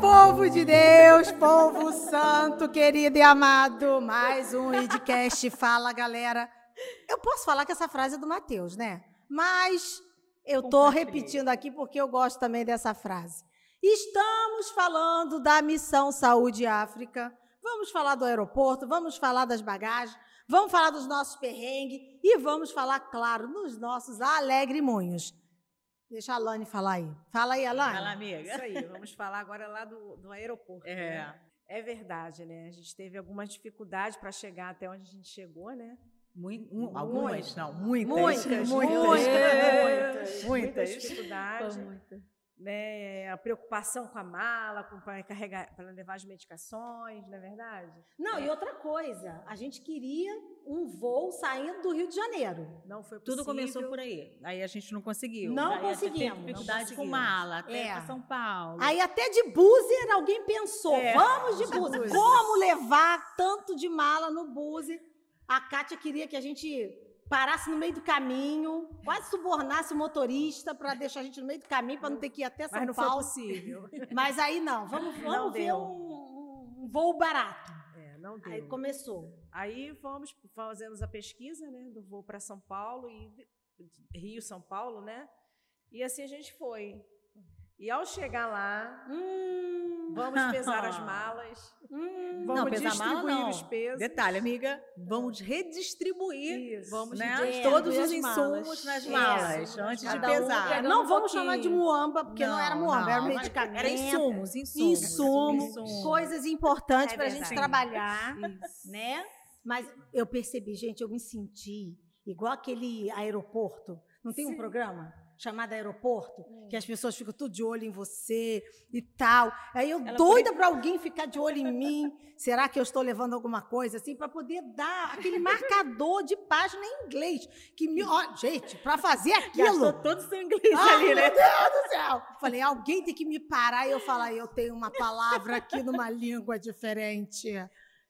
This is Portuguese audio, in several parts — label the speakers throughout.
Speaker 1: Povo de Deus, povo santo, querido e amado, mais um Idcast Fala, galera. Eu posso falar que essa frase é do Matheus, né? Mas eu tô
Speaker 2: Compartilhei.
Speaker 1: repetindo aqui porque eu gosto também dessa frase. Estamos falando da missão Saúde África. Vamos falar do aeroporto, vamos falar das bagagens, vamos falar dos nossos perrengues e vamos falar, claro, dos nossos alegrimunhos. Deixa a Alane falar aí. Fala aí, Alane.
Speaker 2: Fala,
Speaker 3: Isso
Speaker 2: amiga.
Speaker 3: aí, vamos falar agora lá do, do aeroporto.
Speaker 2: É.
Speaker 3: né? é verdade, né? A gente teve alguma dificuldade para chegar até onde a gente chegou, né?
Speaker 2: Mui-
Speaker 3: Mu-
Speaker 2: algumas, não, muitas.
Speaker 3: Muitas,
Speaker 1: muitas,
Speaker 3: muitas,
Speaker 2: muitas.
Speaker 3: dificuldades, né? A preocupação com a mala, para carregar, para levar as medicações, não é verdade?
Speaker 1: Não, e outra coisa, a gente queria um voo saindo do Rio de Janeiro.
Speaker 3: Não foi possível.
Speaker 2: Tudo começou por aí. Aí a gente não conseguiu.
Speaker 1: Não
Speaker 2: Aí a gente teve
Speaker 1: conseguimos, não
Speaker 2: dificuldade com
Speaker 3: conseguimos.
Speaker 2: mala, até
Speaker 1: É.
Speaker 2: pra São Paulo.
Speaker 1: Aí até de buzzer alguém pensou,
Speaker 3: É,
Speaker 1: vamos de
Speaker 3: de
Speaker 1: buzzer.
Speaker 3: buzzer.
Speaker 1: Como levar tanto de mala no buzzer? A Kátia queria que a gente parasse no meio do caminho, quase subornasse o motorista para deixar a gente no meio do caminho para não ter que ir até São
Speaker 3: mas não
Speaker 1: Paulo.
Speaker 3: foi possível.
Speaker 1: Mas aí não, vamos, vamos
Speaker 3: Não
Speaker 1: ver
Speaker 3: deu.
Speaker 1: um, um voo barato.
Speaker 3: É, não deu.
Speaker 1: Aí começou.
Speaker 3: Aí fomos, fazemos a pesquisa, né, do voo para São Paulo e de- Rio, São Paulo, né? E assim a gente foi. E ao chegar lá,
Speaker 1: Hum,
Speaker 3: vamos pesar as malas,
Speaker 1: hum.
Speaker 3: vamos
Speaker 2: pesar a mala,
Speaker 3: distribuir
Speaker 2: não.
Speaker 3: os pesos.
Speaker 2: Detalhe, amiga, vamos redistribuir
Speaker 3: Isso.
Speaker 2: vamos
Speaker 1: né?
Speaker 2: distribuir
Speaker 1: É,
Speaker 2: todos
Speaker 1: e
Speaker 2: os
Speaker 1: as
Speaker 2: insumos
Speaker 1: malas.
Speaker 2: nas
Speaker 1: É,
Speaker 2: malas,
Speaker 3: insumos
Speaker 2: antes de
Speaker 3: cada um
Speaker 2: pesar.
Speaker 3: pega-
Speaker 1: Não
Speaker 3: um
Speaker 1: vamos chamar de
Speaker 3: pouquinho.
Speaker 1: muamba, porque não, era muamba, era um medicamento.
Speaker 2: Era insumos, insumos.
Speaker 1: insumo,
Speaker 2: insumos.
Speaker 1: coisas importantes
Speaker 3: É
Speaker 1: para a gente
Speaker 3: verdade.
Speaker 1: trabalhar,
Speaker 2: Isso.
Speaker 1: né? Mas eu percebi, gente, eu me senti igual aquele aeroporto. Não tem um
Speaker 3: Sim.
Speaker 1: programa chamado aeroporto?
Speaker 3: Hum.
Speaker 1: Que as pessoas ficam tudo de olho em você e tal. Aí eu
Speaker 2: Ela
Speaker 1: doida para alguém ficar de olho em mim. Será que eu estou levando alguma coisa assim para poder dar aquele marcador de página em inglês? Que me, ó, gente, para fazer aquilo,
Speaker 2: Gastou todo o seu inglês
Speaker 1: Ai,
Speaker 2: ali, né?
Speaker 1: Meu Deus do céu! Falei, alguém tem que me parar e eu falar, eu tenho uma palavra aqui numa língua diferente.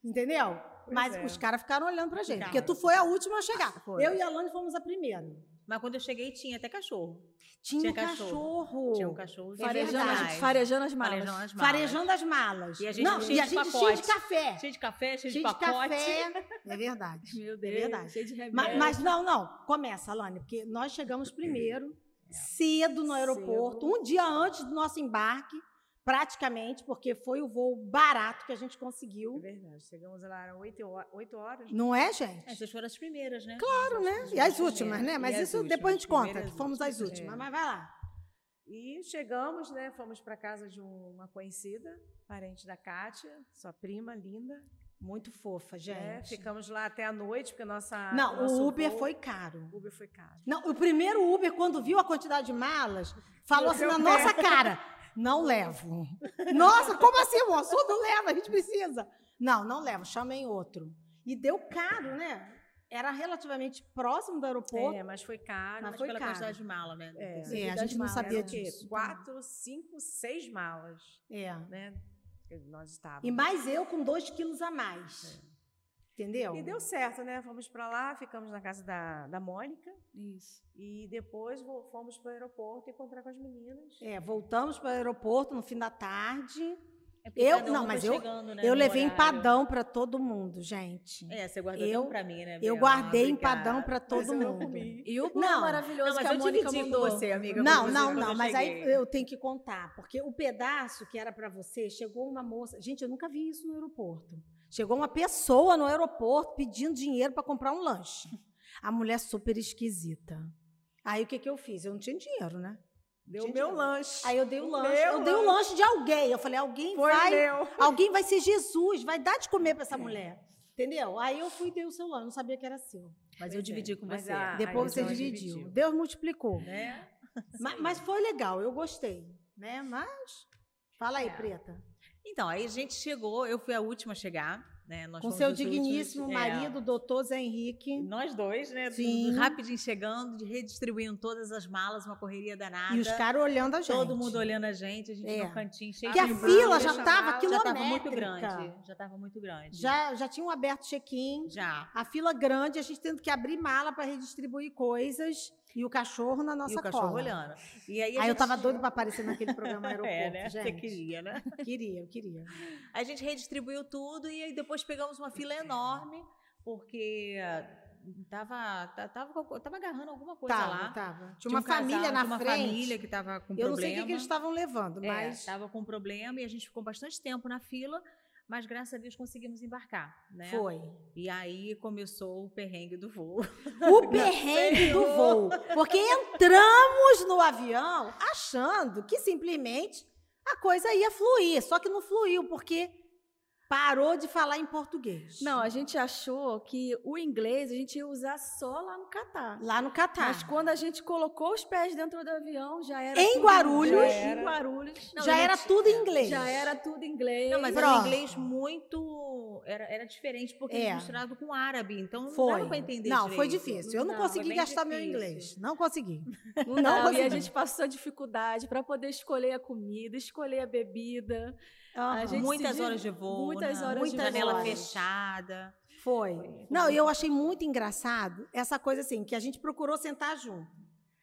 Speaker 1: Entendeu?
Speaker 3: Pois
Speaker 1: Mas
Speaker 3: é.
Speaker 1: os caras ficaram olhando pra gente,
Speaker 2: Ficaram.
Speaker 1: porque tu foi a última a chegar.
Speaker 2: Foi.
Speaker 1: Eu e a Lani fomos a primeira.
Speaker 2: Mas quando eu cheguei, tinha até cachorro.
Speaker 1: Tinha,
Speaker 2: Tinha
Speaker 1: um cachorro.
Speaker 2: cachorro. Tinha um cachorro.
Speaker 1: Tipo, Farejando as-
Speaker 2: Verdade.
Speaker 4: farejando as malas.
Speaker 2: Farejando as malas.
Speaker 1: Farejando as malas.
Speaker 2: E a gente
Speaker 1: Não,
Speaker 2: cheio
Speaker 1: e a
Speaker 2: de
Speaker 1: gente cheio
Speaker 2: pacote.
Speaker 1: de café.
Speaker 2: Cheio de café, cheio,
Speaker 1: Cheio
Speaker 2: de pacote.
Speaker 1: café. É verdade.
Speaker 4: Meu
Speaker 1: É verdade.
Speaker 4: cheio de
Speaker 1: Ma-
Speaker 4: remédio.
Speaker 1: Mas não, não. Começa, Alane, porque nós chegamos primeiro, cedo no aeroporto, um dia antes do nosso embarque, praticamente, porque foi o voo barato que a gente
Speaker 3: É
Speaker 1: conseguiu.
Speaker 3: verdade. Chegamos lá, eram 8 horas. oito horas
Speaker 1: Não é, gente?
Speaker 2: É, Essas foram as primeiras, né?
Speaker 1: Claro, né? E as últimas, né? Mas
Speaker 2: E as
Speaker 1: isso
Speaker 2: últimas,
Speaker 1: depois a gente conta,
Speaker 2: primeiras
Speaker 1: que fomos as
Speaker 2: últimas.
Speaker 1: últimas.
Speaker 3: É.
Speaker 1: Mas vai lá.
Speaker 3: E chegamos, né? Fomos para casa de uma conhecida, parente da Kátia, sua prima linda.
Speaker 1: Muito fofa,
Speaker 3: né?
Speaker 1: gente.
Speaker 3: Ficamos lá até a noite, porque nossa.
Speaker 1: Não,
Speaker 3: nosso
Speaker 1: o Uber
Speaker 3: voo-
Speaker 1: foi caro.
Speaker 3: O Uber foi caro.
Speaker 1: Não, o primeiro Uber, quando viu a quantidade de malas, falou
Speaker 3: Meu
Speaker 1: assim na
Speaker 3: Deus,
Speaker 1: nossa cara: não levo. Nossa, como assim, moço? Não leva, a gente precisa. Não, não levo, chamei outro. E deu caro, né? Era relativamente próximo do aeroporto.
Speaker 3: É, mas foi caro.
Speaker 1: Mas
Speaker 2: Mas
Speaker 1: foi
Speaker 2: pela
Speaker 1: caro.
Speaker 2: quantidade de mala, né?
Speaker 3: É.
Speaker 2: Tem que
Speaker 3: É,
Speaker 2: ser
Speaker 1: a
Speaker 2: das
Speaker 1: gente não
Speaker 2: malas.
Speaker 1: sabia
Speaker 3: Eram o
Speaker 1: disso.
Speaker 3: quê? Quatro, cinco, seis malas,
Speaker 1: É.
Speaker 3: né? Que nós estávamos.
Speaker 1: E mais eu com dois quilos a mais. Entendeu?
Speaker 3: É. E deu certo, né? Fomos para lá, ficamos na casa da, da Mônica
Speaker 4: Isso.
Speaker 3: e depois vo- fomos para o aeroporto encontrar com as meninas.
Speaker 1: É, voltamos para o aeroporto no fim da tarde.
Speaker 2: É porque
Speaker 1: Eu-
Speaker 2: cada um
Speaker 1: não,
Speaker 2: foi
Speaker 1: mas eu-
Speaker 2: chegando,
Speaker 3: é
Speaker 2: né,
Speaker 1: eu
Speaker 2: no
Speaker 1: levei
Speaker 2: horário.
Speaker 1: empadão para todo mundo, gente.
Speaker 2: É, você guardou
Speaker 1: Eu-
Speaker 2: eu, pra mim, né?
Speaker 1: eu
Speaker 2: Bela?
Speaker 1: guardei
Speaker 2: Obrigada.
Speaker 1: empadão para
Speaker 3: Mas
Speaker 1: todo
Speaker 3: eu não
Speaker 1: mundo.
Speaker 3: comi.
Speaker 4: E o bolo
Speaker 1: Não.
Speaker 4: maravilhoso
Speaker 2: Não, Ah, mas
Speaker 4: que a
Speaker 2: eu
Speaker 4: Mônica
Speaker 2: dividi com
Speaker 4: mandou.
Speaker 2: você, é amiga.
Speaker 1: Não,
Speaker 2: quando
Speaker 1: não,
Speaker 2: você- quando
Speaker 1: não,
Speaker 2: eu
Speaker 1: mas aí
Speaker 2: cheguei.
Speaker 1: eu tenho que contar, porque o pedaço que era pra você, chegou uma moça, gente, eu nunca vi isso no aeroporto. Chegou uma pessoa no aeroporto pedindo dinheiro pra comprar um lanche. A mulher super esquisita. Aí o que que eu fiz? Eu não tinha dinheiro, né?
Speaker 3: Deu o
Speaker 1: Gente,
Speaker 3: meu
Speaker 1: eu-
Speaker 3: lanche.
Speaker 1: Aí eu dei o
Speaker 3: O
Speaker 1: lanche,
Speaker 3: meu
Speaker 1: eu dei o lanche de alguém. Eu falei, alguém
Speaker 3: Foi
Speaker 1: vai,
Speaker 3: meu.
Speaker 1: alguém vai ser Jesus, vai dar de comer pra essa mulher. Entendeu? Aí eu fui e dei o seu lanche, não sabia que era seu.
Speaker 2: Mas eu
Speaker 3: Pois é,
Speaker 2: dividi com
Speaker 3: mas
Speaker 2: você.
Speaker 3: a- Ah,
Speaker 1: Depois
Speaker 3: aí
Speaker 1: você
Speaker 3: nós
Speaker 1: dividiu.
Speaker 3: dividimos.
Speaker 1: Deus multiplicou.
Speaker 2: Né?
Speaker 1: Ma- Mas, foi legal, eu gostei, né? Mas fala aí,
Speaker 2: É.
Speaker 1: preta.
Speaker 2: Então, aí a gente chegou, eu fui a última a chegar. né? Nós
Speaker 1: Com
Speaker 2: fomos
Speaker 1: seu
Speaker 2: os últimos-
Speaker 1: digníssimo
Speaker 2: é.
Speaker 1: marido, doutor Zé Henrique.
Speaker 2: Nós dois, né?
Speaker 1: Sim.
Speaker 2: Rapidinho chegando, de- redistribuindo todas as malas, uma correria danada.
Speaker 1: E os caras olhando a gente.
Speaker 2: Todo mundo olhando a gente, a gente
Speaker 1: É.
Speaker 2: no cantinho cheio
Speaker 1: Que a
Speaker 2: de
Speaker 3: Lembrando,
Speaker 1: fila
Speaker 3: deixa
Speaker 1: já
Speaker 3: a
Speaker 1: estava
Speaker 3: mala,
Speaker 2: já tava muito
Speaker 1: quilométrica.
Speaker 2: grande. Já tava muito grande.
Speaker 1: Já, já tinham aberto check-in.
Speaker 2: Já.
Speaker 1: A fila grande, a gente tendo que abrir mala para redistribuir coisas. E o cachorro na nossa
Speaker 2: e o cachorro
Speaker 1: cola.
Speaker 2: olhando. E aí, a
Speaker 1: Aí eu
Speaker 2: gente-
Speaker 1: tava doido pra aparecer naquele programa aeroporto,
Speaker 2: É, né? Você
Speaker 1: gente.
Speaker 2: queria, né?
Speaker 1: Queria, eu queria.
Speaker 2: A gente redistribuiu tudo e aí depois pegamos uma fila enorme, porque tava, ta- tava, com- tava agarrando alguma coisa
Speaker 1: tava,
Speaker 2: lá.
Speaker 1: tava. Tinha
Speaker 2: Tinha
Speaker 1: uma
Speaker 2: um casal,
Speaker 1: família
Speaker 2: tinha
Speaker 1: na
Speaker 2: uma
Speaker 1: frente.
Speaker 2: família que tava com
Speaker 1: eu
Speaker 2: um problema. É,
Speaker 1: não sei o que, que eles estavam levando, mas
Speaker 2: Estava com problema e a gente ficou bastante tempo na fila, mas graças a Deus conseguimos embarcar, né?
Speaker 1: foi.
Speaker 2: E aí começou o perrengue do voo.
Speaker 1: O perrengue do
Speaker 2: Senhor.
Speaker 1: voo. Porque entramos no avião achando que simplesmente a coisa ia fluir. Só que não fluiu, porque parou de falar em português.
Speaker 4: Não, a gente achou que o inglês a gente ia usar só lá no Catar.
Speaker 1: Lá no Catar.
Speaker 4: Mas quando a gente colocou os pés dentro do avião, já era.
Speaker 1: Tá. Em
Speaker 4: tudo-
Speaker 1: Guarulhos?
Speaker 4: já
Speaker 3: Era.
Speaker 4: Em Guarulhos.
Speaker 1: já
Speaker 4: Não,
Speaker 1: era
Speaker 4: gente,
Speaker 1: tudo em inglês.
Speaker 4: Já era tudo em inglês.
Speaker 2: Não, mas
Speaker 1: Pronto.
Speaker 2: era um inglês muito. Era, era diferente porque
Speaker 1: É.
Speaker 2: era misturado com árabe, então não
Speaker 1: Foi.
Speaker 2: dava pra entender.
Speaker 1: Não, foi
Speaker 2: direito.
Speaker 1: difícil. Eu não,
Speaker 4: Não, foi
Speaker 1: consegui
Speaker 2: bem
Speaker 1: gastar meu
Speaker 2: difícil.
Speaker 1: inglês. Não consegui.
Speaker 4: não,
Speaker 1: não
Speaker 4: dava, e a
Speaker 1: consegui.
Speaker 4: gente passou dificuldade para poder escolher a comida, escolher a bebida.
Speaker 1: Aham.
Speaker 4: gente
Speaker 2: Muitas
Speaker 4: se
Speaker 2: horas de voo.
Speaker 4: muitas
Speaker 2: né?
Speaker 4: horas
Speaker 1: de
Speaker 2: Janela
Speaker 1: voo.
Speaker 2: fechada.
Speaker 1: Foi. Não, e eu achei muito engraçado essa coisa assim, que a gente procurou sentar junto.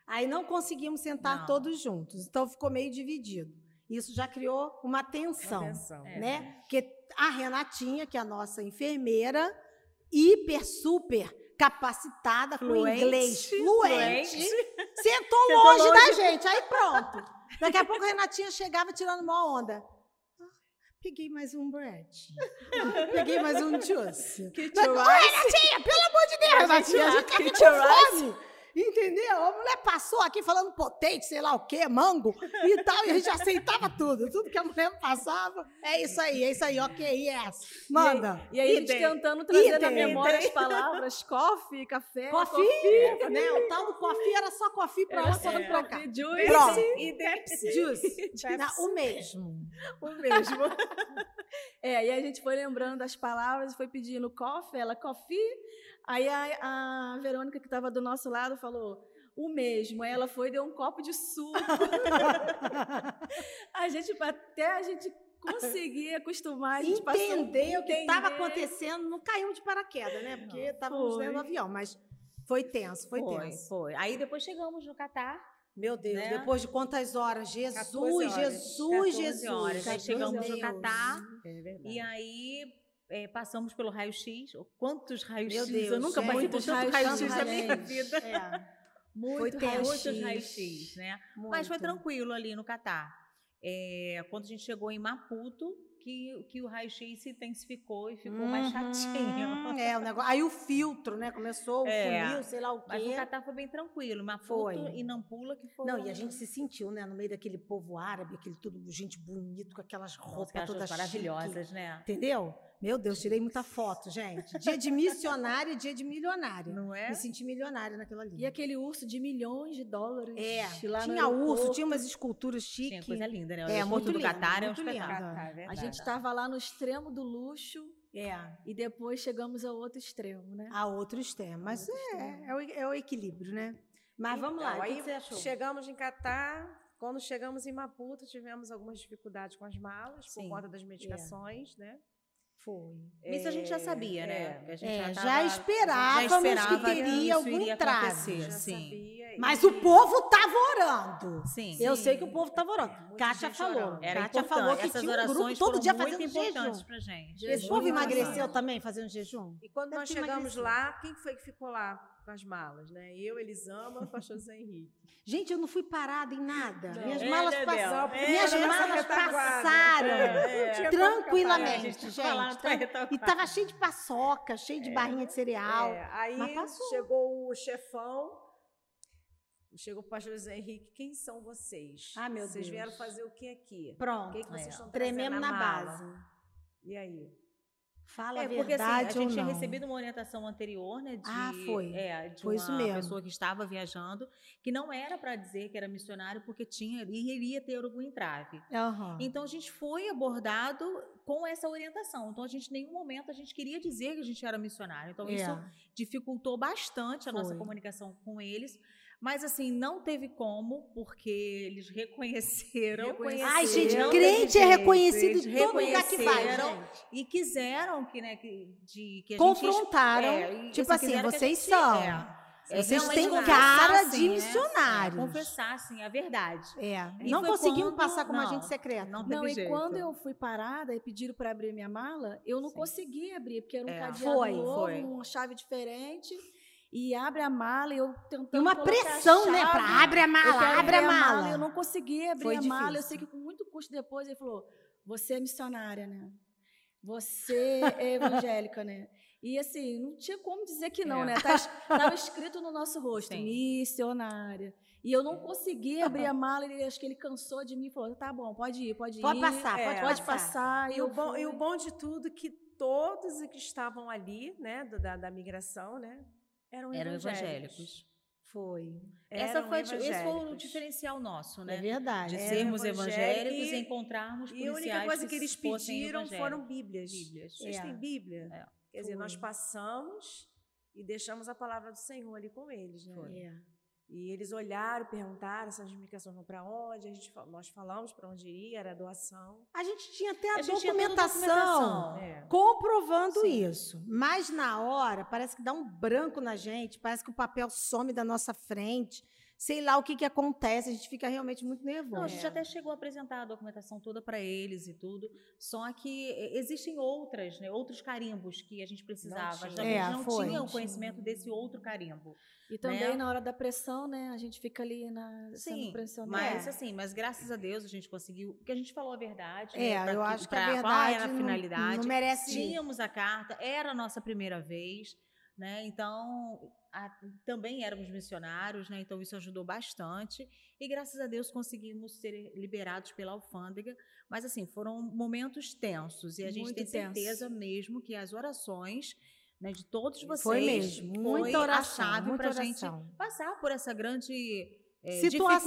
Speaker 1: Aí não conseguimos sentar
Speaker 2: Não.
Speaker 1: todos juntos. Então ficou meio dividido. Isso já criou uma tensão,
Speaker 3: Atenção.
Speaker 2: É.
Speaker 1: né? Porque a Renatinha, que é a nossa enfermeira, hiper, super capacitada com
Speaker 2: Fluente,
Speaker 1: inglês fluente,
Speaker 2: fluente.
Speaker 1: sentou, longe, da gente. Aí pronto. Daqui a pouco a Renatinha chegava tirando uma onda. Ah, Peguei mais um bread. Ah, Peguei mais um juice.
Speaker 4: Que
Speaker 1: Mas, Ô, Renatinha, pelo amor de Deus, Renatinha, a gente tá aqui com fome. Entendeu? A mulher passou aqui falando potente, sei lá o quê, mango e tal, e a gente aceitava tudo. Tudo que a mulher passava, é isso aí, é isso aí, ok, yes. Manda.
Speaker 4: E aí a gente
Speaker 2: Idem.
Speaker 4: tentando trazer na
Speaker 1: Idem.
Speaker 4: memória as palavras coffee, café.
Speaker 1: Coffee, né? O tal do coffee era só coffee pra
Speaker 4: é Era
Speaker 1: lá,
Speaker 4: só
Speaker 1: coffee pra cá.
Speaker 4: coffee, Tá juice.
Speaker 1: Pronto.
Speaker 2: E Pepsi.
Speaker 1: Juice. Na- o mesmo.
Speaker 4: O mesmo. é, e a gente foi lembrando das palavras, foi pedindo coffee, ela coffee. Aí a, a Verônica, que estava do nosso lado, falou o mesmo. Aí ela foi e deu um copo de suco. a gente, até a gente conseguir acostumar, a gente passou.
Speaker 1: Entender o que um estava
Speaker 4: entender.
Speaker 1: acontecendo, não caímos de paraquedas, né? Porque estávamos
Speaker 4: Foi.
Speaker 1: dentro do avião, mas foi tenso, foi, tenso.
Speaker 2: foi. Aí depois chegamos no Catar.
Speaker 1: Meu Deus,
Speaker 2: Né?
Speaker 1: depois de quantas horas? Jesus,
Speaker 3: 14 horas.
Speaker 1: Jesus,
Speaker 2: 14
Speaker 1: Jesus.
Speaker 2: horas. Aí chegamos
Speaker 1: Meu
Speaker 2: no
Speaker 1: Deus.
Speaker 2: Catar.
Speaker 3: É verdade.
Speaker 2: E aí é, passamos pelo raio-x. Oh, Quantos
Speaker 1: Meu
Speaker 2: raios-x?
Speaker 1: Deus,
Speaker 2: Eu nunca
Speaker 1: gente,
Speaker 2: passei por
Speaker 4: muitos
Speaker 2: tanto
Speaker 4: raios-x,
Speaker 2: raio-x na
Speaker 4: tanto
Speaker 2: minha
Speaker 1: raios-x.
Speaker 2: vida.
Speaker 1: É, Foi
Speaker 4: Muito
Speaker 1: tenso.
Speaker 2: Muitos
Speaker 4: raio-x.
Speaker 2: raio-x, né?
Speaker 1: muito.
Speaker 2: Mas foi tranquilo ali no Catar. É, quando a gente chegou em Maputo, que, que o raio-x se intensificou e ficou mais
Speaker 1: Uhum.
Speaker 2: chatinho.
Speaker 1: É, o negócio. Aí o filtro, né? Começou o
Speaker 2: É.
Speaker 1: funil, sei lá o quê.
Speaker 2: Mas o Catar foi bem tranquilo. Maputo
Speaker 1: Foi.
Speaker 2: e Nampula que foram...
Speaker 1: Não, e a gente se sentiu, né? No meio daquele povo árabe, aquele tudo gente bonito, com aquelas roupas
Speaker 2: Aquelas
Speaker 1: todas
Speaker 2: coisas maravilhosas, né?
Speaker 1: chique, entendeu? Meu Deus, tirei muita foto, gente. Dia de missionária e dia de milionária.
Speaker 2: Não é?
Speaker 1: Me senti milionária naquela
Speaker 4: E
Speaker 1: ali.
Speaker 4: aquele urso de milhões de dólares.
Speaker 1: É,
Speaker 4: lá no
Speaker 1: tinha urso,
Speaker 4: aeroporto.
Speaker 1: tinha umas esculturas
Speaker 2: Tinha
Speaker 1: chiques.
Speaker 2: coisa linda, né? O
Speaker 1: É,
Speaker 2: aeroporto
Speaker 1: muito
Speaker 2: do
Speaker 1: lindo,
Speaker 2: Catar é um
Speaker 1: muito lindo.
Speaker 2: espetáculo.
Speaker 4: A gente tá estava lá no extremo do luxo
Speaker 1: É,
Speaker 4: e depois chegamos ao outro extremo, né?
Speaker 1: há outros temas. Mas é, é, o, é o equilíbrio, né? Mas vamos lá,
Speaker 3: Então,
Speaker 1: o que
Speaker 3: aí
Speaker 1: que você achou?
Speaker 3: Chegamos em Catar. Quando chegamos em Maputo, tivemos algumas dificuldades com as malas por
Speaker 2: Sim.
Speaker 3: conta das
Speaker 1: É.
Speaker 3: medicações, né?
Speaker 1: Foi.
Speaker 2: Isso a gente já
Speaker 3: É,
Speaker 2: sabia,
Speaker 3: é.
Speaker 2: né? Que a gente
Speaker 1: É, já
Speaker 2: tava-
Speaker 1: esperávamos
Speaker 2: já esperava
Speaker 1: que teria
Speaker 2: isso
Speaker 1: algum
Speaker 2: iria
Speaker 1: entrave.
Speaker 2: acontecer,
Speaker 3: Já
Speaker 2: Sim.
Speaker 3: sabia.
Speaker 1: Mas
Speaker 3: e-
Speaker 1: o povo tava orando.
Speaker 2: Sim.
Speaker 1: Eu sei que o povo tava orando.
Speaker 3: Muita
Speaker 1: Kátia
Speaker 3: gente
Speaker 1: falou.
Speaker 3: orando.
Speaker 2: Era
Speaker 1: Kátia
Speaker 2: importante.
Speaker 1: falou que
Speaker 2: Essas
Speaker 1: tinha um
Speaker 2: orações
Speaker 1: grupo todo dia
Speaker 2: foram muito
Speaker 1: fazendo
Speaker 2: importantes
Speaker 1: jejum.
Speaker 2: pra gente.
Speaker 1: Esse povo
Speaker 4: Jejum,
Speaker 1: emagreceu
Speaker 4: oração.
Speaker 1: também fazendo jejum?
Speaker 3: E quando
Speaker 1: Deve
Speaker 3: nós
Speaker 1: ter
Speaker 3: chegamos
Speaker 1: emagrecido.
Speaker 3: lá, quem que foi que ficou lá com as malas, né? Eu, Elisama, o pastor Zé Henrique.
Speaker 1: Gente, eu não fui parada em nada.
Speaker 3: Não.
Speaker 1: Minhas
Speaker 2: É,
Speaker 1: malas,
Speaker 2: né,
Speaker 1: pas-
Speaker 2: Bel? É,
Speaker 1: minhas
Speaker 2: era nossa
Speaker 1: malas
Speaker 3: retaguarda.
Speaker 1: passaram
Speaker 3: É, é. Tinha como
Speaker 1: tranquilamente,
Speaker 2: É, a
Speaker 1: gente.
Speaker 2: gente tava lá na
Speaker 1: Tran-
Speaker 2: retaguarda.
Speaker 1: E tava cheio de paçoca, cheio
Speaker 2: É.
Speaker 1: de barrinha de cereal.
Speaker 3: É, aí
Speaker 1: Mas passou.
Speaker 3: chegou o chefão, chegou o pastor José Henrique. Quem são vocês?
Speaker 1: Ah, meu
Speaker 3: vocês
Speaker 1: Deus. É,
Speaker 3: vieram fazer o que aqui? O
Speaker 1: Pronto.
Speaker 2: tá
Speaker 3: que, que vocês estão trazendo
Speaker 1: Trememos na
Speaker 3: mala?
Speaker 1: base.
Speaker 3: E aí?
Speaker 1: Fala
Speaker 2: É,
Speaker 1: a
Speaker 2: porque assim, a
Speaker 1: verdade
Speaker 2: gente
Speaker 1: ou
Speaker 2: tinha
Speaker 1: não.
Speaker 2: recebido uma orientação anterior, né? De,
Speaker 1: Ah, foi.
Speaker 2: É, de
Speaker 1: Foi
Speaker 2: uma
Speaker 1: isso mesmo.
Speaker 2: pessoa que estava viajando, que não era para dizer que era missionário, porque tinha e iria ter algum entrave.
Speaker 1: Aham.
Speaker 2: Então a gente foi abordado com essa orientação. Então a gente, em nenhum momento, a gente queria dizer que a gente era missionário. Então
Speaker 1: É.
Speaker 2: isso dificultou bastante a nossa
Speaker 1: Foi.
Speaker 2: comunicação com eles. Mas assim, não teve como, porque eles reconheceram.
Speaker 4: Reconheceram.
Speaker 1: Ai, gente,
Speaker 2: Não
Speaker 1: crente
Speaker 2: teve
Speaker 1: é
Speaker 2: jeito,
Speaker 1: reconhecido
Speaker 2: eles
Speaker 1: em todo lugar que vai,
Speaker 2: reconheceram
Speaker 1: gente.
Speaker 2: E quiseram que, né, que, de, que a gente...
Speaker 1: Confrontaram.
Speaker 2: é, e,
Speaker 1: tipo assim,
Speaker 2: assim, quiseram que a
Speaker 1: vocês
Speaker 2: gente-
Speaker 1: são.
Speaker 2: é, é,
Speaker 1: vocês
Speaker 2: realmente
Speaker 1: têm
Speaker 2: confessassem,
Speaker 1: cara de
Speaker 2: né?
Speaker 1: missionários.
Speaker 2: Confessassem a verdade.
Speaker 1: É,
Speaker 2: E
Speaker 1: não
Speaker 2: foi
Speaker 1: conseguimos
Speaker 2: quando-
Speaker 1: passar como
Speaker 2: não,
Speaker 1: agente secreto.
Speaker 2: não
Speaker 4: Não,
Speaker 2: teve
Speaker 4: e
Speaker 2: jeito.
Speaker 4: quando eu fui parada e pediram para abrir minha mala, eu não
Speaker 2: Sim.
Speaker 4: consegui abrir, porque era um
Speaker 2: É.
Speaker 4: cadeado
Speaker 1: Foi,
Speaker 4: novo,
Speaker 2: foi.
Speaker 4: uma chave diferente. E abre a mala e eu
Speaker 1: E
Speaker 4: tentando
Speaker 1: uma
Speaker 4: colocar a
Speaker 1: pressão, né?
Speaker 4: chave.
Speaker 1: Pra abre a
Speaker 4: Eu quero
Speaker 1: mala, abre
Speaker 4: abrir
Speaker 1: a mala.
Speaker 4: Eu não consegui abrir
Speaker 1: Foi
Speaker 4: a mala. Eu
Speaker 1: difícil.
Speaker 4: sei que com muito custo depois ele falou: Você é missionária, né? Você é evangélica, né? E assim, não tinha como dizer que não,
Speaker 2: É.
Speaker 4: né? Tá es- Tava escrito no nosso rosto,
Speaker 2: Sim.
Speaker 4: missionária. E eu não consegui abrir a mala, ele, acho que ele cansou de mim e falou: tá bom, pode ir, pode ir.
Speaker 1: Pode passar,
Speaker 3: é,
Speaker 1: pode,
Speaker 4: Pode
Speaker 1: passar.
Speaker 4: passar.
Speaker 3: E
Speaker 4: eu
Speaker 3: o, bom, e o
Speaker 4: fui.
Speaker 3: bom de tudo é que todos que estavam ali, né, do- da, da migração, né, eram,
Speaker 2: Eram
Speaker 3: evangélicos.
Speaker 2: evangélicos.
Speaker 1: Foi.
Speaker 2: Essa
Speaker 3: Eram
Speaker 2: foi, a di- esse foi o
Speaker 3: evangélicos.
Speaker 2: diferencial nosso,
Speaker 1: É
Speaker 2: né?
Speaker 1: verdade.
Speaker 2: de
Speaker 3: Eram
Speaker 2: sermos
Speaker 3: evangélicos
Speaker 2: evangélicos e
Speaker 3: e-
Speaker 2: encontrarmos
Speaker 3: E a
Speaker 2: policiais
Speaker 3: única coisa que eles
Speaker 2: fossem
Speaker 3: pediram
Speaker 2: evangélicos.
Speaker 3: foram bíblias.
Speaker 2: Bíblias.
Speaker 3: Vocês
Speaker 1: É.
Speaker 3: têm Bíblia?
Speaker 2: É.
Speaker 3: Quer dizer, nós
Speaker 1: Foi.
Speaker 3: passamos e deixamos a palavra do Senhor ali com eles, né?
Speaker 2: Foi.
Speaker 1: É.
Speaker 3: E eles olharam, perguntaram essas indicações vão para onde, a gente, fa- nós falamos para onde iria, era a doação.
Speaker 1: A gente tinha até a,
Speaker 2: A gente tinha toda a
Speaker 1: documentação,
Speaker 2: documentação.
Speaker 3: É.
Speaker 1: comprovando
Speaker 2: Sim.
Speaker 1: isso. Mas na hora, parece que dá um branco na gente, parece que o papel some da nossa frente. Sei lá o que, que acontece, a gente fica realmente muito nervoso.
Speaker 2: Não, a gente
Speaker 3: É.
Speaker 2: até chegou a apresentar a documentação toda para eles e tudo, só que eh, existem outras, né, outros carimbos que a gente precisava.
Speaker 3: tinha.
Speaker 2: Já que A gente
Speaker 1: É,
Speaker 2: não
Speaker 1: foi.
Speaker 2: tinha
Speaker 1: Não
Speaker 2: o conhecimento desse outro carimbo.
Speaker 4: E também
Speaker 2: né?
Speaker 4: na hora da pressão, né? A gente fica ali na,
Speaker 2: Sim,
Speaker 4: sendo É. pressionada.
Speaker 1: É.
Speaker 2: Mas assim, mas graças a Deus a gente conseguiu, porque a gente falou a verdade.
Speaker 1: É,
Speaker 2: né, pra
Speaker 1: eu
Speaker 2: que-
Speaker 1: acho que a
Speaker 2: pra qual
Speaker 1: verdade
Speaker 2: era a
Speaker 1: não-
Speaker 2: finalidade.
Speaker 1: não merece-
Speaker 2: Tínhamos a carta, era a nossa primeira vez, né? Então, a- também éramos missionários, né? Então isso ajudou bastante e graças a Deus conseguimos ser liberados pela alfândega. Mas assim, foram momentos tensos e a gente
Speaker 4: Muito
Speaker 2: tem
Speaker 4: tenso.
Speaker 2: certeza mesmo que as orações né, de todos vocês
Speaker 1: foi mesmo, muita
Speaker 2: a
Speaker 1: oração,
Speaker 2: chave
Speaker 1: muita
Speaker 2: pra gente
Speaker 1: oração.
Speaker 2: passar por essa grande eh,
Speaker 1: Situação,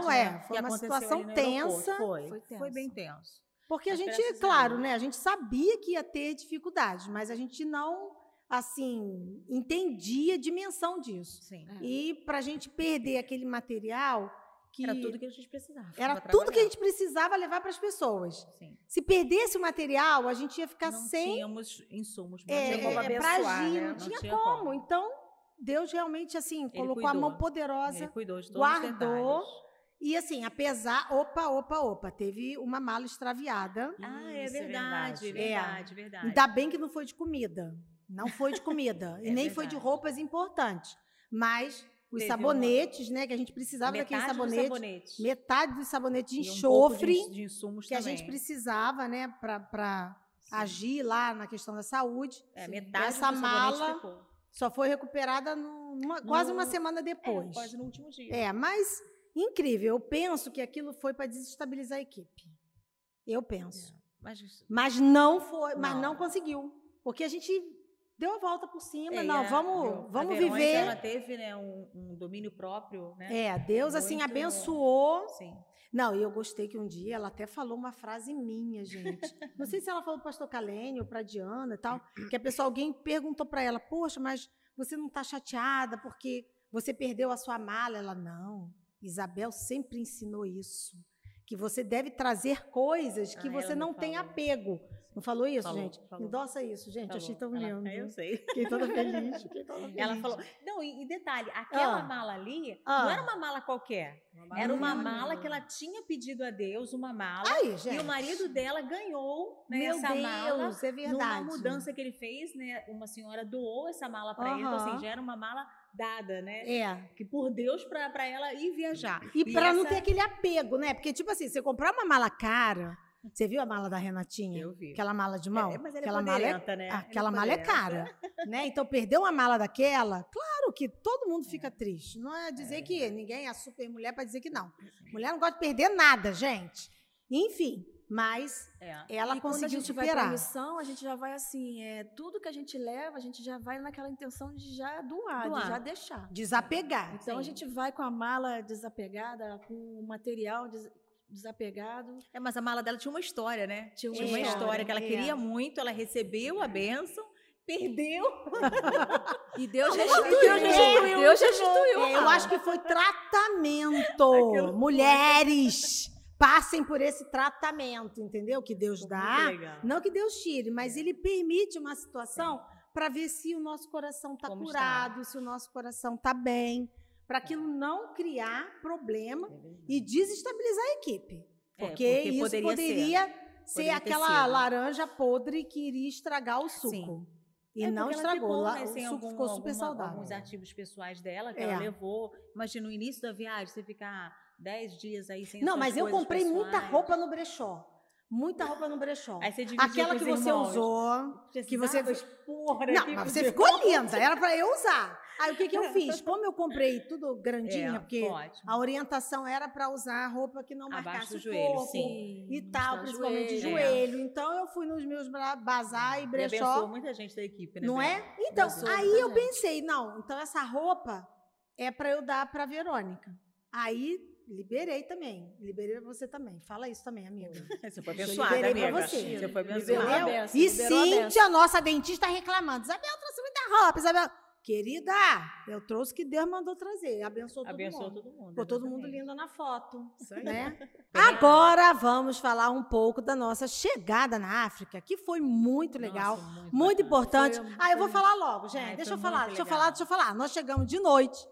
Speaker 2: dificuldade, né,
Speaker 1: é, foi
Speaker 2: que
Speaker 1: uma
Speaker 2: aconteceu ali
Speaker 1: situação
Speaker 2: no aeroporto.
Speaker 1: tensa.
Speaker 2: Foi,
Speaker 4: Foi
Speaker 2: foi,
Speaker 4: tenso.
Speaker 2: bem tenso.
Speaker 1: Porque a
Speaker 2: Mas
Speaker 1: gente,
Speaker 2: graças a
Speaker 1: claro,
Speaker 2: Deus.
Speaker 1: né? A gente sabia que ia ter dificuldades, mas a gente não, assim, entendia a dimensão disso.
Speaker 2: Sim.
Speaker 4: É.
Speaker 1: E para a gente perder aquele material que
Speaker 2: Era tudo que a gente precisava.
Speaker 1: era tudo
Speaker 2: pra
Speaker 1: que a
Speaker 2: trabalhar.
Speaker 1: gente precisava levar para as pessoas.
Speaker 2: Sim.
Speaker 1: Se perdesse o material, a gente ia ficar
Speaker 2: Não
Speaker 1: sem
Speaker 2: tínhamos insumos pra
Speaker 1: é,
Speaker 3: tinha como
Speaker 1: pra
Speaker 3: abençoar,
Speaker 1: agir,
Speaker 3: né?
Speaker 1: não,
Speaker 2: Não
Speaker 1: tinha,
Speaker 2: tinha
Speaker 1: como.
Speaker 2: como.
Speaker 1: Então, Deus realmente, assim, colocou a mão
Speaker 2: cuidou. né?
Speaker 1: poderosa
Speaker 2: Ele cuidou de todos
Speaker 1: guardou.
Speaker 2: os detalhes.
Speaker 1: E assim, apesar, opa, opa, opa, teve uma mala extraviada.
Speaker 2: Ah, é
Speaker 3: Isso,
Speaker 2: verdade,
Speaker 3: é
Speaker 2: é verdade, é verdade.
Speaker 1: Ainda bem que não foi de comida. Não foi de comida. e
Speaker 2: É
Speaker 1: nem foi de
Speaker 2: verdade.
Speaker 1: roupas importantes. Mas os
Speaker 2: Teve um
Speaker 1: sabonetes, né? Que a gente precisava daqueles
Speaker 2: Metade dos
Speaker 1: sabonetes.
Speaker 2: sabonetes. um
Speaker 1: Metade dos sabonetes de
Speaker 2: E um pouco
Speaker 1: enxofre
Speaker 2: de, de insumos
Speaker 1: que a gente
Speaker 2: também.
Speaker 1: precisava, né? Pra, pra agir lá na questão da saúde.
Speaker 2: É, metade
Speaker 1: Essa
Speaker 2: dos sabonetes
Speaker 1: mala
Speaker 2: ficou.
Speaker 1: Só foi recuperada numa- quase uma semana depois.
Speaker 2: É, quase no último dia.
Speaker 1: É, mas incrível. Eu penso que aquilo foi para desestabilizar a equipe. Eu penso.
Speaker 2: Mas
Speaker 1: Mas não foi, mas não.
Speaker 2: É. Não.
Speaker 1: conseguiu. Porque a gente deu a volta por cima.
Speaker 2: É, e
Speaker 1: não,
Speaker 2: a-
Speaker 1: vamos,
Speaker 2: a
Speaker 1: vamos
Speaker 2: Verônica, Ela
Speaker 1: viver.
Speaker 2: teve né, um, um domínio próprio, né?
Speaker 1: É, Deus assim
Speaker 2: Muito-
Speaker 1: abençoou.
Speaker 2: Sim.
Speaker 1: Não, e eu gostei que um dia ela até falou uma frase minha, gente. Não sei se ela falou para pastor Calênio ou para Diana e tal, que a pessoa alguém perguntou para ela: "Poxa, mas você não tá chateada porque você perdeu a sua mala?" Ela: "Não. Isabel sempre ensinou isso, que você deve trazer coisas que
Speaker 2: Ah,
Speaker 1: você
Speaker 2: ela
Speaker 1: não
Speaker 2: não
Speaker 1: tem
Speaker 2: falou.
Speaker 1: apego." Não falou isso,
Speaker 2: Falou,
Speaker 1: gente?
Speaker 2: falou.
Speaker 1: Endossa isso, gente. Eu
Speaker 2: Falou.
Speaker 1: achei tão
Speaker 2: Ela-
Speaker 1: lindo.
Speaker 2: É, eu sei.
Speaker 1: Fiquei toda feliz. Fiquei toda feliz.
Speaker 2: Ela falou. Não, e, e detalhe, aquela
Speaker 1: Ah.
Speaker 2: mala ali
Speaker 1: Ah.
Speaker 2: não era uma mala qualquer. Era uma mala que ela tinha pedido a Deus, uma mala.
Speaker 1: Aí,
Speaker 2: e
Speaker 1: gente.
Speaker 2: o marido dela ganhou né,
Speaker 1: Meu
Speaker 2: essa mala.
Speaker 1: Deus, é
Speaker 2: Numa
Speaker 1: verdade.
Speaker 2: mudança que ele fez, né? Uma senhora doou essa mala pra ele. Então,
Speaker 1: Aham.
Speaker 2: assim, já era uma mala dada, né?
Speaker 1: É.
Speaker 2: Que por Deus pra, pra ela ir viajar.
Speaker 1: E pra não
Speaker 2: essa-
Speaker 1: ter aquele apego, né? Porque, tipo assim, você comprar uma mala cara. Você viu a mala da Renatinha?
Speaker 2: Eu vi.
Speaker 1: Aquela mala de mão?
Speaker 2: É, mas ela é
Speaker 1: aquela mala é,
Speaker 2: poderenta, né? Ela
Speaker 1: aquela mala é
Speaker 2: poderenta.
Speaker 1: cara. né? Então, perder uma mala daquela, claro que todo mundo fica triste. Não é dizer que ninguém é super mulher pra dizer que não. Mulher não gosta de perder nada, gente. Enfim, Mas
Speaker 2: É.
Speaker 1: ela
Speaker 4: e quando a
Speaker 1: conseguiu
Speaker 4: gente vai para
Speaker 1: superar.
Speaker 4: missão, a gente já vai assim, é, tudo que a gente leva, a gente já vai naquela intenção de já doar,
Speaker 2: Doar.
Speaker 4: de já deixar.
Speaker 1: Desapegar.
Speaker 4: Então a
Speaker 2: Sim.
Speaker 4: gente vai com a mala desapegada, com o material des- desapegado.
Speaker 2: É, mas a mala dela tinha uma história, né?
Speaker 4: Tinha
Speaker 2: Tinha uma
Speaker 1: É,
Speaker 2: história que ela
Speaker 1: é.
Speaker 2: queria muito, ela recebeu a bênção, perdeu.
Speaker 4: E Deus restituiu.
Speaker 1: Deus
Speaker 4: Deus
Speaker 1: restituiu,
Speaker 4: restituiu.
Speaker 1: É, eu acho que foi tratamento. Mulheres, passem por esse tratamento, entendeu? Que Deus
Speaker 2: Muito
Speaker 1: dá.
Speaker 2: legal. É,
Speaker 1: Não que Deus tire, mas ele permite uma situação para ver se o nosso coração está
Speaker 2: Como
Speaker 1: curado, se o nosso coração está bem, para aquilo
Speaker 2: É.
Speaker 1: não criar problema e desestabilizar a equipe.
Speaker 2: É,
Speaker 1: Porque, isso poderia, ser,
Speaker 2: Poderia ter
Speaker 1: aquela
Speaker 2: sido.
Speaker 1: laranja podre que iria estragar o suco.
Speaker 2: Sim.
Speaker 1: E
Speaker 2: É,
Speaker 1: não
Speaker 2: porque ela
Speaker 1: estragou.
Speaker 2: ficou,
Speaker 1: lá-
Speaker 2: né,
Speaker 1: o
Speaker 2: sem
Speaker 1: suco
Speaker 2: algum-
Speaker 1: ficou super
Speaker 2: alguma-
Speaker 1: saudável.
Speaker 2: Alguns artigos pessoais dela que
Speaker 1: É.
Speaker 2: ela levou. Imagina, no início da viagem, você ficar 10 dias aí sem as
Speaker 1: Não,
Speaker 2: suas
Speaker 1: mas eu
Speaker 2: coisas
Speaker 1: comprei muita
Speaker 2: pessoais.
Speaker 1: roupa no brechó. Muita roupa no brechó.
Speaker 2: Aí você dividia
Speaker 1: Aquela
Speaker 2: com
Speaker 1: que
Speaker 2: os
Speaker 1: você
Speaker 2: irmãos.
Speaker 1: usou. que você-
Speaker 2: Precisava,
Speaker 1: Não,
Speaker 2: Porra, que
Speaker 1: mas
Speaker 2: coisa.
Speaker 1: você ficou linda. Era pra eu usar. Aí o que, que eu fiz? Como eu comprei tudo grandinha,
Speaker 2: É,
Speaker 1: porque
Speaker 2: ótimo.
Speaker 1: a orientação era pra usar roupa que não
Speaker 2: Abaixo
Speaker 1: marcasse
Speaker 2: do
Speaker 1: o
Speaker 2: joelho,
Speaker 1: corpo
Speaker 2: sim. Uhum,
Speaker 1: e tal, principalmente
Speaker 2: joelho.
Speaker 1: joelho. Então eu fui nos meus bra- bazar e
Speaker 2: E abençoou
Speaker 1: brechó,
Speaker 2: muita gente da equipe, né?
Speaker 1: não
Speaker 2: Vera?
Speaker 1: é? Então,
Speaker 4: Abençoou
Speaker 1: aí
Speaker 4: muita
Speaker 1: eu
Speaker 4: gente.
Speaker 1: pensei, não, então essa roupa é pra eu dar pra Verônica. Aí liberei também, liberei pra você também. Fala isso também, amiga.
Speaker 2: Você foi
Speaker 1: Eu
Speaker 2: abençoada,
Speaker 1: liberei pra
Speaker 2: amiga.
Speaker 1: você.
Speaker 2: Você foi
Speaker 4: Liberou
Speaker 2: abençoada.
Speaker 4: a
Speaker 1: Entendeu?
Speaker 4: beça,
Speaker 1: E
Speaker 4: liberou a beça.
Speaker 1: Cíntia, nossa dentista, reclamando. Isabel, trouxe muita roupa, Isabel. Querida, eu trouxe o que Deus mandou trazer. Abençoou,
Speaker 2: Abençoou
Speaker 1: todo mundo.
Speaker 2: todo mundo.
Speaker 1: Ficou todo mundo
Speaker 2: exatamente.
Speaker 1: lindo na foto.
Speaker 3: Isso aí.
Speaker 1: Né? Agora vamos falar um pouco da nossa chegada na África, que foi muito legal,
Speaker 2: Nossa, muito,
Speaker 1: muito
Speaker 2: bacana.
Speaker 1: importante.
Speaker 4: Foi-
Speaker 1: ah, eu vou
Speaker 4: foi-
Speaker 1: falar logo, gente.
Speaker 2: Ai,
Speaker 1: deixa
Speaker 2: foi
Speaker 1: eu falar,
Speaker 2: muito
Speaker 1: deixa eu
Speaker 2: legal.
Speaker 1: falar, deixa eu falar. Nós chegamos de noite,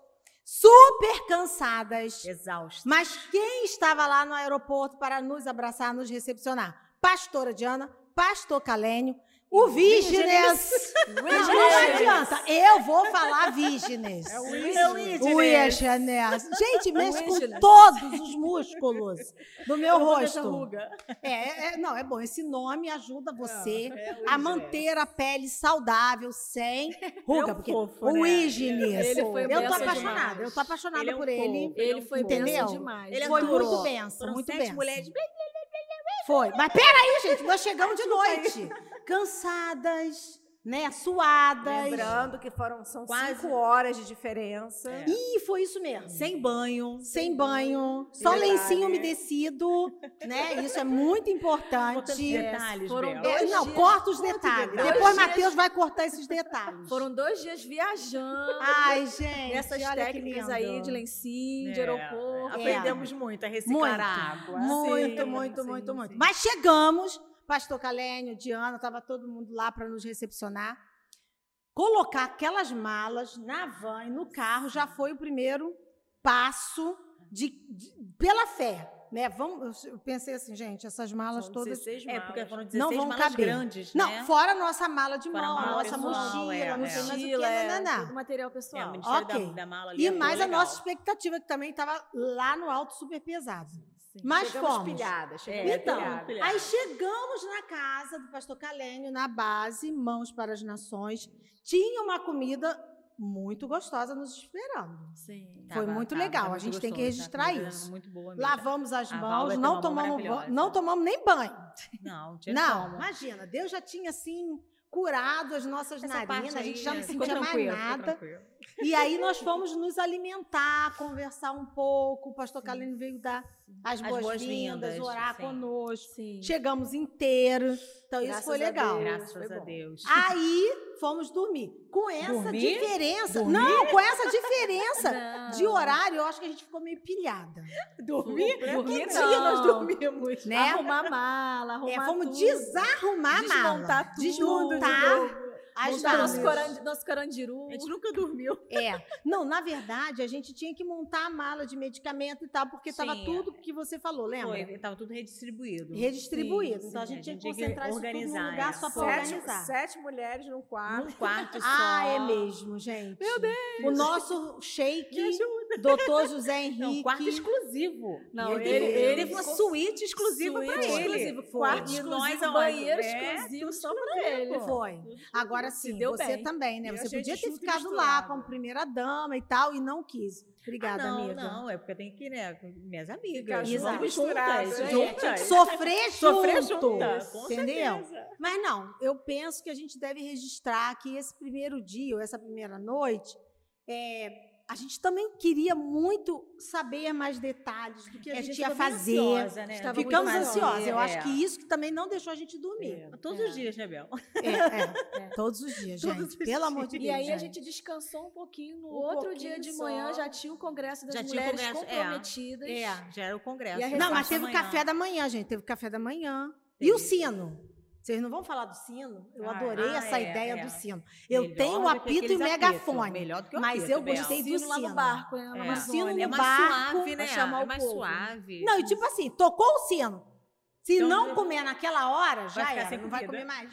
Speaker 1: super cansadas.
Speaker 2: Exausto.
Speaker 1: Mas quem estava lá no aeroporto para nos abraçar, nos recepcionar? Pastora Diana, pastor Calênio, o Vignes. Não, não adianta, eu vou falar Vignes.
Speaker 3: É o
Speaker 1: O
Speaker 2: Vignes.
Speaker 1: Vignes. é Gente, mexe com
Speaker 4: Vignes.
Speaker 1: todos os músculos do meu
Speaker 4: Eu vou deixar
Speaker 1: rosto.
Speaker 4: ruga.
Speaker 1: É, é, não, é bom. Esse nome ajuda você
Speaker 3: É o
Speaker 1: a
Speaker 3: Igreja.
Speaker 1: manter a pele saudável, sem ruga. Porque
Speaker 2: fofo,
Speaker 1: o
Speaker 2: né?
Speaker 1: Ignis.
Speaker 4: Ele foi
Speaker 1: Eu tô
Speaker 4: benção
Speaker 1: apaixonada,
Speaker 4: demais.
Speaker 1: eu tô apaixonada
Speaker 2: Ele é um
Speaker 1: por ele.
Speaker 2: fofo.
Speaker 4: Ele foi
Speaker 1: Entendeu?
Speaker 4: benção demais.
Speaker 2: Ele
Speaker 1: foi
Speaker 2: adorou.
Speaker 1: muito assim, benção,
Speaker 2: Foram
Speaker 1: muito
Speaker 2: sete
Speaker 1: benção.
Speaker 2: mulheres de
Speaker 1: Foi. Mas peraí, gente, nós chegamos de noite. Cansadas, né? Suadas.
Speaker 3: Lembrando que foram, são
Speaker 2: Quase.
Speaker 3: cinco horas de diferença.
Speaker 2: É.
Speaker 1: Ih, foi isso mesmo.
Speaker 2: sem banho.
Speaker 1: Sem banho, só
Speaker 3: Verdade.
Speaker 1: lencinho umedecido, né? Isso é muito
Speaker 2: Tantos
Speaker 1: importante.
Speaker 2: detalhes,
Speaker 4: foram
Speaker 2: Vera.
Speaker 4: dois-
Speaker 1: É, não,
Speaker 4: dias.
Speaker 1: corta os detalhes.
Speaker 4: detalhes.
Speaker 1: Depois
Speaker 4: Dois
Speaker 1: Matheus vai cortar esses detalhes.
Speaker 4: Foram dois dias viajando.
Speaker 1: Ai, Ah, gente,
Speaker 4: Essas
Speaker 1: olha que
Speaker 4: técnicas
Speaker 1: lindo.
Speaker 4: aí de lencinho, de
Speaker 2: É,
Speaker 4: aeroporto.
Speaker 2: Aprendemos muito a
Speaker 1: É.
Speaker 2: reciclar
Speaker 1: Muito,
Speaker 2: a água.
Speaker 1: Muito,
Speaker 4: Sim,
Speaker 1: muito,
Speaker 4: sim,
Speaker 1: muito,
Speaker 4: sim.
Speaker 1: muito. Mas chegamos, pastor Calênio, Diana, estava todo mundo lá para nos recepcionar. Colocar aquelas malas na van e no carro já foi o primeiro passo de, de- pela fé. Né? Vamos, eu pensei assim, gente, essas malas
Speaker 3: São
Speaker 1: todas.
Speaker 3: 16
Speaker 2: É,
Speaker 3: malas.
Speaker 2: porque foram 16
Speaker 1: Não vão
Speaker 2: malas
Speaker 1: caber.
Speaker 2: grandes,
Speaker 1: Não,
Speaker 2: né?
Speaker 1: fora a nossa mala de
Speaker 2: Fora a
Speaker 1: mão,
Speaker 2: mala
Speaker 1: nossa
Speaker 2: pessoal,
Speaker 1: mochila,
Speaker 2: é,
Speaker 1: não
Speaker 2: é.
Speaker 1: sei mais o que,
Speaker 4: Mochila, é,
Speaker 1: nananá.
Speaker 4: todo material
Speaker 2: É, o
Speaker 4: pessoal.
Speaker 2: Ministério da-
Speaker 1: Ok.
Speaker 2: da mala ali
Speaker 1: E
Speaker 2: é muito
Speaker 1: mais a
Speaker 2: legal.
Speaker 1: nossa expectativa, que também estava lá no alto, super pesado. Mas
Speaker 3: Chegamos
Speaker 1: fomos.
Speaker 3: pilhadas.
Speaker 2: É,
Speaker 3: chegamos
Speaker 1: Então,
Speaker 2: pilhada,
Speaker 3: pilhadas.
Speaker 2: pilhada.
Speaker 1: Aí chegamos na casa do pastor Calênio, na base, Mãos para as Nações. Tinha uma comida muito gostosa nos esperando.
Speaker 4: Sim.
Speaker 1: Foi muito legal, a gente tem que registrar
Speaker 2: comida
Speaker 1: isso.
Speaker 2: né? Muito boa mesmo.
Speaker 1: Lavamos as
Speaker 2: A Val
Speaker 1: mãos,
Speaker 2: vai
Speaker 1: não
Speaker 2: ter uma mão
Speaker 1: tomamos, ba-
Speaker 2: um maravilhosa.
Speaker 1: não tomamos nem banho.
Speaker 2: Não, tinha
Speaker 1: Não,
Speaker 2: como.
Speaker 1: imagina, Deus já tinha assim curado as nossas
Speaker 2: Essa
Speaker 1: narinas,
Speaker 2: parte
Speaker 1: a gente
Speaker 2: aí,
Speaker 1: já não
Speaker 2: né, ficou
Speaker 1: sentia mais
Speaker 2: tranquilo, ficou
Speaker 1: nada.
Speaker 2: tranquilo.
Speaker 1: E aí nós fomos nos alimentar, conversar um pouco. O pastor Calênio veio dar as
Speaker 2: As
Speaker 1: boas-vindas,
Speaker 2: boas-vindas,
Speaker 1: orar
Speaker 2: sim.
Speaker 1: conosco.
Speaker 4: Sim.
Speaker 1: Chegamos inteiros. Então, isso
Speaker 4: Graças
Speaker 1: foi Ah,
Speaker 4: a
Speaker 1: legal.
Speaker 4: Deus.
Speaker 2: Graças
Speaker 4: foi
Speaker 2: a
Speaker 4: bom.
Speaker 2: Deus.
Speaker 1: Aí fomos dormir. Com essa
Speaker 2: Dormir?
Speaker 1: diferença.
Speaker 2: Dormir?
Speaker 1: Não, com essa diferença
Speaker 4: Não.
Speaker 1: de horário, eu acho que a gente ficou meio pilhada.
Speaker 2: dormir?
Speaker 4: Dormir
Speaker 2: Que dia nós
Speaker 4: não.
Speaker 2: dormimos?
Speaker 1: Né?
Speaker 4: Arrumar mala, arrumar
Speaker 1: É, fomos
Speaker 4: tudo.
Speaker 1: desarrumar a mala.
Speaker 4: Desmontar tudo de
Speaker 1: Desmontar
Speaker 2: né?
Speaker 1: as
Speaker 4: Montar nosso,
Speaker 1: malas.
Speaker 4: coran- nosso carandiru.
Speaker 2: A gente nunca dormiu.
Speaker 1: É. Não, na verdade, a gente tinha que montar a mala de medicamento e tal, porque estava
Speaker 2: Sim,
Speaker 1: tudo que você falou, lembra?
Speaker 2: Foi, tava tudo redistribuído.
Speaker 1: Redistribuído.
Speaker 2: Sim,
Speaker 1: então, a
Speaker 2: sim,
Speaker 1: gente
Speaker 2: a
Speaker 1: tinha que
Speaker 2: gente tinha que
Speaker 1: concentrar isso tudo num
Speaker 2: organizar,
Speaker 1: lugar
Speaker 2: é.
Speaker 1: só pra
Speaker 3: Sete,
Speaker 1: organizar. é
Speaker 3: sete mulheres num quarto.
Speaker 2: Num quarto só.
Speaker 1: Ah, é mesmo, gente. Meu Deus! O nosso shake
Speaker 2: Me ajuda.
Speaker 1: Doutor José Henrique.
Speaker 2: Não, quarto exclusivo.
Speaker 4: Não,
Speaker 2: ele,
Speaker 4: ele-
Speaker 2: ele,
Speaker 4: ele
Speaker 2: uma
Speaker 4: ficou-
Speaker 2: suíte exclusiva
Speaker 4: Suíte
Speaker 2: para ele.
Speaker 4: exclusivo, foi.
Speaker 2: Quarto
Speaker 4: E
Speaker 2: exclusivo,
Speaker 4: nós,
Speaker 2: ó,
Speaker 4: banheiro
Speaker 2: é,
Speaker 4: exclusivo só
Speaker 2: tudo
Speaker 4: pra ele.
Speaker 2: exclusivo.
Speaker 1: Foi. Agora
Speaker 4: Se
Speaker 1: sim,
Speaker 4: deu
Speaker 1: você
Speaker 4: bem.
Speaker 1: também, né?
Speaker 3: E a
Speaker 1: Você
Speaker 3: gente
Speaker 1: podia ter
Speaker 3: junto e
Speaker 1: ficado lá
Speaker 3: misturado.
Speaker 1: como primeira dama e tal, e não quis. Obrigada,
Speaker 2: Ah, não,
Speaker 1: amiga.
Speaker 2: não, é porque tem que, né, com minhas
Speaker 3: Ficar
Speaker 2: amigas.
Speaker 1: junto,
Speaker 2: vamos
Speaker 3: misturado,
Speaker 2: juntas, né?
Speaker 3: é.
Speaker 2: juntas.
Speaker 1: Sofrer junto.
Speaker 2: Sofrer juntas, com
Speaker 1: entendeu?
Speaker 3: certeza.
Speaker 1: Mas não, eu penso que a gente deve registrar que esse primeiro dia, ou essa primeira noite, é, a gente também queria muito saber mais detalhes do que a,
Speaker 2: É,
Speaker 1: gente, ia
Speaker 2: ficou bem
Speaker 1: fazer.
Speaker 2: ansiosa, né?
Speaker 4: Estava muito
Speaker 1: Ficamos
Speaker 4: mais
Speaker 1: ansiosos. Eu
Speaker 2: É.
Speaker 1: acho que isso que também não deixou a gente dormir.
Speaker 2: Todos
Speaker 4: É.
Speaker 2: os dias, né, Bel?
Speaker 1: É, é. Todos os dias, gente.
Speaker 2: Todos os
Speaker 1: Pelo amor de
Speaker 4: E
Speaker 1: Deus.
Speaker 4: aí a
Speaker 1: gente.
Speaker 4: gente descansou um pouquinho. No
Speaker 3: Um
Speaker 4: outro dia
Speaker 3: pouquinho
Speaker 4: de
Speaker 3: só.
Speaker 4: manhã já tinha o congresso das
Speaker 2: Já tinha o
Speaker 4: mulheres
Speaker 2: congresso, é.
Speaker 4: comprometidas.
Speaker 2: É, já era o congresso.
Speaker 4: E a
Speaker 1: Não,
Speaker 4: Exato,
Speaker 1: mas teve o café da manhã, gente. Teve o café da manhã. E o
Speaker 2: Teve.
Speaker 1: sino? Vocês não vão falar do sino? Eu
Speaker 3: Ah,
Speaker 1: adorei
Speaker 2: ah,
Speaker 1: essa
Speaker 2: é,
Speaker 1: ideia
Speaker 2: é.
Speaker 1: do sino. Eu tenho o apito e o megafone. mas eu gostei do
Speaker 4: Sino lá no
Speaker 1: sino.
Speaker 4: barco, né?
Speaker 2: É.
Speaker 4: Na
Speaker 1: Sino
Speaker 4: Amazônia.
Speaker 1: no
Speaker 2: É mais
Speaker 1: barco
Speaker 2: suave, né?
Speaker 4: pra chamar o
Speaker 2: é mais
Speaker 4: povo.
Speaker 2: suave.
Speaker 1: Não, e tipo assim, tocou o sino. Se
Speaker 2: Então,
Speaker 1: não
Speaker 2: eu-
Speaker 1: comer naquela hora, já
Speaker 2: ficar
Speaker 1: era,
Speaker 2: sem
Speaker 1: não vai
Speaker 2: comida.
Speaker 1: comer mais.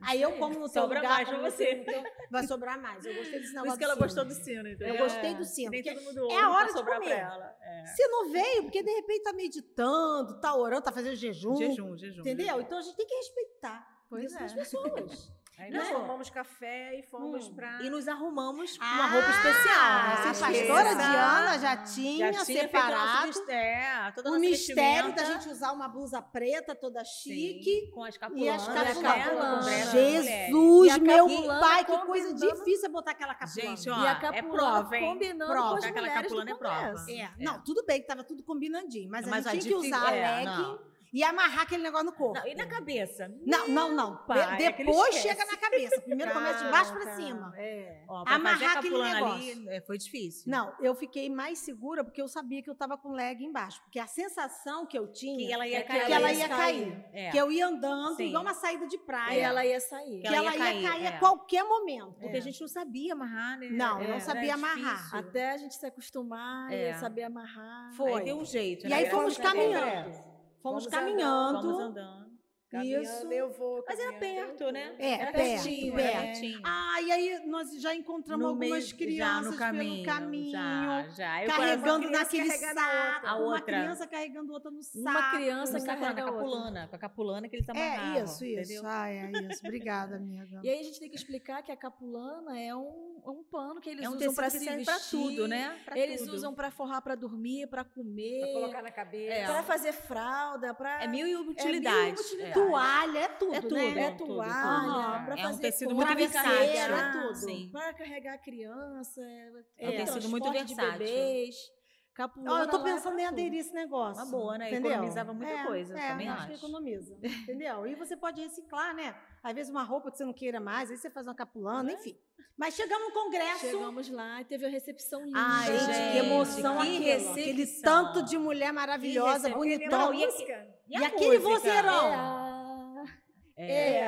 Speaker 1: Aí eu como no teu
Speaker 2: Sobra
Speaker 1: lugar.
Speaker 2: mais
Speaker 1: como
Speaker 2: pra
Speaker 1: no teu,
Speaker 2: você.
Speaker 1: no teu, vai sobrar mais. Eu gostei desse
Speaker 2: Por
Speaker 1: negócio
Speaker 2: isso que ela
Speaker 1: do sino.
Speaker 2: gostou do sino, entendeu?
Speaker 1: Eu gostei do sino.
Speaker 2: Nem
Speaker 1: porque
Speaker 2: todo mundo
Speaker 1: é a
Speaker 2: ouve
Speaker 1: hora
Speaker 2: pra
Speaker 1: de
Speaker 2: sobrar
Speaker 1: comer.
Speaker 2: pra ela. É.
Speaker 1: Se não veio, porque de repente tá meditando, tá orando, tá fazendo
Speaker 2: Jejum, jejum.
Speaker 1: Entendeu? Então a gente tem que respeitar
Speaker 4: Pois
Speaker 1: as
Speaker 4: é.
Speaker 1: pessoas.
Speaker 3: Aí nós
Speaker 1: Não.
Speaker 3: tomamos café e fomos
Speaker 1: Hum.
Speaker 3: pra.
Speaker 2: E nos arrumamos
Speaker 1: Ah,
Speaker 2: uma roupa especial.
Speaker 1: A
Speaker 2: Né?
Speaker 3: sim,
Speaker 2: Vocês
Speaker 1: pastora
Speaker 2: lembram?
Speaker 1: Diana já tinha,
Speaker 2: já tinha feito
Speaker 1: separado
Speaker 2: nosso mis- é, toda a
Speaker 1: o
Speaker 2: nossa
Speaker 1: Um mistério da
Speaker 2: vestimenta.
Speaker 1: gente usar uma blusa preta toda
Speaker 2: Sim, né?
Speaker 1: chique
Speaker 2: com as capulandas.
Speaker 1: e as capulanas.
Speaker 4: capulanas.
Speaker 1: Jesus,
Speaker 4: E a
Speaker 1: meu
Speaker 4: capulana
Speaker 1: pai, que coisa
Speaker 4: combinando-
Speaker 1: difícil é botar aquela capulana.
Speaker 2: Gente, ó,
Speaker 4: e a
Speaker 2: é
Speaker 4: capulana
Speaker 2: prova, hein?
Speaker 4: combinando
Speaker 1: Prova,
Speaker 4: com as
Speaker 2: aquela
Speaker 4: mulheres do
Speaker 2: capulana é prova.
Speaker 4: congresso.
Speaker 1: É, não, tudo bem que tava tudo combinandinho, mas,
Speaker 2: Mas
Speaker 1: a gente
Speaker 2: a
Speaker 1: tinha que
Speaker 2: difi-
Speaker 1: usar
Speaker 2: é,
Speaker 1: legging
Speaker 2: não.
Speaker 1: e amarrar aquele negócio no corpo.
Speaker 2: Não, e na cabeça?
Speaker 1: Não, não, não.
Speaker 2: pai,
Speaker 1: De-
Speaker 2: é que ele
Speaker 1: Depois
Speaker 2: esquece.
Speaker 1: chega na cabeça. Primeiro começa de baixo pra cima.
Speaker 4: É.
Speaker 2: Ó, pra
Speaker 1: Amarrar
Speaker 2: fazer a
Speaker 1: aquele
Speaker 2: capulana
Speaker 1: negócio.
Speaker 2: ali é, foi difícil.
Speaker 1: Não, eu fiquei mais segura porque eu sabia que eu estava com leg embaixo. Porque a sensação que eu tinha
Speaker 2: Que ela ia
Speaker 4: É que
Speaker 2: cair.
Speaker 1: que ela ia cair.
Speaker 2: É.
Speaker 1: Que eu ia andando,
Speaker 2: Sim.
Speaker 1: igual uma saída de
Speaker 4: Aí
Speaker 1: praia.
Speaker 4: ela ia sair.
Speaker 1: que ela ia cair,
Speaker 2: é.
Speaker 1: a qualquer momento.
Speaker 2: Porque a gente não sabia amarrar, né?
Speaker 1: Não,
Speaker 4: eu não
Speaker 2: Era
Speaker 1: sabia amarrar.
Speaker 2: difícil.
Speaker 4: Até a gente se acostumar
Speaker 2: É.
Speaker 4: e saber amarrar.
Speaker 1: Foi.
Speaker 2: Aí deu um jeito.
Speaker 1: E
Speaker 2: né?
Speaker 1: aí
Speaker 2: Graças
Speaker 1: fomos
Speaker 2: a Deus.
Speaker 1: caminhando. Fomos
Speaker 3: Vamos
Speaker 1: caminhando.
Speaker 2: Fomos andando.
Speaker 3: Caminhando,
Speaker 1: Isso.
Speaker 3: eu vou.
Speaker 2: Mas era
Speaker 3: caminhando, eu
Speaker 2: perto,
Speaker 3: vou.
Speaker 2: né?
Speaker 1: É,
Speaker 2: era
Speaker 1: perto,
Speaker 2: pertinho,
Speaker 1: perto.
Speaker 2: era pertinho.
Speaker 1: Ah, e aí nós já encontramos
Speaker 2: No
Speaker 1: algumas
Speaker 2: meio-
Speaker 1: crianças
Speaker 2: já no
Speaker 1: pelo
Speaker 2: caminho.
Speaker 1: caminho.
Speaker 2: Já, já. Eu
Speaker 3: uma
Speaker 1: Carregando
Speaker 3: criança
Speaker 1: naquele
Speaker 3: carregando a outra.
Speaker 1: saco,
Speaker 2: é?" A
Speaker 1: uma
Speaker 2: outra.
Speaker 1: criança carregando outra no saco.
Speaker 4: Uma criança
Speaker 2: Tá com a
Speaker 4: carrega a outra.
Speaker 2: capulana, com a capulana que ele tá amarrado.
Speaker 1: É, isso, isso.
Speaker 2: Entendeu?
Speaker 1: Ah, é isso. Obrigada, amiga.
Speaker 4: E aí a gente tem que explicar que a capulana é um, é um pano que eles
Speaker 2: É um
Speaker 4: usam
Speaker 2: tecido
Speaker 4: para
Speaker 2: que
Speaker 4: se
Speaker 2: serve
Speaker 4: vestir.
Speaker 2: pra tudo, né? Pra
Speaker 4: eles
Speaker 2: tudo.
Speaker 4: usam para forrar, para dormir, para
Speaker 3: Pra
Speaker 4: comer,
Speaker 3: colocar na cabeça.
Speaker 2: É.
Speaker 4: para fazer fralda, para
Speaker 2: É mil e uma utilidades.
Speaker 4: utilidades.
Speaker 1: Toalha é tudo,
Speaker 2: É tudo,
Speaker 1: né?
Speaker 4: é
Speaker 2: tudo, tudo.
Speaker 4: toalha, para
Speaker 2: É um
Speaker 4: fazer
Speaker 2: tecido
Speaker 4: conta,
Speaker 2: muito
Speaker 4: pra
Speaker 2: versátil. Ah,
Speaker 4: carregar,
Speaker 1: É tudo.
Speaker 2: Sim.
Speaker 4: Pra carregar a criança, é,
Speaker 2: assim. É um tecido muito
Speaker 4: transporte de
Speaker 2: versátil.
Speaker 4: bebês,
Speaker 1: Ó,
Speaker 4: capulana.
Speaker 1: eu tô
Speaker 4: lá é
Speaker 1: pensando
Speaker 4: pra
Speaker 1: em
Speaker 4: tudo.
Speaker 1: aderir esse negócio.
Speaker 2: é Uma boa, né?
Speaker 1: Entendeu?
Speaker 2: Economizava muita coisa,
Speaker 1: é,
Speaker 2: também
Speaker 1: eu
Speaker 2: acho.
Speaker 1: que economiza, entendeu? E você pode reciclar, né? Às vezes uma roupa que você não queira mais, aí você faz uma
Speaker 2: Né?
Speaker 1: capulana, enfim. Mas chegamos no congresso.
Speaker 4: Chegamos lá e teve a recepção linda.
Speaker 2: Ai,
Speaker 1: Gente, que
Speaker 2: gente,
Speaker 1: emoção
Speaker 2: que
Speaker 1: aquilo.
Speaker 2: recepção.
Speaker 1: Aquele tanto de mulher maravilhosa,
Speaker 2: Que recepção.
Speaker 3: Porque
Speaker 1: bonitona.
Speaker 3: lembra a
Speaker 2: Não, e aqui-
Speaker 3: é música?
Speaker 1: E é aquele vozeirão?
Speaker 2: É.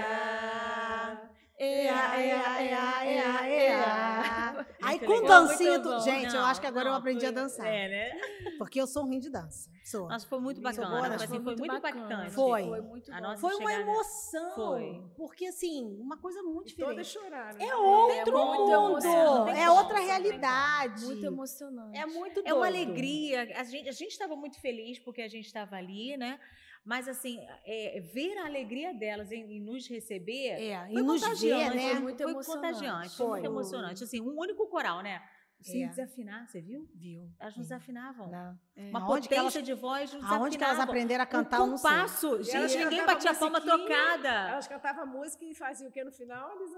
Speaker 1: Ea, ea, ea, ea, ea. Aí
Speaker 2: Muito
Speaker 1: com
Speaker 2: legal.
Speaker 1: dancinha,
Speaker 2: Muito
Speaker 1: tu-
Speaker 2: bom.
Speaker 1: gente, eu
Speaker 2: Não,
Speaker 1: acho que agora
Speaker 2: não,
Speaker 1: eu aprendi
Speaker 2: foi-
Speaker 1: a dançar.
Speaker 2: É, né?
Speaker 1: Porque eu sou ruim de dança. Sou.
Speaker 2: Nossa, foi muito
Speaker 1: Sou
Speaker 2: bacana.
Speaker 1: boa,
Speaker 2: mas
Speaker 1: mas
Speaker 2: assim, foi, muito impactante.
Speaker 1: Foi.
Speaker 4: muito
Speaker 2: A
Speaker 4: bom.
Speaker 2: nossa
Speaker 1: Foi um uma
Speaker 2: chegada-
Speaker 1: emoção.
Speaker 2: Foi.
Speaker 1: Porque, assim, uma coisa muito
Speaker 3: E
Speaker 1: diferente.
Speaker 3: todas choraram. né?
Speaker 1: É outro
Speaker 4: É muito
Speaker 1: mundo.
Speaker 4: emocionante, não tem
Speaker 1: É
Speaker 4: como,
Speaker 1: outra
Speaker 4: não tem como.
Speaker 1: realidade.
Speaker 4: Muito emocionante.
Speaker 1: É muito
Speaker 2: É uma
Speaker 1: doido.
Speaker 2: alegria. A gente a gente estava muito feliz porque a gente estava ali, né? Mas assim, é, ver a alegria delas em, em nos receber
Speaker 1: É,
Speaker 2: foi
Speaker 1: e nos ver,
Speaker 2: contagiante,
Speaker 1: né?
Speaker 4: foi muito
Speaker 2: foi
Speaker 4: emocionante.
Speaker 2: contagiante, foi muito
Speaker 1: Foi.
Speaker 2: emocionante. Assim, um único coral, né? Sem
Speaker 1: É.
Speaker 2: desafinar, você viu? Viu. Né? Elas não
Speaker 1: Sim.
Speaker 2: desafinavam.
Speaker 1: Não.
Speaker 2: Uma
Speaker 1: Aonde que
Speaker 2: potência
Speaker 1: elas-
Speaker 2: de voz não
Speaker 1: Aonde que elas
Speaker 2: desafinava.
Speaker 1: aprenderam a cantar, eu
Speaker 2: um
Speaker 1: não sei.
Speaker 2: passo.
Speaker 3: E elas
Speaker 2: Gente, ninguém
Speaker 3: cantavam
Speaker 2: batia palma
Speaker 3: musiquinha,
Speaker 2: trocada.
Speaker 3: Elas cantavam música e faziam o que no final? Eles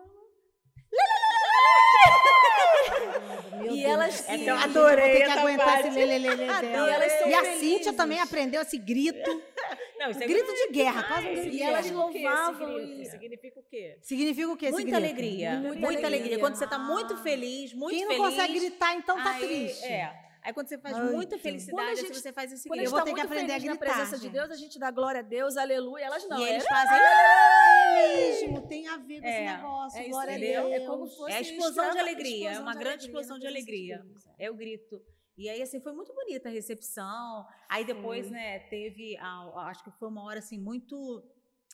Speaker 1: Meu
Speaker 4: E
Speaker 1: Deus.
Speaker 4: elas-
Speaker 1: É
Speaker 4: e-
Speaker 1: tão-
Speaker 3: adorei
Speaker 1: Vou ter que
Speaker 3: essa
Speaker 1: aguentar
Speaker 3: parte.
Speaker 1: esse lelelele dela.
Speaker 4: E elas são
Speaker 1: E a
Speaker 4: felizes.
Speaker 1: Cíntia também aprendeu esse grito.
Speaker 2: Não, isso é
Speaker 1: Grito de guerra, quase um
Speaker 3: Ai,
Speaker 1: grito de
Speaker 4: E elas
Speaker 1: guerra.
Speaker 3: significa o quê esse
Speaker 4: louvavam
Speaker 3: grito?
Speaker 4: e-
Speaker 3: Significa o quê?
Speaker 1: Significa o quê? esse
Speaker 2: Muita
Speaker 1: grito?
Speaker 2: alegria,
Speaker 4: Muita
Speaker 2: né? muita,
Speaker 4: alegria.
Speaker 2: alegria. Quando você está muito
Speaker 1: Ah.
Speaker 2: feliz, muito
Speaker 1: Quem não
Speaker 2: feliz.
Speaker 1: consegue gritar, então tá
Speaker 2: aí,
Speaker 1: triste.
Speaker 2: É. Aí quando você faz
Speaker 1: Ai,
Speaker 2: muita
Speaker 1: gente.
Speaker 2: felicidade,
Speaker 4: Quando a
Speaker 2: aí
Speaker 4: gente-
Speaker 2: você faz esse
Speaker 4: Quando
Speaker 1: Eu
Speaker 4: a
Speaker 2: grito.
Speaker 4: gente
Speaker 1: vou
Speaker 4: tá
Speaker 1: ter que
Speaker 4: muito
Speaker 1: aprender a
Speaker 4: feliz
Speaker 1: gritar,
Speaker 4: na presença
Speaker 1: gente.
Speaker 4: de Deus, a gente dá glória a Deus, aleluia. Elas não.
Speaker 2: e eles
Speaker 4: elas-
Speaker 2: fazem.
Speaker 1: Mesmo, tem a ver com esse
Speaker 2: É.
Speaker 1: negócio.
Speaker 4: É isso,
Speaker 1: Glória a
Speaker 4: entendeu?
Speaker 1: Deus.
Speaker 4: É como fosse
Speaker 2: É a explosão
Speaker 4: extra-
Speaker 2: de alegria, é uma grande
Speaker 4: de alegria
Speaker 2: explosão
Speaker 4: na
Speaker 2: de
Speaker 4: presença
Speaker 2: alegria.
Speaker 4: Deus, é.
Speaker 2: É o grito. E aí, assim, foi muito bonita a recepção. Aí depois, né, teve, a- a- acho que foi uma hora, assim, muito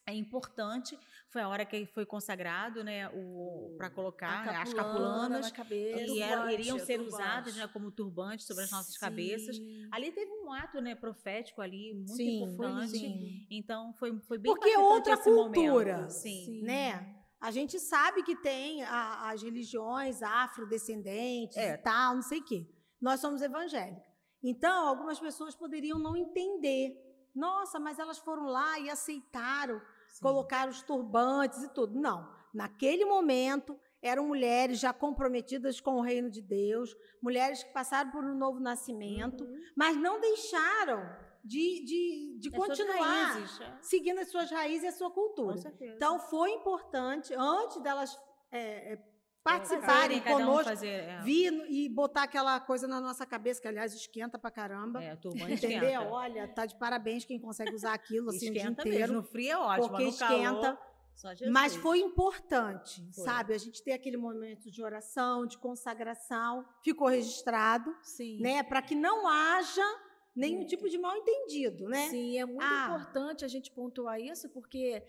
Speaker 2: é importante. Foi a hora que foi consagrado, né, o para colocar né, as
Speaker 4: capulana
Speaker 2: capulanas
Speaker 4: na cabeça.
Speaker 2: que
Speaker 3: turbante,
Speaker 2: eram, iriam
Speaker 3: é
Speaker 2: ser
Speaker 3: turbante.
Speaker 2: usadas, né, como turbante sobre as nossas
Speaker 4: Sim.
Speaker 2: cabeças. Ali teve um ato, né, profético ali muito
Speaker 1: Sim, foi
Speaker 2: importante.
Speaker 1: sim.
Speaker 2: Então foi foi bem
Speaker 1: Porque é
Speaker 2: impactante
Speaker 1: outra
Speaker 2: esse momento.
Speaker 1: cultura.
Speaker 2: Sim.
Speaker 4: Sim.
Speaker 1: né? A gente sabe que tem a- as religiões afrodescendentes
Speaker 2: É.
Speaker 1: e tal, não sei o quê. Nós somos evangélicos. Então, algumas pessoas poderiam não entender. Nossa, mas elas foram lá e aceitaram, colocaram os turbantes e tudo. Não. Naquele momento, eram mulheres já comprometidas com o reino de Deus, mulheres que passaram por um novo nascimento,
Speaker 2: Uhum.
Speaker 1: mas não deixaram de, de, de
Speaker 2: As suas
Speaker 1: continuar
Speaker 2: É raízes, é.
Speaker 1: seguindo as suas raízes e a sua cultura.
Speaker 2: Com certeza.
Speaker 1: Então foi importante, antes delas é, é, participarem
Speaker 2: Fazerem, cada um
Speaker 1: conosco,
Speaker 2: fazer, é,
Speaker 1: vir no- e botar aquela coisa na nossa cabeça, que aliás esquenta pra caramba.
Speaker 2: é, turbante
Speaker 1: entendeu?
Speaker 2: esquenta.
Speaker 1: Olha, tá de parabéns quem consegue usar aquilo assim
Speaker 2: esquenta
Speaker 1: o dia inteiro.
Speaker 2: mesmo. No frio é ótimo,
Speaker 1: porque
Speaker 2: no
Speaker 1: esquenta.
Speaker 2: calor, só Jesus.
Speaker 1: Mas foi importante,
Speaker 2: Foi.
Speaker 1: sabe? A gente ter aquele momento de oração, de consagração, ficou registrado,
Speaker 4: Sim.
Speaker 1: né? Para que não haja nenhum tipo de mal-entendido, né?
Speaker 4: Sim, é muito
Speaker 1: Ah.
Speaker 4: importante a gente pontuar isso, porque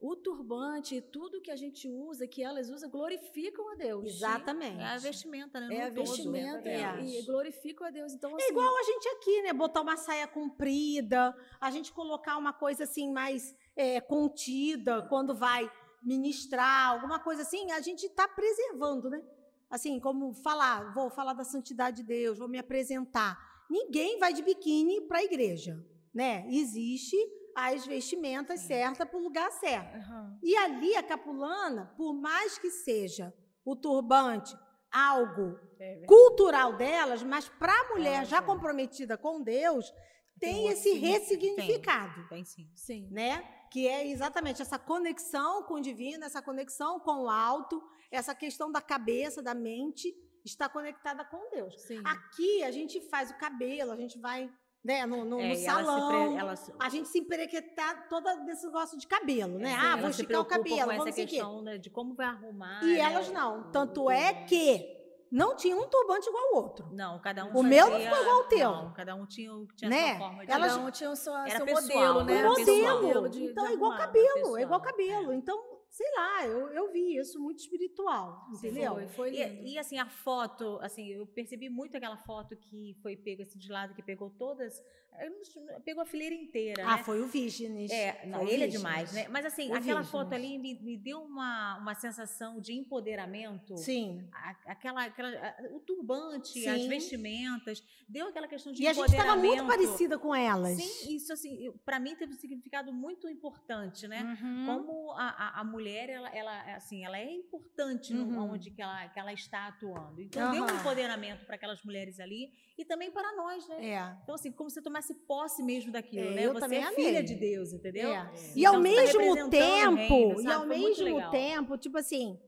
Speaker 4: o turbante, tudo que a gente usa, que elas usam, glorificam a Deus.
Speaker 1: Exatamente.
Speaker 2: É a é. vestimenta, né?
Speaker 4: É a
Speaker 2: no todo.
Speaker 4: vestimenta
Speaker 1: né?
Speaker 4: e, e glorificam a Deus. Então,
Speaker 1: É
Speaker 4: assim,
Speaker 1: igual a gente aqui, né? Botar uma saia comprida, a gente colocar uma coisa assim mais é, contida quando vai ministrar, alguma coisa assim, a gente está preservando, né? Assim, como falar, vou falar da santidade de Deus, vou me apresentar. Ninguém vai de biquíni para a igreja, né? Existe as vestimentas certas para o lugar certo.
Speaker 2: Aham.
Speaker 1: E ali a capulana, por mais que seja o turbante algo
Speaker 2: É
Speaker 1: cultural delas, mas para a mulher
Speaker 2: Ela
Speaker 1: já
Speaker 2: tem.
Speaker 1: comprometida com Deus, tem,
Speaker 2: Tem um
Speaker 1: esse
Speaker 2: outro
Speaker 1: ressignificado,
Speaker 2: Tem sim.
Speaker 4: sim.
Speaker 1: né? Que é exatamente essa conexão com o divino, essa conexão com o alto, essa questão da cabeça, da mente, está conectada com Deus.
Speaker 4: Sim.
Speaker 1: Aqui a gente faz o cabelo, a gente vai né, no, no-
Speaker 2: É,
Speaker 1: no
Speaker 2: e ela se
Speaker 1: salão. né?
Speaker 2: pre- ela se-
Speaker 1: A gente se emperequetar toda desse negócio de cabelo, né?
Speaker 2: é,
Speaker 1: ah,
Speaker 2: ela
Speaker 1: vou
Speaker 2: se
Speaker 1: esticar o
Speaker 2: preocupa
Speaker 1: cabelo,
Speaker 2: com
Speaker 1: vamos
Speaker 2: essa
Speaker 1: seguir.
Speaker 2: questão né, de como vai arrumar.
Speaker 1: E
Speaker 2: né,
Speaker 1: elas
Speaker 2: o-
Speaker 1: não.
Speaker 2: o
Speaker 1: Tanto é
Speaker 2: turbante.
Speaker 1: que não tinha um turbante igual ao outro.
Speaker 2: Não, cada um
Speaker 1: O meu não
Speaker 2: fazia-
Speaker 1: ficou igual ao teu.
Speaker 2: Não, cada um tinha, o- tinha
Speaker 1: Né?
Speaker 2: a sua forma de...
Speaker 1: Elas-
Speaker 4: Cada um tinha o seu,
Speaker 2: Era
Speaker 4: seu
Speaker 2: pessoal,
Speaker 4: modelo, né?
Speaker 2: era um
Speaker 1: o Um modelo.
Speaker 2: pessoal.
Speaker 4: de-
Speaker 1: então,
Speaker 4: de
Speaker 1: é igual
Speaker 4: arrumar.
Speaker 1: cabelo,
Speaker 2: pessoal.
Speaker 1: é igual cabelo. Então, sei lá, eu, eu vi isso muito espiritual, entendeu?
Speaker 2: né?
Speaker 4: Foi, foi lindo.
Speaker 2: E, e, assim, a foto, assim, eu percebi muito aquela foto que foi pega assim de lado, que pegou todas, eu não- pegou a fileira inteira,
Speaker 1: Ah,
Speaker 2: né?
Speaker 1: foi o Virginis.
Speaker 2: É, não,
Speaker 1: Foi o
Speaker 2: ele é
Speaker 1: Virginis.
Speaker 2: demais, né? Mas assim,
Speaker 1: O
Speaker 2: aquela
Speaker 1: Virgínis.
Speaker 2: foto ali me, me deu uma, uma sensação de empoderamento.
Speaker 1: Sim.
Speaker 2: A- aquela, aquela, a- o turbante, as
Speaker 1: Sim.
Speaker 2: vestimentas, deu aquela questão de
Speaker 1: E a gente
Speaker 2: empoderamento.
Speaker 1: estava muito parecida com elas.
Speaker 2: Sim, isso assim, para mim teve um significado muito importante, né?
Speaker 1: Uhum.
Speaker 2: Como a, a, a mulher, ela, ela, assim, ela é importante
Speaker 1: Uhum.
Speaker 2: no, onde que ela, que ela está atuando. Então, deu
Speaker 1: Aham.
Speaker 2: um empoderamento para aquelas mulheres ali e também para nós, né?
Speaker 1: É.
Speaker 2: Então, assim, como se tomasse posse mesmo daquilo,
Speaker 1: É,
Speaker 2: né?
Speaker 1: eu
Speaker 2: Você
Speaker 1: também
Speaker 2: é
Speaker 1: amei.
Speaker 2: filha de Deus, entendeu?
Speaker 1: É.
Speaker 2: Então,
Speaker 1: E ao
Speaker 2: você tá
Speaker 1: mesmo
Speaker 2: representando o
Speaker 1: tempo,
Speaker 2: reino,
Speaker 1: e
Speaker 2: sabe?
Speaker 1: ao
Speaker 2: Foi muito
Speaker 1: mesmo
Speaker 2: legal.
Speaker 1: tempo, tipo assim,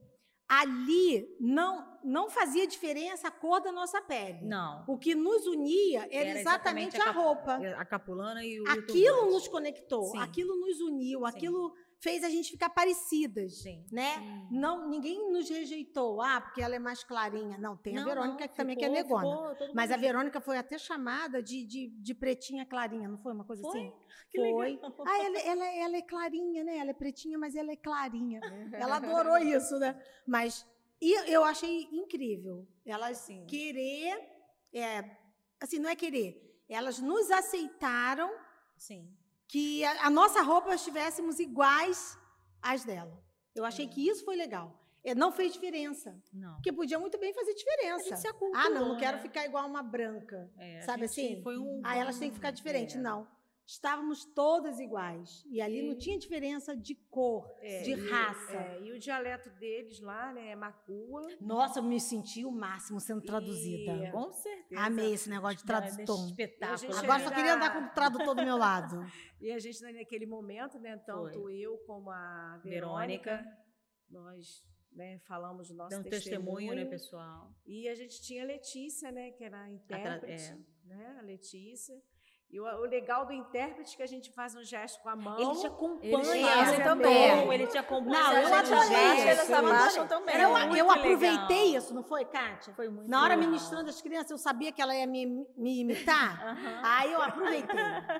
Speaker 1: ali não, não fazia diferença a cor da nossa pele.
Speaker 2: Não.
Speaker 1: O que nos unia era,
Speaker 2: Era
Speaker 1: exatamente,
Speaker 2: exatamente
Speaker 1: a
Speaker 2: a cap-
Speaker 1: roupa.
Speaker 2: A capulana e o. e o
Speaker 1: Aquilo
Speaker 2: turbante.
Speaker 1: nos conectou,
Speaker 2: Sim.
Speaker 1: aquilo nos uniu, aquilo fez a gente ficar parecidas,
Speaker 2: Sim.
Speaker 1: né? Não, ninguém nos rejeitou. Ah, porque ela é mais clarinha. Não, tem a
Speaker 2: Não,
Speaker 1: Verônica
Speaker 2: não,
Speaker 1: que também que é
Speaker 2: ficou-
Speaker 1: negona.
Speaker 2: ficou todo
Speaker 1: Mas a
Speaker 2: mundo-
Speaker 1: Verônica foi até chamada de, de, de pretinha clarinha, não foi uma coisa
Speaker 2: Foi?
Speaker 1: assim?
Speaker 2: Que
Speaker 1: foi.
Speaker 2: legal.
Speaker 1: Ah, ela, ela, ela é clarinha, né? Ela é pretinha, mas ela é clarinha. Ela adorou isso, né? Mas e eu achei incrível. Elas
Speaker 2: Sim.
Speaker 1: querer, é, assim, não é querer. Elas nos aceitaram
Speaker 2: Sim.
Speaker 1: que a, a nossa roupa estivéssemos iguais às dela. Eu achei que isso foi legal. É, não fez diferença.
Speaker 2: Não.
Speaker 1: Porque podia muito bem fazer
Speaker 2: A gente se
Speaker 1: diferença.
Speaker 2: aculturou,
Speaker 1: Ah, não, não quero
Speaker 2: né?
Speaker 1: ficar igual uma branca.
Speaker 2: É, a
Speaker 1: sabe
Speaker 2: gente
Speaker 1: assim?
Speaker 2: Foi um,
Speaker 1: Ah, elas têm que ficar diferente.
Speaker 2: É.
Speaker 1: Não. Estávamos todas iguais. E ali não tinha diferença de cor,
Speaker 3: É,
Speaker 1: de
Speaker 3: e-
Speaker 1: raça.
Speaker 3: é, e o dialeto deles lá, né, é macua.
Speaker 1: Nossa, eu me senti o máximo sendo
Speaker 3: E-
Speaker 1: traduzida.
Speaker 2: é, Com certeza.
Speaker 1: Amei esse negócio de
Speaker 2: Cara, desse
Speaker 1: tradutor.
Speaker 2: Espetáculo.
Speaker 3: Deixa
Speaker 1: Agora
Speaker 3: eu
Speaker 1: só
Speaker 3: virar.
Speaker 1: queria andar com o tradutor do meu lado.
Speaker 3: E a gente naquele momento, né, tanto
Speaker 2: Foi.
Speaker 3: eu como a Verônica,
Speaker 2: Verônica.
Speaker 3: nós, né, falamos do nosso
Speaker 2: Dá um
Speaker 3: testemunho,
Speaker 2: testemunho, né, pessoal? É,
Speaker 1: é.
Speaker 3: E a gente tinha a Letícia, né, que era a intérprete, né, a Letícia. E o, o legal do intérprete é que a gente faz um gesto com a mão.
Speaker 2: Ele te acompanha.
Speaker 4: Eles
Speaker 1: fazem
Speaker 2: né,
Speaker 1: também.
Speaker 3: É.
Speaker 1: um
Speaker 2: Tom, Ele te
Speaker 4: Ah,
Speaker 2: acompanha.
Speaker 1: Não,
Speaker 2: Você
Speaker 1: eu
Speaker 2: já
Speaker 1: adorei.
Speaker 2: digere,
Speaker 1: Eles
Speaker 2: isso.
Speaker 1: abaixam
Speaker 3: também.
Speaker 1: é Era uma-
Speaker 2: É muito
Speaker 1: eu
Speaker 2: legal.
Speaker 1: aproveitei isso, não foi, Kátia?
Speaker 2: Foi muito
Speaker 1: Na hora
Speaker 2: legal.
Speaker 1: ministrando as crianças, eu sabia que ela ia me, me imitar.
Speaker 2: Aham.
Speaker 1: Aí eu aproveitei.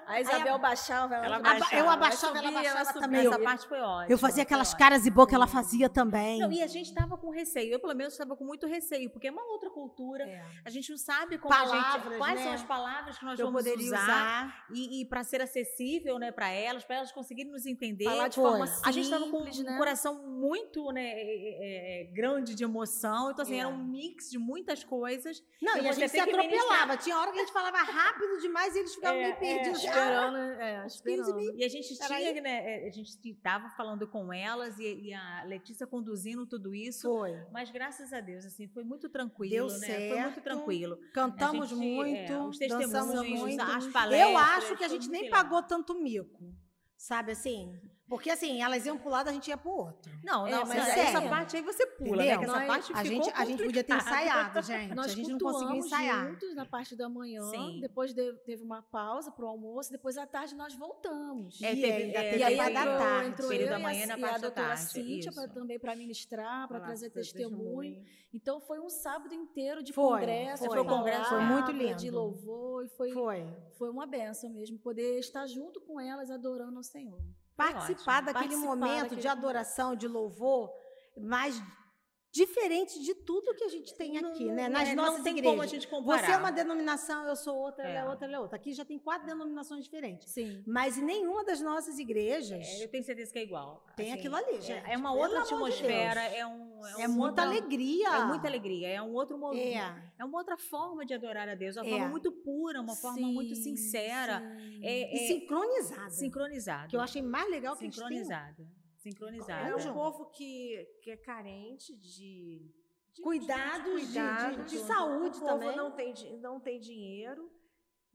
Speaker 4: A Isabel baixava, ela,
Speaker 3: Ela
Speaker 1: Aba-
Speaker 3: baixava,
Speaker 1: eu
Speaker 3: ela
Speaker 1: abaixava, ela
Speaker 2: Subia, ela
Speaker 1: baixava
Speaker 2: subia.
Speaker 1: também.
Speaker 2: Essa
Speaker 1: Eu,
Speaker 2: parte foi ótima.
Speaker 1: eu fazia aquelas
Speaker 2: foi
Speaker 1: caras e boca, ela fazia também.
Speaker 2: ótima. Não, e a gente tava com receio. Eu, pelo menos, estava com muito receio, porque é uma outra cultura.
Speaker 1: É.
Speaker 2: A gente não sabe como a
Speaker 1: Palavras,
Speaker 2: gente, quais
Speaker 1: né?
Speaker 2: são as palavras que nós
Speaker 1: Eu
Speaker 2: vamos
Speaker 1: poderia
Speaker 2: usar,
Speaker 1: usar.
Speaker 2: e, e para ser acessível, né, para elas, para elas conseguirem nos entender.
Speaker 4: falar de
Speaker 1: foi.
Speaker 4: forma
Speaker 2: a gente estava com
Speaker 4: simples,
Speaker 2: um
Speaker 4: né?
Speaker 2: coração muito né, é, é, é, grande de emoção. Então, assim,
Speaker 1: É.
Speaker 2: era um mix de muitas coisas.
Speaker 1: Não,
Speaker 2: E
Speaker 1: e a
Speaker 2: você
Speaker 1: gente se
Speaker 2: tem que
Speaker 1: atropelava. Tinha hora que a gente falava rápido demais e eles ficavam
Speaker 2: É,
Speaker 1: meio
Speaker 2: é,
Speaker 1: perdidos. Ah,
Speaker 4: esperando, é, esperando.
Speaker 2: E a gente
Speaker 1: Era
Speaker 2: tinha, né, é, a gente estava falando com elas e, e a Letícia conduzindo tudo isso.
Speaker 1: Foi.
Speaker 2: Mas graças a Deus, assim, foi muito tranquilo,
Speaker 1: Deu
Speaker 2: né? Foi
Speaker 1: certo.
Speaker 2: muito tranquilo. A
Speaker 1: Cantamos
Speaker 2: gente,
Speaker 1: muito,
Speaker 2: é, os
Speaker 1: dançamos
Speaker 2: testemunhos,
Speaker 1: muito.
Speaker 2: as palestras.
Speaker 1: Eu acho que a
Speaker 2: foi
Speaker 1: gente
Speaker 2: muito
Speaker 1: nem
Speaker 2: legal.
Speaker 1: pagou tanto mico, sabe assim? Porque assim, elas iam pro lado, a gente ia pro outro.
Speaker 2: Não,
Speaker 4: É,
Speaker 2: não,
Speaker 4: mas
Speaker 2: mas
Speaker 1: é.
Speaker 2: essa parte aí você pula,
Speaker 1: Entendeu?
Speaker 2: né? Que essa
Speaker 4: Nós-
Speaker 2: parte
Speaker 1: A
Speaker 2: ficou
Speaker 1: gente, a gente podia ter
Speaker 2: complicada.
Speaker 1: ensaiado, gente.
Speaker 4: Nós
Speaker 1: a gente não conseguiu
Speaker 4: cultuamos
Speaker 1: ensaiar.
Speaker 4: juntos na parte da manhã,
Speaker 2: Sim.
Speaker 4: depois de- teve uma pausa pro almoço, depois à tarde nós voltamos.
Speaker 1: É,
Speaker 2: É,
Speaker 1: E
Speaker 2: teve,
Speaker 1: ainda
Speaker 2: é,
Speaker 1: teve
Speaker 4: e aí
Speaker 1: vai
Speaker 2: teve-
Speaker 1: da
Speaker 4: entrou,
Speaker 1: tarde.
Speaker 4: entrou
Speaker 2: Período
Speaker 4: eu
Speaker 2: da
Speaker 4: e a-
Speaker 2: manhã na
Speaker 4: e a
Speaker 2: parte da
Speaker 4: doutora
Speaker 2: tarde,
Speaker 4: Cíntia pra-
Speaker 2: isso.
Speaker 4: também para ministrar, para trazer testemunho. Então foi um sábado inteiro de
Speaker 1: Foi,
Speaker 4: congresso,
Speaker 1: foi.
Speaker 4: de
Speaker 1: Foi congresso, foi muito
Speaker 4: palavra,
Speaker 1: lindo.
Speaker 4: de louvor e foi, foi.
Speaker 1: Foi.
Speaker 4: uma benção mesmo poder estar junto com elas adorando ao Senhor.
Speaker 1: Participar
Speaker 4: ótimo.
Speaker 1: daquele
Speaker 4: Participar
Speaker 1: momento
Speaker 4: daquele
Speaker 1: de adoração, de louvor, mas diferente de tudo que a gente tem aqui, né? Nas
Speaker 2: é,
Speaker 1: nossas
Speaker 2: não tem
Speaker 1: igrejas.
Speaker 2: como a gente comparar.
Speaker 1: Você é uma denominação, eu sou outra, ela é
Speaker 2: É.
Speaker 1: outra, ela é outra. Aqui já tem quatro denominações diferentes.
Speaker 4: Sim.
Speaker 1: Mas em nenhuma das nossas igrejas
Speaker 2: É, eu tenho certeza que é igual.
Speaker 1: tem
Speaker 2: Assim,
Speaker 1: aquilo ali, gente.
Speaker 2: É, é uma
Speaker 1: Pelo
Speaker 2: outra
Speaker 1: amor de
Speaker 2: atmosfera,
Speaker 1: Deus.
Speaker 2: é um é,
Speaker 1: É
Speaker 2: um
Speaker 1: muita
Speaker 2: outro-
Speaker 1: alegria.
Speaker 2: É muita alegria, é um outro movimento. É.
Speaker 1: É.
Speaker 2: uma outra forma de adorar a Deus, uma
Speaker 1: É.
Speaker 2: forma muito pura, uma forma muito
Speaker 4: Sim,
Speaker 2: sincera,
Speaker 4: sim.
Speaker 2: é,
Speaker 1: E
Speaker 2: é
Speaker 1: sincronizada.
Speaker 2: sincronizada.
Speaker 1: Que eu achei mais legal que a gente tem.
Speaker 2: sincronizada. Sincronizada.
Speaker 1: É,
Speaker 3: É
Speaker 1: eu
Speaker 3: um
Speaker 1: João.
Speaker 3: povo que, que é carente de, de
Speaker 1: Cuidados de- de-
Speaker 3: cuidados.
Speaker 1: de saúde
Speaker 3: o povo
Speaker 1: também.
Speaker 3: Não tem, di- não tem dinheiro.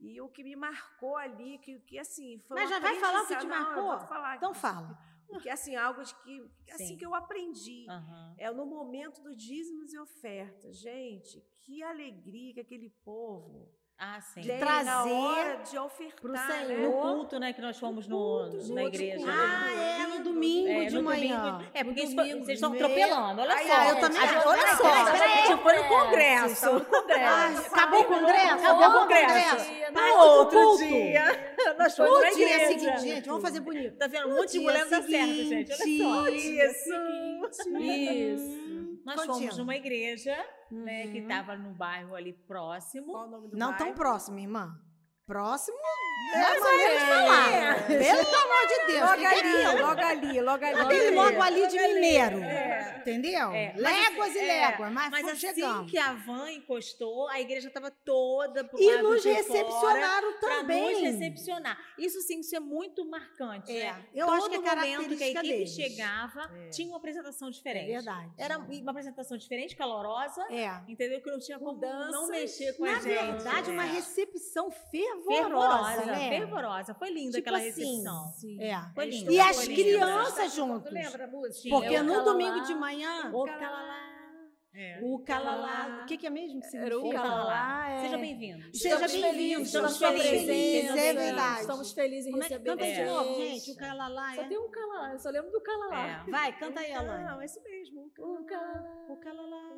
Speaker 3: E o que me marcou ali, que, que assim, foi
Speaker 1: Mas
Speaker 3: uma
Speaker 1: já vai falar o que te
Speaker 3: aprendizagem- Não, eu
Speaker 1: marcou?
Speaker 3: vou falar.
Speaker 1: Então fala.
Speaker 3: Porque assim, algo de que, assim
Speaker 2: Sim.
Speaker 3: que eu aprendi.
Speaker 2: Aham.
Speaker 3: É no momento do dízimos e ofertas. Gente, que alegria que aquele povo
Speaker 2: Ah, sim.
Speaker 3: tem na
Speaker 1: Trazer
Speaker 3: hora de ofertar.
Speaker 1: pro
Speaker 3: né?
Speaker 2: No
Speaker 1: Senhor.
Speaker 2: culto, né, que nós fomos no,
Speaker 3: culto,
Speaker 2: na
Speaker 3: gente,
Speaker 2: igreja.
Speaker 3: culto.
Speaker 2: né?
Speaker 1: Ah, é, no domingo
Speaker 2: É,
Speaker 1: de
Speaker 2: no
Speaker 1: manhã.
Speaker 2: domingo. É, porque
Speaker 1: No
Speaker 2: isso-
Speaker 1: domingo.
Speaker 2: vocês estão
Speaker 1: Meu-
Speaker 2: atropelando, olha
Speaker 1: Ai,
Speaker 2: só.
Speaker 1: ah, eu também
Speaker 2: A gente-
Speaker 1: acho.
Speaker 2: Olha
Speaker 1: Peraí,
Speaker 2: só,
Speaker 1: peraí,
Speaker 2: a gente foi no congresso.
Speaker 1: Ah,
Speaker 2: congresso.
Speaker 1: acabou o congresso?
Speaker 2: Acabou o
Speaker 1: congresso. Tá
Speaker 4: Dia,
Speaker 1: Parte
Speaker 2: No
Speaker 1: do
Speaker 2: outro
Speaker 1: culto.
Speaker 2: dia, nós fomos
Speaker 1: No
Speaker 2: na
Speaker 1: dia
Speaker 2: igreja.
Speaker 1: seguinte, gente, vamos fazer bonito.
Speaker 2: é. Tá vendo? Um
Speaker 1: No
Speaker 2: monte de
Speaker 1: dia
Speaker 2: mulher não dá certo, gente. Olha só.
Speaker 1: seguinte.
Speaker 4: Isso.
Speaker 2: Nós fomos numa igreja, né,
Speaker 1: Uhum.
Speaker 2: que tava no bairro ali próximo.
Speaker 3: Qual o nome do
Speaker 1: Não tão
Speaker 3: bairro?
Speaker 1: próximo, irmã. Próximo é maneira de
Speaker 2: é.
Speaker 1: falar. Pelo amor de Deus.
Speaker 3: Logo
Speaker 1: Fica
Speaker 3: ali,
Speaker 1: aqui.
Speaker 3: logo ali, logo ali.
Speaker 1: Aquele logo ali de
Speaker 2: Logo ali,
Speaker 1: mineiro.
Speaker 2: é.
Speaker 1: Entendeu?
Speaker 2: É, mas
Speaker 1: Léguas
Speaker 2: assim,
Speaker 1: e
Speaker 2: é,
Speaker 1: léguas, mas,
Speaker 2: Mas
Speaker 1: fomos
Speaker 2: assim
Speaker 1: chegamos.
Speaker 2: que a van encostou, a igreja tava toda pro
Speaker 1: E
Speaker 2: lado
Speaker 1: nos
Speaker 2: de fora
Speaker 1: recepcionaram
Speaker 2: pra
Speaker 1: também.
Speaker 2: nos recepcionar. Isso sim, isso é muito marcante.
Speaker 1: É,
Speaker 2: né?
Speaker 1: eu
Speaker 2: Todo
Speaker 1: acho que é
Speaker 2: momento que a
Speaker 1: característica
Speaker 2: equipe
Speaker 1: deles.
Speaker 2: chegava,
Speaker 3: É.
Speaker 2: tinha uma apresentação
Speaker 1: É
Speaker 2: diferente.
Speaker 1: verdade.
Speaker 2: Era um, uma apresentação diferente, calorosa,
Speaker 1: É.
Speaker 2: entendeu? Que não tinha como não
Speaker 3: Mudanças.
Speaker 2: mexer com
Speaker 1: Na
Speaker 2: a gente.
Speaker 1: verdade,
Speaker 2: é.
Speaker 1: uma recepção fervorosa,
Speaker 2: fervorosa,
Speaker 1: né?
Speaker 2: fervorosa. Foi linda
Speaker 1: Tipo
Speaker 2: aquela
Speaker 1: assim,
Speaker 2: recepção.
Speaker 4: Sim.
Speaker 1: É.
Speaker 2: Foi
Speaker 3: Eles
Speaker 2: linda.
Speaker 1: E
Speaker 3: Tudo
Speaker 1: as
Speaker 2: foi linda.
Speaker 1: crianças juntos.
Speaker 3: Lembra a música?
Speaker 2: Sim,
Speaker 1: Porque
Speaker 2: é o
Speaker 1: no
Speaker 4: calalá.
Speaker 1: domingo de manhã,
Speaker 2: O calalá. É. Tá
Speaker 1: o calalá, o que que é mesmo que
Speaker 4: Era o
Speaker 1: significa?
Speaker 4: calalá, é...
Speaker 2: Seja bem-vindo.
Speaker 1: Seja
Speaker 4: Estamos
Speaker 1: bem-vindo,
Speaker 4: felizes,
Speaker 1: estamos
Speaker 4: estamos felizes,
Speaker 1: felizes, é
Speaker 4: felizes.
Speaker 1: verdade.
Speaker 4: Estamos felizes em
Speaker 1: Como é que
Speaker 4: receber
Speaker 1: canta de
Speaker 2: É.
Speaker 1: novo,
Speaker 4: vocês.
Speaker 1: gente? O calalá
Speaker 4: Só
Speaker 1: é...
Speaker 4: tem um calalá, eu só lembro do
Speaker 2: um
Speaker 4: calalá.
Speaker 1: Vai, canta aí, Alane.
Speaker 3: Não, é isso mesmo.
Speaker 4: O calalá.
Speaker 2: É.
Speaker 1: O calalá.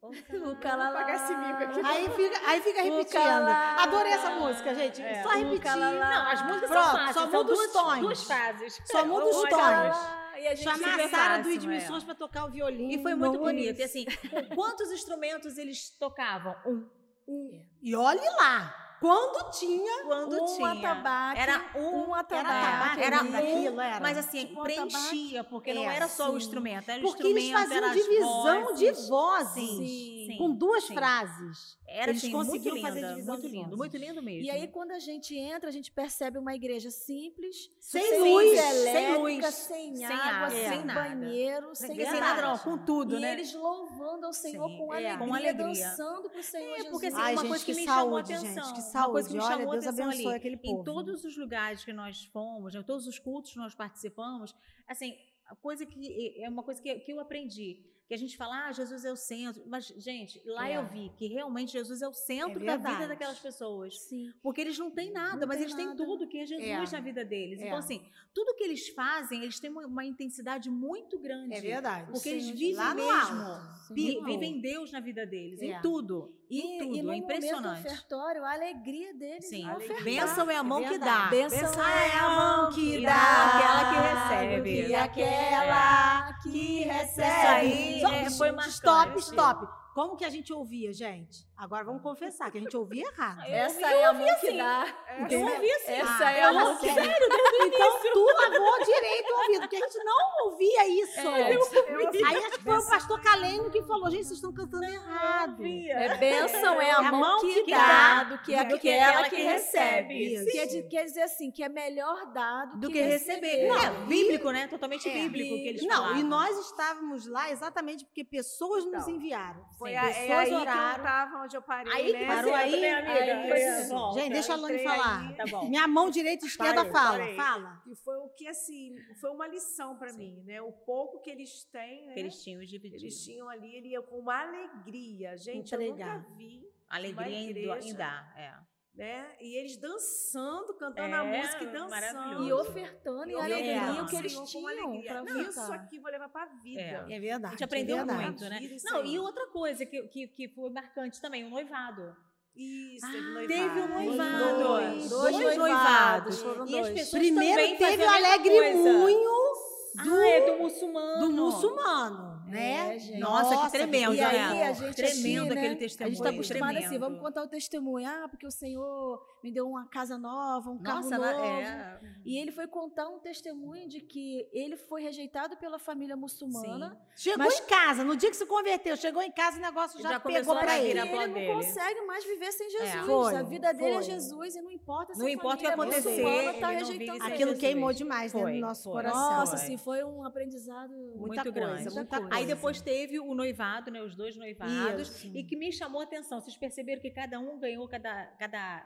Speaker 4: O calalá.
Speaker 3: Pagar esse mico aqui.
Speaker 1: Aí fica, aí fica repetindo.
Speaker 4: é calalá.
Speaker 1: Adorei essa música, gente.
Speaker 2: É.
Speaker 1: Só repetir.
Speaker 2: Não, as músicas
Speaker 1: Pronto,
Speaker 2: são fáceis.
Speaker 1: só
Speaker 2: são
Speaker 1: muda os
Speaker 2: duas,
Speaker 1: tons.
Speaker 2: Duas frases.
Speaker 1: Só muda os
Speaker 2: Ou as
Speaker 1: tons.
Speaker 2: frases.
Speaker 4: Ah, E a gente
Speaker 1: Chamar a
Speaker 2: super
Speaker 1: Sara do
Speaker 2: fácil, é.
Speaker 1: Edmissões pra tocar o violino.
Speaker 2: E foi muito
Speaker 1: Nossa.
Speaker 2: bonito. E assim, com quantos instrumentos eles tocavam? Um.
Speaker 1: E olhe lá, quando tinha,
Speaker 2: Quando
Speaker 4: um
Speaker 2: tinha.
Speaker 4: atabaque.
Speaker 2: Era um,
Speaker 4: um
Speaker 1: era
Speaker 4: atabaque.
Speaker 1: tabaco,
Speaker 2: era
Speaker 1: era aquilo, era.
Speaker 2: mas assim,
Speaker 4: Tipo um
Speaker 2: preenchia, porque não
Speaker 1: É,
Speaker 2: era só o
Speaker 4: sim.
Speaker 2: instrumento, era o
Speaker 1: Porque eles
Speaker 2: instrumento, era
Speaker 1: faziam
Speaker 2: as
Speaker 1: divisão
Speaker 2: vozes.
Speaker 1: de vozes.
Speaker 2: Sim, sim,
Speaker 1: com duas
Speaker 2: sim.
Speaker 1: frases.
Speaker 2: Era
Speaker 1: Eles
Speaker 2: assim,
Speaker 1: conseguiram
Speaker 2: muito
Speaker 1: fazer
Speaker 2: linda,
Speaker 1: divisão
Speaker 2: muito
Speaker 1: de
Speaker 2: lindo,
Speaker 1: vozes.
Speaker 2: muito lindo mesmo.
Speaker 4: E aí, quando a gente entra, a gente percebe uma igreja simples,
Speaker 1: Sem luz, sem
Speaker 4: elétrica,
Speaker 1: luz,
Speaker 4: sem,
Speaker 2: sem
Speaker 4: água,
Speaker 2: água,
Speaker 4: sem
Speaker 2: sem nada.
Speaker 4: banheiro, sem,
Speaker 2: Sem
Speaker 1: Verdade.
Speaker 2: nada, não, com tudo,
Speaker 4: e
Speaker 2: né?
Speaker 4: eles louvando ao Senhor
Speaker 2: Sim,
Speaker 4: com,
Speaker 1: é,
Speaker 4: alegria,
Speaker 2: com alegria.
Speaker 4: dançando pro Senhor
Speaker 2: É,
Speaker 4: Jesus.
Speaker 2: porque assim,
Speaker 1: Ai,
Speaker 2: uma
Speaker 1: gente,
Speaker 2: coisa que,
Speaker 1: que
Speaker 2: me chamou a
Speaker 1: saúde,
Speaker 2: atenção.
Speaker 1: gente, que
Speaker 2: Uma coisa que me
Speaker 1: saúde.
Speaker 2: chamou
Speaker 1: Olha,
Speaker 2: a
Speaker 1: Deus
Speaker 2: atenção
Speaker 1: abençoe
Speaker 2: ali.
Speaker 1: aquele
Speaker 2: Em
Speaker 1: povo.
Speaker 2: né, todos os lugares que nós fomos, em todos os cultos que nós participamos, assim, a coisa que é uma coisa que, que eu aprendi, que a gente fala, ah, Jesus é o centro, mas gente, lá
Speaker 4: É.
Speaker 2: eu vi que realmente Jesus é o centro
Speaker 1: É
Speaker 2: da vida
Speaker 1: verdade.
Speaker 2: daquelas pessoas.
Speaker 4: Sim.
Speaker 2: Porque eles não têm nada,
Speaker 4: Não
Speaker 2: mas
Speaker 4: tem
Speaker 2: eles têm
Speaker 4: nada.
Speaker 2: tudo que é Jesus
Speaker 1: É.
Speaker 2: na vida deles.
Speaker 1: É.
Speaker 2: Então, assim, tudo que eles fazem, eles têm uma, uma intensidade muito grande.
Speaker 1: É verdade.
Speaker 2: Porque eles
Speaker 4: Sim,
Speaker 2: vivem
Speaker 1: lá no
Speaker 2: mesmo.
Speaker 1: alto.
Speaker 2: Vi-
Speaker 1: Sim, no
Speaker 2: vivem Deus na vida deles, em
Speaker 1: É.
Speaker 2: tudo.
Speaker 4: Ah, E,
Speaker 2: Em tudo.
Speaker 4: e no
Speaker 2: é impressionante.
Speaker 4: momento ofertório, a alegria deles.
Speaker 2: Sim.
Speaker 4: na
Speaker 3: Alegria.
Speaker 4: oferta.
Speaker 2: Bênção é a mão
Speaker 1: É
Speaker 2: que
Speaker 1: verdade.
Speaker 2: dá.
Speaker 4: Bênção
Speaker 1: Bênção
Speaker 4: é a mão que dá,
Speaker 2: aquela que
Speaker 4: do
Speaker 2: recebe.
Speaker 4: que é aquela que recebe.
Speaker 2: É, Isso aí é- foi marcante.
Speaker 1: Stop, stop. Como que a gente ouvia, gente? Agora vamos confessar que a mão que dá.
Speaker 2: Eu
Speaker 4: Essa
Speaker 2: ouvi-
Speaker 4: é a mão que
Speaker 2: assim.
Speaker 4: dá.
Speaker 1: Entendeu?
Speaker 2: Eu ouvi assim.
Speaker 4: Essa
Speaker 1: Ah,
Speaker 4: é a
Speaker 1: fala
Speaker 4: mão que dá.
Speaker 1: sério, Então tu lavou direito o ouvido, porque a gente não ouvia isso.
Speaker 2: assim.
Speaker 4: É,
Speaker 1: antes.
Speaker 3: eu ouvi.
Speaker 1: Aí acho que foi o pastor Calênio que falou, gente, vocês estão cantando errado.
Speaker 4: É bênção, é a, mão, que, dá, do
Speaker 2: É
Speaker 4: que é aquela, que, recebe.
Speaker 1: Isso.
Speaker 4: Quer, di- quer dizer assim, que é melhor dar do,
Speaker 2: Do que receber.
Speaker 4: Não,
Speaker 2: Não, bíblico, né? Totalmente
Speaker 1: É.
Speaker 2: bíblico que eles
Speaker 1: Não,
Speaker 2: falavam.
Speaker 1: e nós estávamos lá exatamente porque pessoas nos
Speaker 3: Então,
Speaker 1: enviaram.
Speaker 3: Foi
Speaker 1: Sim,
Speaker 3: a, é
Speaker 1: pessoas
Speaker 3: aí que eu
Speaker 1: oraram.
Speaker 3: tava onde eu parei,
Speaker 1: Aí
Speaker 3: né?
Speaker 1: que parou aí.
Speaker 4: amiga?
Speaker 3: Aí,
Speaker 4: É.
Speaker 2: Volta.
Speaker 1: Gente, deixa a Lani
Speaker 3: Entrei
Speaker 1: falar.
Speaker 3: aí.
Speaker 2: Tá bom.
Speaker 1: Minha mão direita e esquerda
Speaker 3: Parei,
Speaker 1: fala,
Speaker 3: parei.
Speaker 1: fala.
Speaker 3: que foi o que assim, foi uma lição para mim, né? O pouco que eles têm, né?
Speaker 2: Que eles tinham dividido.
Speaker 3: Eles tinham ali, ele ia com uma alegria, gente, eu
Speaker 1: Entregar.
Speaker 3: nunca vi,
Speaker 2: Alegria em, do- em
Speaker 3: igreja.
Speaker 2: dar. É.
Speaker 3: né? E eles dançando, cantando a
Speaker 2: É,
Speaker 3: música e dançando.
Speaker 2: maravilhoso.
Speaker 4: E ofertando
Speaker 3: E
Speaker 4: em
Speaker 3: ofertando
Speaker 4: alegria
Speaker 1: ao
Speaker 4: o que eles
Speaker 3: Senhor com
Speaker 4: tinham
Speaker 3: alegria.
Speaker 4: pra
Speaker 3: Não,
Speaker 4: ofertar.
Speaker 3: isso aqui vou levar pra vida.
Speaker 2: É.
Speaker 1: É verdade.
Speaker 2: A gente aprendeu
Speaker 1: é verdade.
Speaker 2: muito, né?
Speaker 3: Vida, isso
Speaker 2: Não,
Speaker 3: aí.
Speaker 2: e outra coisa que, que, que foi marcante também, o noivado.
Speaker 3: Isso,
Speaker 2: Ah,
Speaker 3: teve noivado.
Speaker 2: teve um noivado.
Speaker 3: Dois.
Speaker 2: Dois noivados.
Speaker 4: foram
Speaker 2: E as
Speaker 4: dois.
Speaker 2: pessoas também
Speaker 1: Primeiro teve
Speaker 2: faziam
Speaker 1: o
Speaker 2: a mesma
Speaker 1: alegre
Speaker 2: coisa.
Speaker 1: munho
Speaker 2: Do, ah, é do muçulmano.
Speaker 1: do muçulmano, né?
Speaker 4: É, gente.
Speaker 2: Nossa, que tremendo,
Speaker 4: E
Speaker 1: que
Speaker 4: aí,
Speaker 2: né? tá
Speaker 4: a gente
Speaker 2: Tremendo
Speaker 4: aqui, né,
Speaker 2: aquele
Speaker 4: A
Speaker 2: testemunho.
Speaker 4: gente está acostumada
Speaker 2: tremendo.
Speaker 4: assim, vamos contar o testemunho. Ah, porque o Senhor me deu uma casa nova, um carro
Speaker 2: Nossa,
Speaker 4: novo.
Speaker 2: ela é.
Speaker 4: E ele foi contar um testemunho de que ele foi rejeitado pela família muçulmana.
Speaker 1: Chegou
Speaker 4: Mas-
Speaker 1: em casa, no dia que se converteu, chegou em casa e o negócio já,
Speaker 2: Já
Speaker 1: pegou
Speaker 2: começou a
Speaker 1: pra
Speaker 2: dar
Speaker 4: E
Speaker 1: ele.
Speaker 2: vira-
Speaker 4: ele
Speaker 2: a bola
Speaker 4: não
Speaker 2: dele.
Speaker 4: consegue mais viver sem Jesus.
Speaker 1: Foi,
Speaker 4: a vida dele é
Speaker 1: foi.
Speaker 4: Jesus e não importa se
Speaker 2: É. Não
Speaker 4: a
Speaker 2: importa o que
Speaker 4: família
Speaker 1: acontecer,
Speaker 4: muçulmana
Speaker 2: ele
Speaker 4: tá
Speaker 2: não
Speaker 4: rejeitando
Speaker 2: vive sem
Speaker 4: ele.
Speaker 1: Aquilo é.
Speaker 2: Jesus.
Speaker 1: queimou demais dentro
Speaker 2: Foi,
Speaker 1: do nosso
Speaker 2: foi.
Speaker 1: coração.
Speaker 4: Nossa,
Speaker 2: Foi.
Speaker 4: assim, foi um aprendizado
Speaker 1: muita
Speaker 2: muito
Speaker 1: coisa,
Speaker 2: grande.
Speaker 1: muita coisa.
Speaker 2: Aí depois teve o noivado, né? Os dois noivados.
Speaker 1: Isso.
Speaker 2: E que me chamou a atenção. Vocês perceberam que cada um ganhou, cada. cada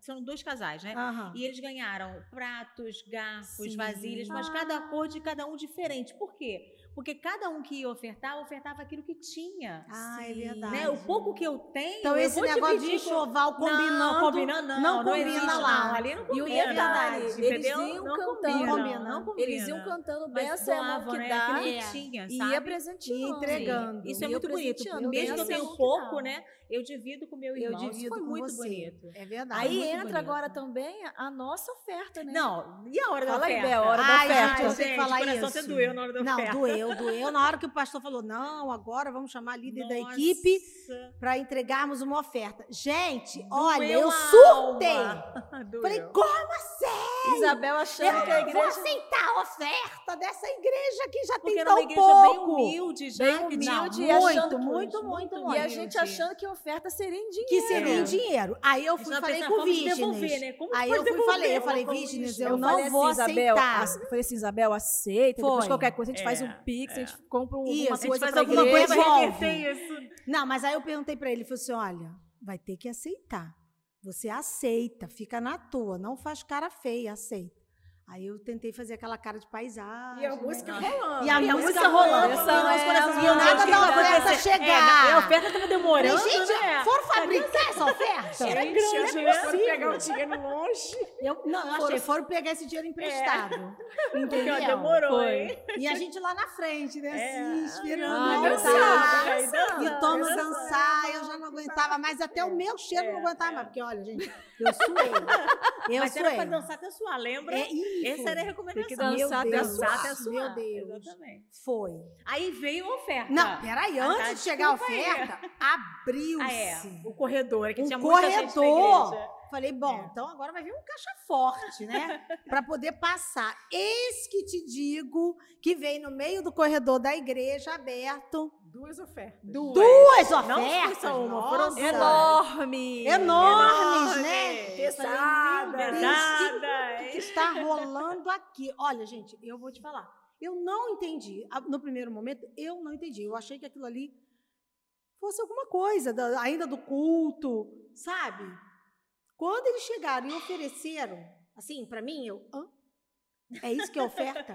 Speaker 2: são dois casais, né?
Speaker 1: Aham.
Speaker 2: E eles ganharam pratos, garfos,
Speaker 4: Sim.
Speaker 2: vasilhas, mas
Speaker 4: Ah.
Speaker 2: cada cor de cada um diferente. Por quê? Porque cada um que ia ofertar, ofertava aquilo que tinha.
Speaker 1: Ah, é
Speaker 4: Sim.
Speaker 1: verdade.
Speaker 2: Né? O pouco que eu tenho.
Speaker 1: Então
Speaker 2: eu
Speaker 1: esse
Speaker 2: vou
Speaker 1: negócio de
Speaker 2: dividir com-
Speaker 1: enxoval combinando,
Speaker 2: Não, combina não.
Speaker 1: não combina
Speaker 2: existe,
Speaker 1: lá.
Speaker 2: não. Ali não
Speaker 4: E o
Speaker 2: combina.
Speaker 4: detalhe, eles
Speaker 2: entendeu?
Speaker 4: iam
Speaker 2: não
Speaker 4: cantando,
Speaker 2: Combina,
Speaker 1: combina.
Speaker 2: Não combina.
Speaker 4: Eles iam cantando
Speaker 2: Mas
Speaker 4: benção é a mão
Speaker 2: doavam,
Speaker 4: que
Speaker 2: né?
Speaker 4: dá.
Speaker 2: Aquilo que tinha,
Speaker 4: E
Speaker 2: sabe?
Speaker 4: ia presenteando.
Speaker 1: E entregando.
Speaker 2: Isso é
Speaker 4: Eu
Speaker 2: muito bonito.
Speaker 4: presenteando,
Speaker 2: Mesmo que eu
Speaker 4: benção é a
Speaker 2: tenho
Speaker 4: mão que
Speaker 2: pouco,
Speaker 4: dá.
Speaker 2: né? Eu divido com meu
Speaker 1: Eu
Speaker 2: irmão. Isso
Speaker 1: divido
Speaker 2: foi
Speaker 1: com
Speaker 2: muito
Speaker 1: você.
Speaker 2: bonito.
Speaker 1: É verdade.
Speaker 4: Aí
Speaker 2: muito
Speaker 4: entra
Speaker 2: bonito.
Speaker 4: agora também a nossa oferta, né?
Speaker 2: Não, e a hora da
Speaker 4: Fala aí,
Speaker 2: oferta?
Speaker 4: Bel, a hora da
Speaker 1: Ai,
Speaker 4: oferta.
Speaker 1: gente, eu sei
Speaker 2: Gente,
Speaker 1: falar
Speaker 2: o coração
Speaker 1: isso.
Speaker 2: até doeu na hora da
Speaker 1: não,
Speaker 2: oferta.
Speaker 1: doeu, doeu. Na hora que o pastor falou, não, agora vamos chamar a líder da equipe para entregarmos uma oferta. Gente, olha,
Speaker 2: Doeu
Speaker 1: eu
Speaker 2: a
Speaker 1: surtei.
Speaker 2: alma. Doeu.
Speaker 1: Falei, como assim?
Speaker 4: Isabel
Speaker 1: Eu
Speaker 4: achando que a
Speaker 1: não vou
Speaker 4: igreja
Speaker 1: aceitar a oferta dessa igreja que já
Speaker 2: Porque
Speaker 1: tem
Speaker 2: era uma
Speaker 1: tão
Speaker 2: igreja bem
Speaker 1: pouco.
Speaker 2: humilde, já.
Speaker 4: Bem
Speaker 2: que tinha
Speaker 4: humilde,
Speaker 2: muito,
Speaker 4: achando
Speaker 1: muito, muito,
Speaker 4: que-
Speaker 1: muito,
Speaker 2: muito
Speaker 4: E a
Speaker 2: humilde.
Speaker 4: gente achando que a oferta seria em dinheiro.
Speaker 1: que seria em
Speaker 2: É.
Speaker 1: dinheiro. Aí eu
Speaker 2: A
Speaker 1: fui
Speaker 2: gente já
Speaker 1: falei
Speaker 2: pensava,
Speaker 1: com o
Speaker 2: "Vamos devolver,
Speaker 1: Vígenes.
Speaker 2: né? Como
Speaker 1: Aí
Speaker 2: foi
Speaker 1: eu fui e
Speaker 2: devolver
Speaker 1: falei, eu
Speaker 2: uma
Speaker 1: falei,
Speaker 2: coisa
Speaker 1: Vígenes,
Speaker 2: dessa?"
Speaker 1: eu não
Speaker 4: falei assim,
Speaker 1: vou
Speaker 4: Isabel,
Speaker 1: aceitar.
Speaker 4: ace- falei assim, Isabel, aceita. Depois
Speaker 1: Foi.
Speaker 4: qualquer coisa a gente faz um
Speaker 2: É,
Speaker 4: pix, a
Speaker 2: é.
Speaker 4: gente compra um, uma
Speaker 1: Isso, a
Speaker 4: coisa
Speaker 1: gente
Speaker 2: A gente faz
Speaker 4: pra
Speaker 2: alguma
Speaker 4: igreja.
Speaker 2: coisa né?
Speaker 1: devolve.
Speaker 2: reverter isso.
Speaker 1: Não, mas aí eu perguntei pra ele, ele falou assim: olha, vai ter que aceitar. Você aceita, fica na tua, não faz cara feia, aceita. Aí eu tentei fazer aquela cara de paisagem.
Speaker 3: E a
Speaker 1: né?
Speaker 3: música
Speaker 2: Não.
Speaker 3: rolando.
Speaker 1: E a
Speaker 2: E a
Speaker 1: música
Speaker 2: música
Speaker 1: rolando.
Speaker 2: rolando.
Speaker 1: e o nosso
Speaker 4: Essa
Speaker 1: coração-
Speaker 4: é
Speaker 1: e o nada
Speaker 4: a-
Speaker 1: da
Speaker 4: a-
Speaker 1: oferta chegar.
Speaker 2: É, a oferta tava
Speaker 1: Falei,
Speaker 2: demorando,
Speaker 1: gente,
Speaker 2: né?
Speaker 1: for fabricar essa oferta?
Speaker 2: Era
Speaker 3: Gente,
Speaker 2: grande,
Speaker 3: as
Speaker 2: né?
Speaker 3: pessoas foram pegar o dinheiro longe.
Speaker 1: Eu, não, eu achei, foram pegar esse dinheiro emprestado.
Speaker 2: Porque, ó,
Speaker 1: Entendeu?
Speaker 2: demorou,
Speaker 4: Foi.
Speaker 2: hein?
Speaker 1: E a gente lá na frente, né?
Speaker 2: É.
Speaker 1: Assim, esperando.
Speaker 4: Ai,
Speaker 1: voltar.
Speaker 2: Tá
Speaker 4: dançar.
Speaker 1: E Thomas dançar, eu já não aguentava mais, até
Speaker 2: É,
Speaker 1: o meu cheiro eu não aguentava mais, porque olha, gente, eu suei. Eu
Speaker 2: Mas
Speaker 1: suei.
Speaker 2: era pra dançar até suar, lembra?
Speaker 1: É isso.
Speaker 2: Essa era a recomendação.
Speaker 4: Tem que dançar
Speaker 1: Meu
Speaker 4: até
Speaker 1: Deus.
Speaker 2: dançar até
Speaker 4: suar.
Speaker 2: suar.
Speaker 1: Meu Deus.
Speaker 2: Exatamente.
Speaker 1: Foi.
Speaker 2: Aí veio a oferta.
Speaker 1: Não, peraí,
Speaker 2: Ah,
Speaker 1: antes
Speaker 2: tá,
Speaker 1: de chegar a
Speaker 2: desculpa aí.
Speaker 1: oferta, abriu-se.
Speaker 2: Ah, é. O corredor, é que
Speaker 1: Um
Speaker 2: tinha muita gente na
Speaker 1: corredor.
Speaker 2: igreja.
Speaker 1: Falei, bom,
Speaker 2: É.
Speaker 1: então agora vai vir um caixa forte, né? Pra poder passar. Eis que te digo que veio no meio do corredor da igreja aberto
Speaker 3: Duas ofertas.
Speaker 1: duas ofertas.
Speaker 2: Não foi só uma, foram
Speaker 1: nossa.
Speaker 4: Enorme!
Speaker 1: Enormes, né?
Speaker 3: Pesada.
Speaker 1: Falei, meu Deus, que-
Speaker 2: Pesada,
Speaker 1: O que
Speaker 2: hein?
Speaker 1: está rolando aqui? Olha, gente, eu vou te falar. Eu não entendi. A- No primeiro momento, eu não entendi. Eu achei que aquilo ali fosse alguma coisa, da- ainda do culto, sabe? Quando eles chegaram e ofereceram, assim, pra mim, eu. Hã? É isso que é oferta?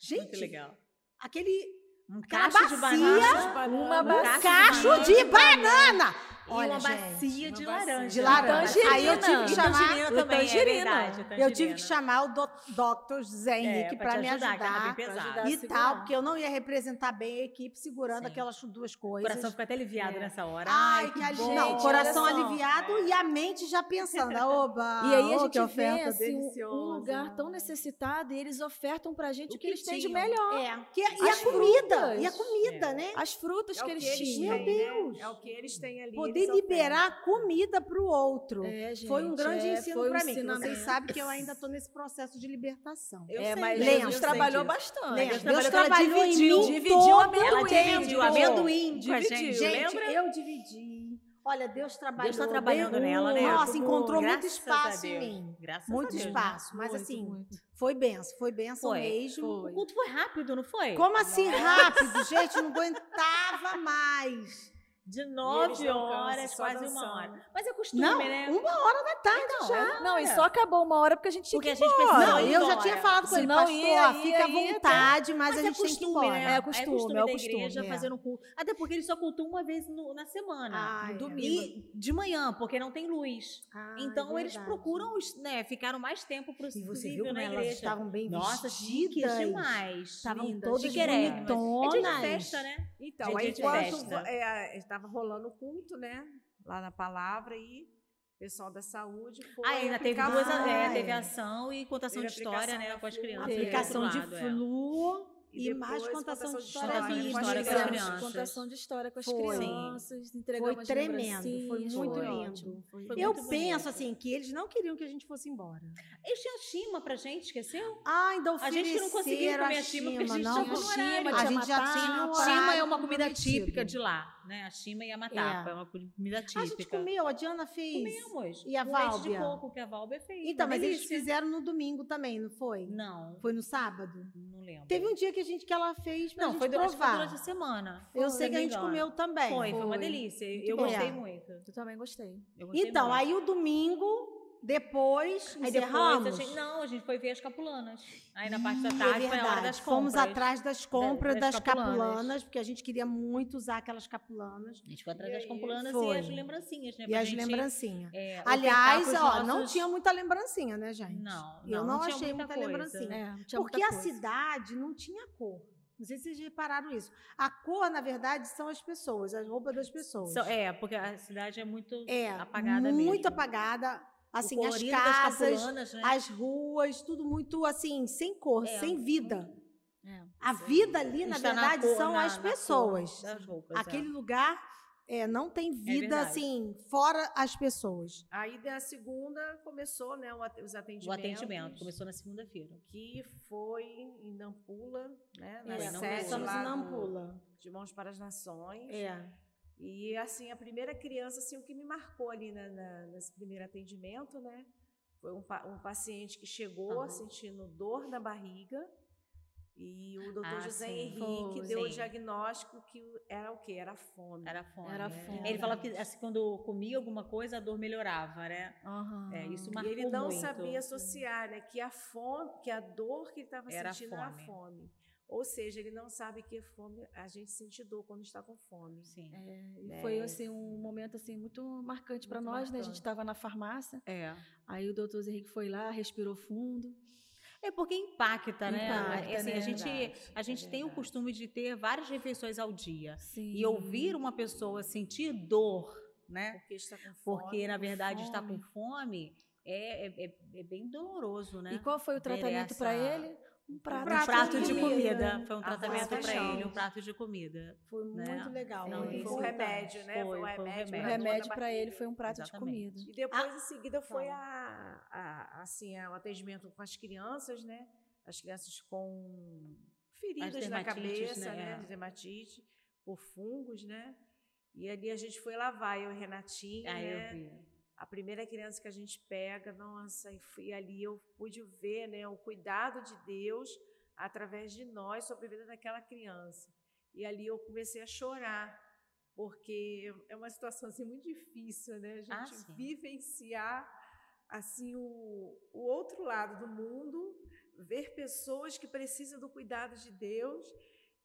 Speaker 1: Gente,
Speaker 2: Muito legal.
Speaker 1: aquele
Speaker 2: Um
Speaker 1: Aquela
Speaker 2: cacho de
Speaker 1: bacia,
Speaker 2: banana.
Speaker 4: Uma
Speaker 2: banana.
Speaker 1: cacho de banana.
Speaker 2: E
Speaker 1: Olha,
Speaker 2: uma bacia
Speaker 1: gente,
Speaker 2: de
Speaker 3: uma bacia.
Speaker 2: laranja.
Speaker 1: de laranja.
Speaker 4: Tangerina.
Speaker 1: Aí eu tive que
Speaker 4: E
Speaker 1: chamar,
Speaker 2: Tangerina
Speaker 4: o
Speaker 2: também, é
Speaker 4: tangerina.
Speaker 2: verdade,
Speaker 1: eu tive
Speaker 2: tangerina.
Speaker 1: que chamar o Dr. Zé Henrique
Speaker 2: É, pra
Speaker 1: para
Speaker 2: te
Speaker 1: me
Speaker 2: ajudar, que tava bem
Speaker 1: ajudar.
Speaker 2: pesado.
Speaker 4: ajudar. Pra
Speaker 1: E
Speaker 4: segurar.
Speaker 1: tal, porque eu não ia representar bem a equipe segurando
Speaker 2: Sim.
Speaker 1: aquelas duas
Speaker 2: O
Speaker 1: coisas.
Speaker 2: coração fica até aliviado
Speaker 4: É.
Speaker 2: nessa hora.
Speaker 1: Ai, que
Speaker 4: bom.
Speaker 1: alívio. Não,
Speaker 4: Gente,
Speaker 1: coração
Speaker 4: olha só.
Speaker 1: aliviado e a mente já pensando. Oba!
Speaker 4: E aí a
Speaker 1: ô, que
Speaker 4: gente vê
Speaker 1: oferta
Speaker 4: assim, um- um,
Speaker 1: deliciosa.
Speaker 4: lugar tão necessitado e eles ofertam pra gente o, que, eles têm de
Speaker 1: tinham.
Speaker 4: melhor.
Speaker 1: É. Que- e
Speaker 4: As
Speaker 1: a comida,
Speaker 4: frutas.
Speaker 1: e a comida,
Speaker 2: É.
Speaker 1: né?
Speaker 4: As frutas
Speaker 3: É o
Speaker 4: que eles tinham.
Speaker 1: Meu
Speaker 3: têm,
Speaker 1: Deus.
Speaker 3: Né? É o que eles têm ali.
Speaker 1: Poder
Speaker 3: eles oferecem.
Speaker 1: liberar comida para o outro.
Speaker 4: É, gente,
Speaker 1: foi um grande
Speaker 4: é,
Speaker 1: ensino
Speaker 4: foi um
Speaker 1: para mim. que Vocês
Speaker 4: ensinamento.
Speaker 1: sabem que eu ainda estou nesse processo de libertação.
Speaker 3: Eu
Speaker 4: é,
Speaker 3: sei,
Speaker 4: mas
Speaker 3: eu
Speaker 1: Lembra,
Speaker 2: né?
Speaker 4: Jesus
Speaker 3: sei
Speaker 4: trabalhou
Speaker 3: disso.
Speaker 4: bastante.
Speaker 1: Lembra,
Speaker 4: Jesus
Speaker 2: tá
Speaker 1: Deus
Speaker 4: trabalhou-
Speaker 1: trabalhou em
Speaker 4: dividiu,
Speaker 1: mim
Speaker 4: dividiu
Speaker 1: todo
Speaker 4: amendoim.
Speaker 2: Ela dividiu amendoim com a
Speaker 4: Dividiu.
Speaker 2: gente.
Speaker 1: Gente,
Speaker 2: lembra?
Speaker 1: eu dividi. Olha,
Speaker 4: tá
Speaker 1: Deus trabalhou.
Speaker 2: Deus está trabalhando nela, né?
Speaker 1: Nossa, encontrou muito
Speaker 2: Graças
Speaker 1: espaço
Speaker 2: a
Speaker 1: em
Speaker 2: Deus.
Speaker 1: mim.
Speaker 2: Graças a
Speaker 1: Muito
Speaker 2: Deus.
Speaker 1: espaço. Mas
Speaker 4: Muito,
Speaker 1: assim,
Speaker 4: muito.
Speaker 1: foi benção. Foi benção
Speaker 2: Foi,
Speaker 1: mesmo.
Speaker 2: O culto foi rápido, não foi?
Speaker 1: Como assim rápido? Gente, eu não aguentava mais.
Speaker 2: De
Speaker 3: E eles
Speaker 2: nove
Speaker 1: um
Speaker 3: não cansam,
Speaker 2: horas,
Speaker 3: só
Speaker 2: quase
Speaker 3: dançando.
Speaker 2: uma hora. Mas é costume,
Speaker 1: Não,
Speaker 2: né?
Speaker 1: uma hora da tarde
Speaker 2: Então,
Speaker 1: já.
Speaker 2: é-
Speaker 4: Não, e só acabou uma hora porque a gente tinha
Speaker 2: Porque a
Speaker 4: que
Speaker 2: gente
Speaker 4: embora.
Speaker 2: precisa
Speaker 1: Não,
Speaker 2: ir
Speaker 1: eu já
Speaker 2: embora.
Speaker 1: tinha falado com
Speaker 4: Se
Speaker 1: ele,
Speaker 4: não
Speaker 1: pastor,
Speaker 4: ia,
Speaker 1: ó,
Speaker 4: ia,
Speaker 1: fica à
Speaker 4: ia, tá.
Speaker 1: vontade, mas,
Speaker 2: é Mas
Speaker 1: a
Speaker 2: é
Speaker 1: gente tem que ir
Speaker 2: costume,
Speaker 1: embora.
Speaker 2: né?
Speaker 4: É costume, é
Speaker 2: da
Speaker 4: costume,
Speaker 2: igreja
Speaker 1: é.
Speaker 2: fazer um culto. Até porque eles só cultuam uma vez no- na semana.
Speaker 1: Ai,
Speaker 4: No domingo.
Speaker 2: E de manhã, porque não tem luz.
Speaker 1: Ai, é
Speaker 2: então eles
Speaker 1: verdade.
Speaker 2: procuram, os- né, ficaram mais tempo
Speaker 1: E
Speaker 2: possível
Speaker 1: você viu como
Speaker 2: na
Speaker 1: elas
Speaker 2: igreja.
Speaker 1: estavam bem
Speaker 2: Nossa, chiques
Speaker 1: vestidas.
Speaker 2: demais.
Speaker 1: Estavam
Speaker 4: lindas,
Speaker 1: todas
Speaker 2: chiquérrimas. É dia de
Speaker 1: bonitonas.
Speaker 2: festa, né?
Speaker 3: Então,
Speaker 2: Gente,
Speaker 3: aí
Speaker 2: de
Speaker 3: enquanto
Speaker 2: festa.
Speaker 3: é, estava rolando o culto, né? Lá na palavra e o pessoal da saúde foi.
Speaker 2: Ah, ainda teve
Speaker 3: aplicar-
Speaker 2: duas,
Speaker 1: a-
Speaker 2: é,
Speaker 1: Ah,
Speaker 2: teve
Speaker 1: é.
Speaker 2: ação e contação de
Speaker 3: Teve
Speaker 2: história,
Speaker 3: aplicação
Speaker 2: né,
Speaker 3: da
Speaker 2: com as
Speaker 3: flu-
Speaker 2: crianças.
Speaker 1: Aplicação de
Speaker 2: do outro lado, é.
Speaker 1: flúor. E
Speaker 3: depois
Speaker 1: mais contação de história
Speaker 2: de
Speaker 3: com as
Speaker 2: história com as
Speaker 3: crianças.
Speaker 2: crianças.
Speaker 4: Contação de história com as
Speaker 1: Foi.
Speaker 4: crianças, entregamos
Speaker 1: Foi
Speaker 4: as
Speaker 1: tremendo,
Speaker 4: lembrancinhas,
Speaker 1: foi muito
Speaker 4: foi
Speaker 1: lindo.
Speaker 4: ótimo, foi
Speaker 2: Foi
Speaker 1: Eu
Speaker 2: muito
Speaker 1: penso
Speaker 2: bonito.
Speaker 1: assim que eles não queriam que a gente fosse embora.
Speaker 2: Eles tinham chima pra gente, esqueceu?
Speaker 1: Ah, ainda
Speaker 2: A gente que não conseguia
Speaker 1: ofereceram
Speaker 2: comer a chima, porque a gente
Speaker 1: não.
Speaker 2: já comeu
Speaker 4: Chima,
Speaker 2: horário.
Speaker 1: A
Speaker 4: tinha
Speaker 1: gente já
Speaker 4: matado.
Speaker 1: tinha um
Speaker 2: Chima é
Speaker 1: horário
Speaker 2: uma comida
Speaker 1: prometido.
Speaker 2: típica de lá, né? A chima e a matapa, é, uma comida típica.
Speaker 1: A gente comeu, a Diana fez.
Speaker 2: Comemos.
Speaker 1: E a
Speaker 2: Com leite de
Speaker 1: Válbia?
Speaker 2: coco que a Válbia fez.
Speaker 1: Então,
Speaker 2: uma
Speaker 1: mas eles
Speaker 2: delícia.
Speaker 1: fizeram no domingo também, não foi?
Speaker 2: Não,
Speaker 1: Foi no sábado?
Speaker 2: não lembro.
Speaker 1: Teve um dia que a gente que ela fez pra
Speaker 2: Não,
Speaker 1: gente
Speaker 2: foi durante, foi
Speaker 1: provar.
Speaker 2: durante a semana.
Speaker 1: Eu
Speaker 2: se
Speaker 1: sei que
Speaker 2: não
Speaker 1: a
Speaker 2: me
Speaker 1: gente
Speaker 2: engano.
Speaker 1: comeu também.
Speaker 2: Foi, foi uma
Speaker 4: Foi.
Speaker 2: delícia. Eu
Speaker 1: bom.
Speaker 2: gostei
Speaker 1: É.
Speaker 2: muito.
Speaker 4: Eu também gostei.
Speaker 2: Eu gostei
Speaker 1: Então,
Speaker 2: muito.
Speaker 1: aí o domingo, depois,
Speaker 2: Aí
Speaker 1: encerramos.
Speaker 2: depois a gente, não, a gente foi ver as capulanas. Aí na parte da
Speaker 1: É
Speaker 2: tarde foi a hora
Speaker 1: verdade,
Speaker 2: das compras.
Speaker 1: Fomos atrás das compras
Speaker 2: das
Speaker 1: das,
Speaker 2: capulanas.
Speaker 1: capulanas. porque a gente queria muito usar aquelas capulanas
Speaker 2: A gente foi atrás
Speaker 3: E
Speaker 2: das
Speaker 3: aí,
Speaker 2: compulanas e
Speaker 1: foi.
Speaker 2: as lembrancinhas, né?
Speaker 1: e
Speaker 2: pra
Speaker 1: as
Speaker 2: gente,
Speaker 1: lembrancinhas.
Speaker 2: é,
Speaker 1: Aliás,
Speaker 2: ofertar
Speaker 1: ó,
Speaker 2: pros
Speaker 1: não
Speaker 2: nossos-
Speaker 1: tinha muita lembrancinha, né, gente?
Speaker 2: Não, não
Speaker 1: Eu não,
Speaker 2: tinha
Speaker 1: achei
Speaker 2: muita
Speaker 1: muita,
Speaker 2: coisa.
Speaker 1: lembrancinha.
Speaker 4: É, tinha
Speaker 1: Porque
Speaker 4: muita
Speaker 1: a
Speaker 4: coisa.
Speaker 1: cidade não tinha cor. Não sei se vocês repararam isso. A cor, na verdade, são as pessoas, as roupas das pessoas.
Speaker 2: Só- É, porque a cidade é muito
Speaker 1: É,
Speaker 2: apagada mesmo.
Speaker 1: muito apagada. Assim,
Speaker 2: o
Speaker 1: as
Speaker 2: colorido das
Speaker 1: casas,
Speaker 2: capulanas, né?
Speaker 1: as ruas, tudo muito assim, sem cor,
Speaker 2: É.
Speaker 1: sem vida.
Speaker 4: É.
Speaker 1: A vida ali, na
Speaker 2: Está
Speaker 1: verdade,
Speaker 2: cor-
Speaker 1: são
Speaker 2: tá na-
Speaker 1: as
Speaker 2: na cor
Speaker 1: pessoas.
Speaker 2: das roupas, é.
Speaker 1: Aquele lugar é, não tem vida,
Speaker 2: verdade.
Speaker 1: assim, fora as pessoas.
Speaker 3: Aí da segunda começou, né? o at- Os atendimentos.
Speaker 2: O atendimento começou na segunda-feira.
Speaker 3: Que foi em Nampula, né? Na
Speaker 2: É,
Speaker 3: sede
Speaker 2: Nampula.
Speaker 1: Estamos
Speaker 3: lá
Speaker 1: em
Speaker 3: do-
Speaker 1: Nampula.
Speaker 3: de Mãos para as Nações.
Speaker 1: É.
Speaker 3: E assim, a primeira criança, assim, o que me marcou ali na, na- nesse primeiro atendimento, né? Foi um, pa- um paciente que chegou
Speaker 2: Aham.
Speaker 3: sentindo dor na barriga. E o doutor
Speaker 2: Ah,
Speaker 3: José
Speaker 2: sim.
Speaker 3: Henrique
Speaker 2: Foi,
Speaker 3: deu o
Speaker 2: sim.
Speaker 3: diagnóstico que o- era o quê? Era fome.
Speaker 2: Era fome.
Speaker 4: Era
Speaker 2: né?
Speaker 4: fome.
Speaker 2: Ele falava que assim, quando comia alguma coisa, a dor melhorava, né?
Speaker 4: Aham.
Speaker 2: É, isso
Speaker 3: e
Speaker 2: marcou
Speaker 3: ele não
Speaker 2: muito.
Speaker 3: sabia associar, né? Que a fome, que a dor que ele estava
Speaker 2: Era
Speaker 3: sentindo era
Speaker 2: fome.
Speaker 3: fome. Ou seja, ele não sabe que fome, a gente sente dor quando está com fome.
Speaker 2: Sim.
Speaker 4: É, e
Speaker 3: né?
Speaker 4: foi assim um momento assim muito marcante para
Speaker 3: Muito
Speaker 4: nós, né? A gente
Speaker 3: marcante.
Speaker 4: estava na farmácia,
Speaker 2: É.
Speaker 4: aí o doutor Henrique foi lá, respirou fundo.
Speaker 2: É porque impacta, né?
Speaker 4: Impacta,
Speaker 2: É assim,
Speaker 4: né?
Speaker 2: A gente,
Speaker 3: Verdade,
Speaker 2: a
Speaker 3: é
Speaker 2: gente tem o
Speaker 3: verdade.
Speaker 2: costume de ter várias refeições ao dia.
Speaker 4: Sim.
Speaker 2: E ouvir uma pessoa sentir dor, né?
Speaker 3: Porque está com fome.
Speaker 2: Porque, na verdade, está com
Speaker 4: fome.
Speaker 2: fome é, é, é- é bem doloroso, né?
Speaker 4: E qual foi o tratamento para
Speaker 2: essa-
Speaker 4: ele? Um prato,
Speaker 2: um
Speaker 1: prato
Speaker 2: prato, de
Speaker 1: de
Speaker 2: comida.
Speaker 3: comida.
Speaker 2: Foi um
Speaker 3: Arroz,
Speaker 2: tratamento para
Speaker 1: feijão.
Speaker 2: ele, um prato de comida.
Speaker 1: Foi
Speaker 2: Né?
Speaker 1: muito legal.
Speaker 2: Não,
Speaker 1: né?
Speaker 3: foi
Speaker 2: isso
Speaker 3: um
Speaker 2: tá.
Speaker 3: remédio, né? Foi um
Speaker 2: Foi, foi um
Speaker 3: remédio.
Speaker 4: O
Speaker 2: remédio.
Speaker 3: pra dor na
Speaker 4: remédio para ele
Speaker 3: barriga.
Speaker 4: foi um prato
Speaker 2: Exatamente.
Speaker 4: de comida.
Speaker 3: E depois, em seguida, foi a,
Speaker 2: tá.
Speaker 3: a- assim, a- o atendimento com as crianças, né? As crianças com feridas na
Speaker 2: dermatites,
Speaker 3: cabeça,
Speaker 2: né?
Speaker 3: né?
Speaker 2: É.
Speaker 3: De dermatite, por fungos, né? E ali a gente foi lavar, eu e Renatinha,
Speaker 2: Aí Ah, eu
Speaker 3: né?
Speaker 2: vi.
Speaker 3: A primeira criança que a gente pega, nossa, e, fui, ali eu pude ver, né? O cuidado de Deus através de nós sobre a vida daquela criança. E ali eu comecei a chorar, porque é uma situação assim muito difícil, né? A gente
Speaker 2: Ah, sim.
Speaker 3: vivenciar assim o, o outro lado do mundo, ver pessoas que precisam do cuidado de Deus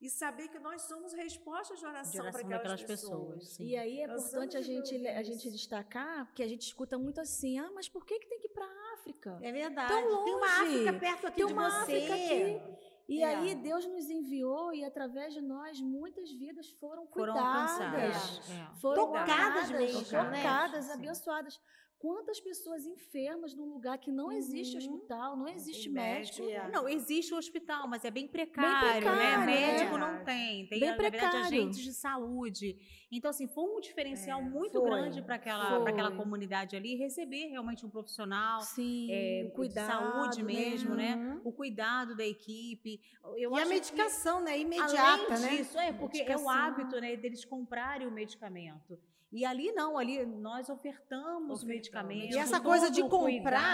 Speaker 3: e saber que nós somos resposta de oração,
Speaker 2: de oração
Speaker 3: para
Speaker 2: daquelas pessoas. sim.
Speaker 4: E aí é
Speaker 3: Nós
Speaker 4: importante a
Speaker 3: vamos
Speaker 4: gente,
Speaker 3: ouvir
Speaker 4: a gente
Speaker 3: isso.
Speaker 4: destacar, porque a gente escuta muito assim, ah, mas por que, que tem que ir para a África?
Speaker 1: É verdade.
Speaker 4: Tão
Speaker 1: Tem uma
Speaker 4: longe.
Speaker 1: África perto aqui
Speaker 4: Tem
Speaker 1: de
Speaker 4: uma
Speaker 1: você.
Speaker 4: África aqui. E
Speaker 1: É.
Speaker 4: aí Deus nos enviou e através de nós muitas vidas foram
Speaker 2: foram
Speaker 4: cuidadas.
Speaker 2: alcançadas. É.
Speaker 4: Foram
Speaker 1: Tocadas
Speaker 4: amadas,
Speaker 1: mesmo,
Speaker 2: né?
Speaker 4: tocadas,
Speaker 2: Sim.
Speaker 4: abençoadas. Quantas pessoas enfermas num lugar que não existe
Speaker 1: Uhum.
Speaker 4: hospital, não existe
Speaker 3: Tem
Speaker 4: médico.
Speaker 1: É.
Speaker 3: médico.
Speaker 2: Não, existe o hospital, mas é bem precário,
Speaker 4: precário,
Speaker 2: né? Médico
Speaker 3: é.
Speaker 2: não tem. Tem,
Speaker 4: Bem
Speaker 2: na verdade,
Speaker 4: precário.
Speaker 2: agentes de saúde. Então, assim, foi um diferencial
Speaker 3: É,
Speaker 2: muito
Speaker 1: foi,
Speaker 2: grande para aquela, pra aquela
Speaker 4: foi.
Speaker 2: comunidade ali receber realmente um profissional,
Speaker 4: Sim,
Speaker 2: É,
Speaker 4: o cuidado,
Speaker 2: saúde mesmo, né?
Speaker 1: Uhum.
Speaker 2: o cuidado da equipe. Eu
Speaker 1: E a
Speaker 2: acho que-
Speaker 1: medicação, né? Imediata,
Speaker 2: Além
Speaker 1: né?
Speaker 2: disso, é, porque é
Speaker 4: Medicação.
Speaker 2: o hábito né, deles comprarem o medicamento. E ali não, ali nós ofertamos
Speaker 3: Ofertamos.
Speaker 2: o medicamento.
Speaker 1: E essa
Speaker 2: tipo, todo
Speaker 1: coisa de
Speaker 2: o
Speaker 1: comprar,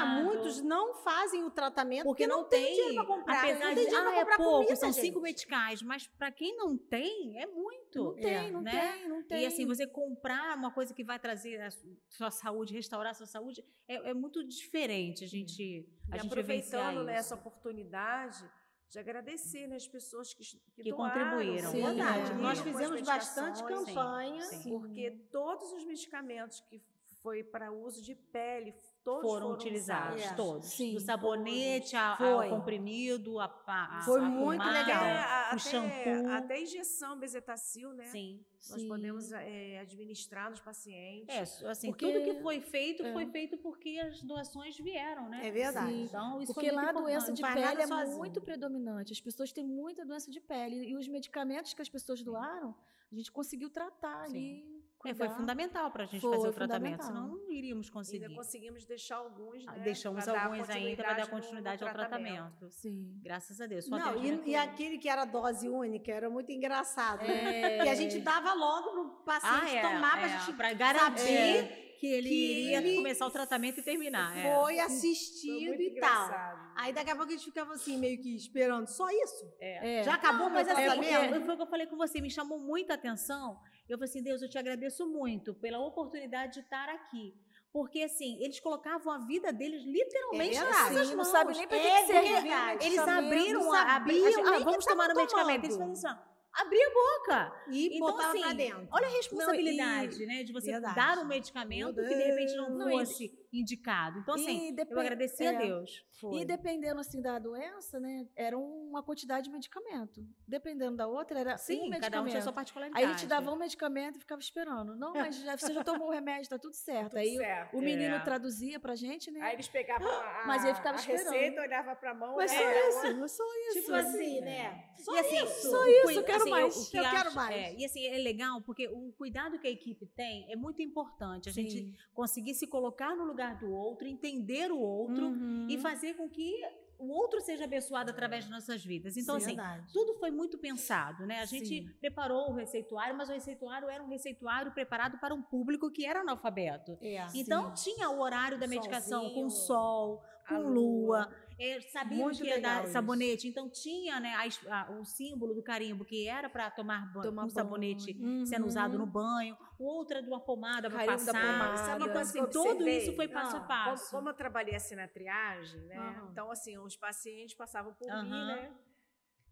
Speaker 2: cuidado,
Speaker 1: muitos não fazem o tratamento
Speaker 2: É Porque não, tem,
Speaker 1: dinheiro pra comprar.
Speaker 2: apesar
Speaker 1: não tem
Speaker 2: de
Speaker 1: dinheiro
Speaker 2: ah,
Speaker 1: pra
Speaker 2: é
Speaker 1: comprar
Speaker 2: pouco,
Speaker 1: comida,
Speaker 2: são cinco
Speaker 1: gente.
Speaker 2: medicais, mas para quem não tem, é
Speaker 4: Não
Speaker 2: muito.
Speaker 4: tem, não
Speaker 2: né?
Speaker 4: tem, não tem.
Speaker 2: E assim, você comprar uma coisa que vai trazer a su- sua saúde, restaurar a sua saúde, é, é muito diferente a gente, a
Speaker 3: E
Speaker 2: gente vivenciar
Speaker 3: aproveitando
Speaker 2: isso.
Speaker 3: né, essa oportunidade de agradecer né, as pessoas que, que,
Speaker 2: Que
Speaker 3: doaram,
Speaker 2: contribuíram.
Speaker 4: Sim,
Speaker 1: Verdade.
Speaker 4: é.
Speaker 2: né?
Speaker 1: Nós
Speaker 3: com as
Speaker 1: fizemos bastante
Speaker 3: medicações,
Speaker 2: sim.
Speaker 1: campanha.
Speaker 2: Sim.
Speaker 3: Porque todos os medicamentos que foi para uso de pele, todos
Speaker 2: foram,
Speaker 3: foram,
Speaker 2: utilizados,
Speaker 1: usados.
Speaker 2: todos.
Speaker 4: Sim.
Speaker 2: Do sabonete a- a-
Speaker 1: Foi.
Speaker 2: ao comprimido, a, a, a-
Speaker 1: Foi
Speaker 2: a
Speaker 1: muito
Speaker 2: pomada,
Speaker 3: Até,
Speaker 1: legal.
Speaker 3: É, a-
Speaker 2: o
Speaker 3: até,
Speaker 2: shampoo.
Speaker 3: até injeção bezetacil, né?
Speaker 2: Sim.
Speaker 3: Nós
Speaker 4: Sim.
Speaker 3: podemos eh, administrar nos pacientes.
Speaker 2: É, so- assim,
Speaker 4: Porque-
Speaker 2: tudo que foi feito,
Speaker 4: é.
Speaker 2: foi feito porque as doações vieram, né?
Speaker 1: É verdade.
Speaker 4: Sim.
Speaker 2: Então, isso
Speaker 4: Porque
Speaker 2: é muito
Speaker 4: lá a
Speaker 2: importante.
Speaker 4: doença de
Speaker 2: Não faz
Speaker 4: pele
Speaker 2: nada
Speaker 4: é
Speaker 2: sozinho.
Speaker 4: muito predominante. As pessoas têm muita doença de pele. E os medicamentos que as pessoas doaram, a gente conseguiu tratar
Speaker 2: Sim.
Speaker 4: ali.
Speaker 2: É, foi
Speaker 4: cuidar.
Speaker 2: fundamental para a gente
Speaker 4: Foi
Speaker 2: fazer o tratamento, senão
Speaker 4: fundamental.
Speaker 2: não iríamos conseguir.
Speaker 3: Ainda conseguimos deixar alguns, né?
Speaker 2: Ah, Deixamos
Speaker 3: pra dar
Speaker 2: alguns ainda para dar
Speaker 3: no- no
Speaker 2: continuidade ao tratamento.
Speaker 4: Sim.
Speaker 2: Graças a Deus. Só
Speaker 1: Não,
Speaker 2: Deus
Speaker 1: e-
Speaker 2: me
Speaker 1: e,
Speaker 2: acuda.
Speaker 1: aquele que era dose única era muito engraçado, né?
Speaker 4: É...
Speaker 1: Que a gente dava logo pro paciente
Speaker 2: Ah, é,
Speaker 1: assim, tomar pra
Speaker 2: é,
Speaker 1: gente É.
Speaker 2: pra garantir que ele
Speaker 1: que
Speaker 2: iria
Speaker 1: ele
Speaker 2: começar o tratamento e terminar. é.
Speaker 1: foi
Speaker 3: Foi muito
Speaker 1: assistido e tal.
Speaker 3: engraçado.
Speaker 2: Ah,
Speaker 1: Aí daqui a pouco a gente ficava assim, meio que esperando. Só isso?
Speaker 4: É.
Speaker 1: Já acabou, mas
Speaker 2: Mas
Speaker 1: essa
Speaker 2: é
Speaker 1: é, mesmo?
Speaker 2: porque, foi o que eu falei com você, me chamou muita atenção. Eu falei assim, Deus, eu te agradeço muito pela oportunidade de estar aqui. Porque, assim, eles colocavam a vida deles literalmente
Speaker 1: É
Speaker 2: nas
Speaker 1: verdade.
Speaker 2: nossas
Speaker 4: Sim, não
Speaker 2: mãos.
Speaker 4: sabe nem pra que
Speaker 1: É
Speaker 4: que serviu o
Speaker 1: verdade.
Speaker 2: Eles
Speaker 4: medicamento.
Speaker 2: abriram
Speaker 1: não
Speaker 2: a, a,
Speaker 1: sabiam nem
Speaker 2: ah,
Speaker 1: que
Speaker 2: vamos tomar o
Speaker 1: estavam
Speaker 2: medicamento. Eles
Speaker 1: tomando.
Speaker 2: faziam assim, ó, abrir a boca.
Speaker 1: E
Speaker 2: Então,
Speaker 1: botava pra
Speaker 2: assim,
Speaker 1: dentro.
Speaker 2: Olha a responsabilidade, né? De você
Speaker 1: Verdade.
Speaker 2: dar um medicamento
Speaker 1: Meu
Speaker 2: que, de repente, não
Speaker 4: Deus.
Speaker 2: fosse indicado. Então, assim,
Speaker 4: E
Speaker 2: eu
Speaker 4: depen-
Speaker 2: agradeci
Speaker 4: é.
Speaker 2: a Deus.
Speaker 4: E dependendo assim da doença, né? Era uma quantidade de medicamento. Dependendo da outra, era um
Speaker 2: Sim,
Speaker 4: medicamento.
Speaker 2: cada um tinha sua particularidade.
Speaker 4: Aí a gente dava um medicamento e ficava esperando. Não, mas já, você já tomou o remédio, tá tudo certo.
Speaker 3: Tudo
Speaker 4: Aí o-
Speaker 3: certo.
Speaker 4: o menino
Speaker 2: É.
Speaker 4: traduzia pra gente, né?
Speaker 3: Aí eles pegavam a,
Speaker 4: Mas ele ficava
Speaker 3: a
Speaker 4: esperando.
Speaker 3: receita, olhava pra mão.
Speaker 4: Mas
Speaker 3: né?
Speaker 4: só isso, mas só isso.
Speaker 1: Tipo assim, né? Só
Speaker 2: E assim,
Speaker 1: isso.
Speaker 4: Só isso,
Speaker 2: Cuida-
Speaker 4: eu quero
Speaker 2: assim,
Speaker 4: mais.
Speaker 2: o que
Speaker 1: Eu quero
Speaker 2: acho-
Speaker 1: mais.
Speaker 2: é, e assim, é legal porque o cuidado que a equipe tem é muito importante. A gente conseguir se colocar no lugar do outro, entender o outro
Speaker 4: Uhum.
Speaker 2: e fazer com que o outro seja abençoado através de nossas vidas. Então, assim,
Speaker 1: Verdade.
Speaker 2: tudo foi muito pensado, né? A gente
Speaker 4: Sim.
Speaker 2: preparou o receituário, mas o receituário era um receituário preparado para um público que era analfabeto.
Speaker 4: Ah,
Speaker 1: É.
Speaker 2: Então tinha o horário da medicação com
Speaker 3: Solzinho.
Speaker 2: sol, com
Speaker 3: A
Speaker 2: lua, é, sabíamos
Speaker 1: Muito
Speaker 2: que ia
Speaker 1: legal
Speaker 2: dar
Speaker 1: isso.
Speaker 2: sabonete, então tinha né, as- a- o símbolo do carimbo que era para tomar banho,
Speaker 4: Tomar
Speaker 2: um sabonete
Speaker 1: Uhum.
Speaker 2: sendo usado no banho, o outro é de uma pomada para
Speaker 4: Carimbo da
Speaker 2: passar.
Speaker 4: pomada.
Speaker 2: Sabe? Então,
Speaker 3: Uma
Speaker 2: assim,
Speaker 3: coisa que eu
Speaker 2: tudo
Speaker 3: observei.
Speaker 2: isso foi passo
Speaker 1: Ah,
Speaker 2: a
Speaker 3: Como,
Speaker 2: passo.
Speaker 3: como eu trabalhei assim na triagem, né?
Speaker 4: Aham.
Speaker 3: Então, assim, os pacientes passavam por mim,
Speaker 2: Aham.
Speaker 3: né?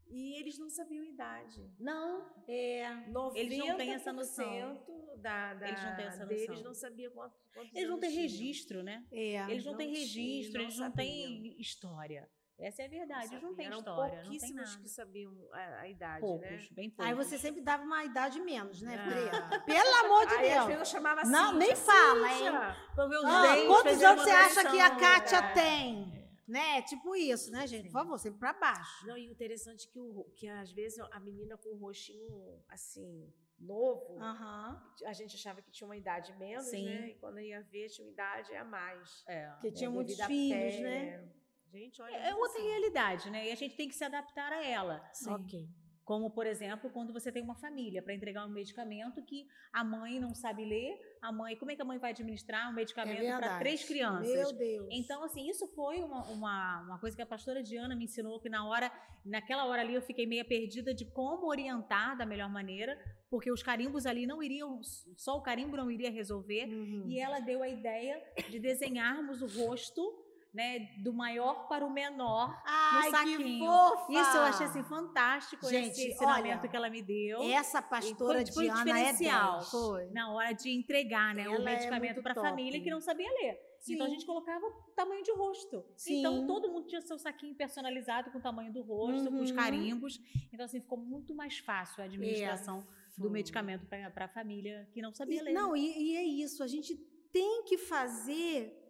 Speaker 3: E eles não sabiam a idade.
Speaker 2: Não,
Speaker 1: É.
Speaker 2: Eles não têm essa
Speaker 3: 90%
Speaker 2: noção.
Speaker 3: Da, da,
Speaker 2: Eles não têm essa
Speaker 3: Deles
Speaker 2: noção.
Speaker 3: não sabia quanto, quantos
Speaker 2: eles não
Speaker 3: anos
Speaker 2: têm
Speaker 3: tinham.
Speaker 2: registro, né?
Speaker 1: É.
Speaker 2: Eles não,
Speaker 3: não
Speaker 2: têm
Speaker 3: tinha,
Speaker 2: registro,
Speaker 3: não
Speaker 2: eles não
Speaker 3: sabiam.
Speaker 2: têm história. Essa é a verdade, eles não têm
Speaker 3: Eram
Speaker 2: história, não têm
Speaker 3: pouquíssimos
Speaker 2: nada.
Speaker 3: que sabiam a, a idade,
Speaker 2: Poucos,
Speaker 3: né?
Speaker 2: bem poucos.
Speaker 1: Aí você sempre dava uma idade menos, né,
Speaker 3: Ah.
Speaker 1: Freira? Pelo amor de
Speaker 3: Aí, às vezes,
Speaker 1: Deus.
Speaker 3: eu chamava assim.
Speaker 1: Não, nem fala, hein?
Speaker 2: Pra ver os
Speaker 1: Ah,
Speaker 2: dentes,
Speaker 1: quantos
Speaker 2: fazer
Speaker 1: anos
Speaker 2: uma
Speaker 1: você acha que a
Speaker 2: pressão,
Speaker 1: Kátia
Speaker 2: né?
Speaker 1: tem? Né? Tipo isso, né, gente? Por favor, sempre pra baixo.
Speaker 3: Não, e o interessante é que, o, ro- que às vezes a menina com o rostinho assim, novo,
Speaker 1: Ah. Aham.
Speaker 3: a gente achava que tinha uma idade menos,
Speaker 2: Sim.
Speaker 3: né? E quando ia ver, tinha uma idade a mais.
Speaker 2: É.
Speaker 1: Porque tinha
Speaker 3: né,
Speaker 1: muitos
Speaker 3: devido à
Speaker 1: filhos,
Speaker 3: pele.
Speaker 1: né?
Speaker 3: Gente, olha.
Speaker 2: É
Speaker 3: isso.
Speaker 2: outra
Speaker 1: assim
Speaker 2: realidade, né? E a gente tem que se adaptar a ela.
Speaker 1: Ok.
Speaker 2: Como, por exemplo, quando você tem uma família para entregar um medicamento que a mãe não sabe ler, a mãe, como é que a mãe vai administrar um medicamento para
Speaker 1: verdade.
Speaker 2: três crianças?
Speaker 1: Meu Deus.
Speaker 2: Então, assim, isso foi uma, uma, uma coisa que a pastora Diana me ensinou, que na hora, naquela hora ali eu fiquei meia perdida de como orientar da melhor maneira, porque os carimbos ali não iriam, só o carimbo não iria resolver,
Speaker 1: Uhum.
Speaker 2: e ela deu a ideia de desenharmos o rosto né? Do maior para o menor.
Speaker 1: Ai, que
Speaker 2: saquinho.
Speaker 1: fofa!
Speaker 2: Isso eu achei assim, fantástico
Speaker 1: Gente,
Speaker 2: esse ensinamento
Speaker 1: olha,
Speaker 2: que ela me deu.
Speaker 1: Essa pastora
Speaker 2: E foi- foi um
Speaker 1: Diana é 10.
Speaker 2: diferencial.
Speaker 1: Foi.
Speaker 2: Na hora de entregar, né?
Speaker 1: Ela
Speaker 2: o
Speaker 1: é
Speaker 2: medicamento
Speaker 1: muito
Speaker 2: para a
Speaker 1: top.
Speaker 2: família que não sabia ler. Então a gente colocava o tamanho de rosto.
Speaker 1: Sim.
Speaker 2: Então todo mundo tinha seu saquinho personalizado com o tamanho do rosto, com os
Speaker 1: Uhum.
Speaker 2: carimbos. Então assim ficou muito mais fácil a administração do
Speaker 1: foi.
Speaker 2: medicamento para a família que não sabia
Speaker 1: E-
Speaker 2: ler.
Speaker 1: não, e, e é isso. A gente tem que fazer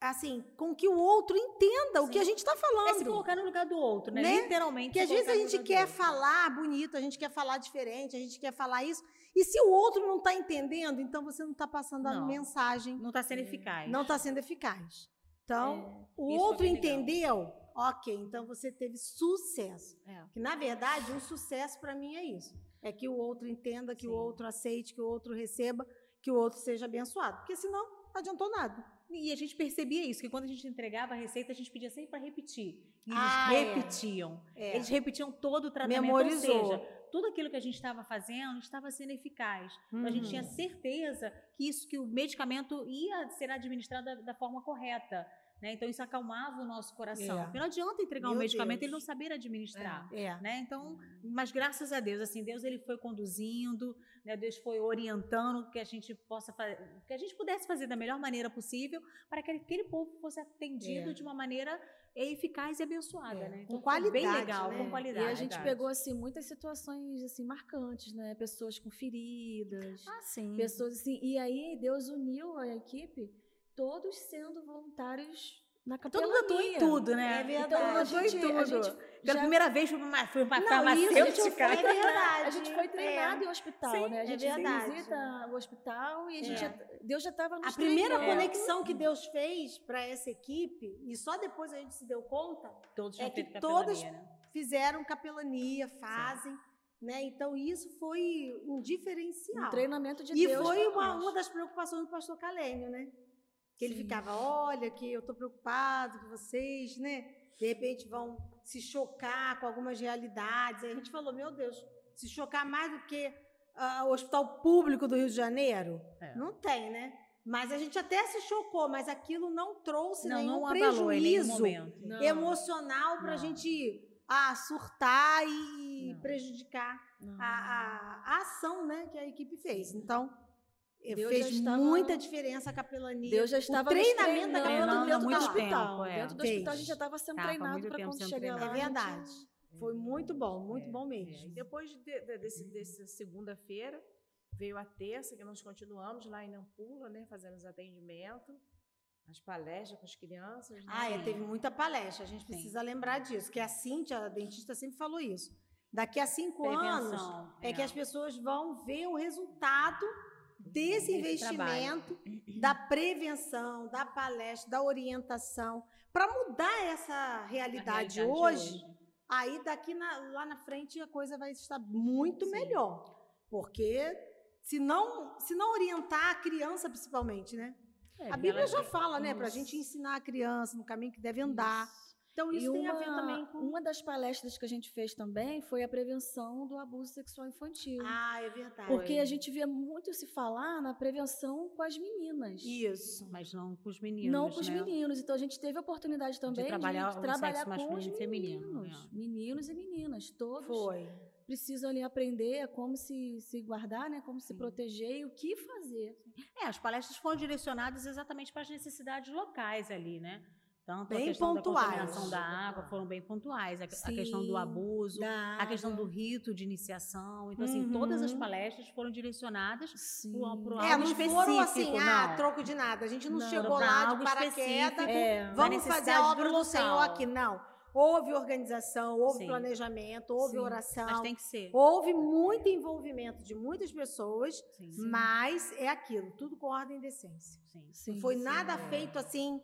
Speaker 1: assim com que o outro entenda o que a
Speaker 2: Sim.
Speaker 1: gente está falando.
Speaker 2: é se colocar no lugar do outro, né?
Speaker 1: Né?
Speaker 2: Literalmente.
Speaker 1: Porque
Speaker 2: se
Speaker 1: às vezes a
Speaker 2: colocar no né?
Speaker 1: gente
Speaker 2: lugar do
Speaker 1: quer
Speaker 2: outro.
Speaker 1: falar bonito, a gente quer falar diferente, a gente quer falar isso. E se o outro não está entendendo, então você não está passando a
Speaker 2: Não.
Speaker 1: mensagem,
Speaker 2: Não tá está sendo eficaz. É.
Speaker 1: não está sendo eficaz. Então, o
Speaker 2: isso foi
Speaker 1: outro
Speaker 2: bem legal.
Speaker 1: entendeu, ok, então você teve sucesso.
Speaker 2: É.
Speaker 1: Que na verdade, um sucesso para mim é isso: é que o outro entenda, que o
Speaker 2: Sim.
Speaker 1: outro aceite, que o outro receba, que o outro seja abençoado. Porque senão, não adiantou nada.
Speaker 2: E a gente percebia isso, que quando a gente entregava a receita, a gente pedia sempre para repetir. E eles
Speaker 1: Ah, é.
Speaker 2: repetiam.
Speaker 1: É.
Speaker 2: Eles repetiam todo o tratamento.
Speaker 1: Memorizou.
Speaker 2: Ou seja, tudo aquilo que a gente estava fazendo estava sendo eficaz. Então, A gente
Speaker 1: Uhum.
Speaker 2: tinha certeza que isso, que o medicamento ia ser administrado da, da forma correta. né? Então, isso acalmava o nosso coração.
Speaker 1: É.
Speaker 2: Porque não adianta entregar um
Speaker 1: Meu
Speaker 2: medicamento e
Speaker 1: Deus.
Speaker 2: ele não saber administrar.
Speaker 1: É.
Speaker 2: né? Então, mas graças a Deus, assim, Deus ele foi conduzindo, né? Deus foi orientando que a gente possa fa- que a gente pudesse fazer da melhor maneira possível para que aquele povo fosse atendido
Speaker 1: É.
Speaker 2: de uma maneira eficaz e abençoada,
Speaker 1: É,
Speaker 2: né?
Speaker 1: com
Speaker 2: Então, foi bem
Speaker 1: qualidade,
Speaker 2: legal,
Speaker 1: né? E
Speaker 2: com
Speaker 1: a
Speaker 2: qualidade.
Speaker 4: E a gente pegou assim muitas situações assim marcantes, né? Pessoas com feridas,
Speaker 2: ah, sim.
Speaker 4: pessoas assim. E aí Deus uniu a equipe, todos sendo voluntários na
Speaker 2: Todo mundo
Speaker 4: capelania.
Speaker 2: atuou em tudo, né?
Speaker 1: É
Speaker 4: Então,
Speaker 1: verdade.
Speaker 4: a
Speaker 2: Todo mundo atuou em
Speaker 4: gente- a
Speaker 2: tudo.
Speaker 4: gente
Speaker 2: Pela
Speaker 4: já-
Speaker 2: primeira vez foi uma, foi uma
Speaker 4: isso, a gente foi
Speaker 2: farmacêutica.
Speaker 1: É verdade.
Speaker 4: A gente foi treinado em hospital,
Speaker 1: Sim,
Speaker 4: né?
Speaker 1: é
Speaker 4: A gente
Speaker 1: verdade.
Speaker 4: visita o hospital e a gente
Speaker 1: É.
Speaker 4: já- Deus já estava nos
Speaker 1: A primeira
Speaker 4: treinando.
Speaker 1: conexão que Deus fez para essa equipe, e só depois a gente se deu conta,
Speaker 2: Todos
Speaker 1: É
Speaker 2: tinham
Speaker 1: que
Speaker 2: feito
Speaker 1: todas-
Speaker 2: capelania, né?
Speaker 1: fizeram capelania, fazem, né? Então isso foi um
Speaker 4: Um
Speaker 1: diferencial.
Speaker 4: treinamento de
Speaker 1: e
Speaker 4: Deus.
Speaker 1: foi
Speaker 4: pra
Speaker 1: uma,
Speaker 4: nós.
Speaker 1: uma das preocupações do pastor Calênio, né? Que ele
Speaker 4: Sim.
Speaker 1: ficava, olha, que eu estou preocupado com vocês, né? De repente vão se chocar com algumas realidades. Aí a gente falou, meu Deus, se chocar mais do que ah, o hospital público do Rio de Janeiro?
Speaker 2: É.
Speaker 1: Não tem, né? Mas a gente até se chocou, mas aquilo não trouxe
Speaker 2: Não,
Speaker 1: nenhum
Speaker 2: não abalou em nenhum
Speaker 1: prejuízo
Speaker 2: momento.
Speaker 4: Não.
Speaker 1: emocional para a
Speaker 2: Não.
Speaker 1: gente ah, surtar e
Speaker 2: Não.
Speaker 1: prejudicar
Speaker 4: Não.
Speaker 1: a, a- a ação né, que a equipe fez. Então, eh,
Speaker 4: Deus
Speaker 1: fez
Speaker 4: já estava-
Speaker 1: muita diferença a capelania.
Speaker 4: Deus já estava
Speaker 1: o treinamento
Speaker 4: nos
Speaker 1: da
Speaker 4: treinando
Speaker 1: capelania
Speaker 2: Treinando É, há
Speaker 4: dentro do
Speaker 2: muito
Speaker 1: tá lá.
Speaker 2: tempo.
Speaker 4: hospital.
Speaker 2: é.
Speaker 4: Dentro do hospital a
Speaker 1: Fez.
Speaker 4: gente já estava sendo
Speaker 2: Tava há
Speaker 4: treinado
Speaker 2: muito
Speaker 4: para
Speaker 2: tempo
Speaker 4: quando
Speaker 2: sendo
Speaker 4: chegar lá.
Speaker 1: É
Speaker 2: treinado.
Speaker 4: a gente-
Speaker 1: verdade. Foi muito bom, muito
Speaker 2: É,
Speaker 1: bom
Speaker 3: E
Speaker 1: mesmo.
Speaker 3: Depois de- de- desse- dessa segunda-feira, veio a terça, que nós continuamos lá em Nampula, né? Fazendo os atendimentos, as palestras com as crianças. né?
Speaker 1: Ah, é,
Speaker 2: Sim.
Speaker 1: teve muita palestra. A gente
Speaker 2: Sim.
Speaker 1: precisa lembrar disso, que a Cíntia, a dentista, sempre falou isso. Daqui a cinco anos,
Speaker 2: Prevenção,
Speaker 1: é que as pessoas vão ver o resultado desse
Speaker 2: Desse
Speaker 1: investimento, da prevenção, da palestra, da orientação, para mudar essa
Speaker 2: A
Speaker 1: realidade,
Speaker 2: realidade
Speaker 1: hoje, aí daqui na- lá na frente a coisa vai estar muito
Speaker 2: Sim.
Speaker 1: melhor. Porque se não, se não orientar a criança, principalmente, né?
Speaker 2: É,
Speaker 1: a Bíblia
Speaker 2: ela-
Speaker 1: já fala, né? Para a
Speaker 4: Isso.
Speaker 1: gente ensinar a criança no caminho que deve andar. Então isso
Speaker 4: e
Speaker 1: tem
Speaker 4: uma,
Speaker 1: a ver também com.
Speaker 4: uma das palestras que a gente fez também foi a prevenção do abuso sexual infantil.
Speaker 2: um
Speaker 1: Ah, é verdade.
Speaker 4: porque a gente vê muito se falar na prevenção com as meninas.
Speaker 1: Isso.
Speaker 2: Mas não com os meninos.
Speaker 4: não com os
Speaker 2: né?
Speaker 4: meninos. Então a gente teve a oportunidade também de
Speaker 2: trabalhar
Speaker 4: trabalhar,
Speaker 2: o sexo
Speaker 4: com
Speaker 2: masculino
Speaker 4: os
Speaker 2: e feminino,
Speaker 4: meninos. Meninos e meninas, todos
Speaker 1: Foi.
Speaker 4: precisam ali aprender a como se, se guardar, né? como se
Speaker 2: Sim.
Speaker 4: proteger e o que fazer.
Speaker 2: É, as palestras foram direcionadas exatamente para as necessidades locais ali, né? Tanto
Speaker 1: Bem
Speaker 2: a questão
Speaker 1: pontuais.
Speaker 2: da contaminação da água foram bem pontuais, a, a
Speaker 4: Sim,
Speaker 2: questão do abuso,
Speaker 4: Da
Speaker 2: a questão do rito de iniciação. Então, assim,
Speaker 1: Uhum.
Speaker 2: todas as palestras foram direcionadas
Speaker 4: Sim.
Speaker 2: pro- pro
Speaker 1: É,
Speaker 2: algo
Speaker 1: não
Speaker 2: específico,
Speaker 1: foram assim, ah,
Speaker 2: não.
Speaker 1: troco de nada. A gente não,
Speaker 4: Não,
Speaker 1: chegou
Speaker 2: pra
Speaker 1: lá de
Speaker 2: algo
Speaker 1: paraquedas,
Speaker 2: específico,
Speaker 4: É,
Speaker 2: da
Speaker 1: vamos fazer
Speaker 2: necessidade
Speaker 1: a
Speaker 2: do
Speaker 1: obra do,
Speaker 2: local.
Speaker 1: Senhor aqui. Não. Houve organização, houve
Speaker 2: Sim.
Speaker 1: planejamento, houve
Speaker 4: Sim.
Speaker 2: mas
Speaker 1: oração,
Speaker 2: tem que ser.
Speaker 1: houve muito envolvimento de muitas pessoas,
Speaker 2: Sim,
Speaker 1: mas é aquilo, tudo com ordem e decência.
Speaker 2: sim. é.
Speaker 4: Sim,
Speaker 1: Não foi
Speaker 4: sim.
Speaker 1: nada feito assim,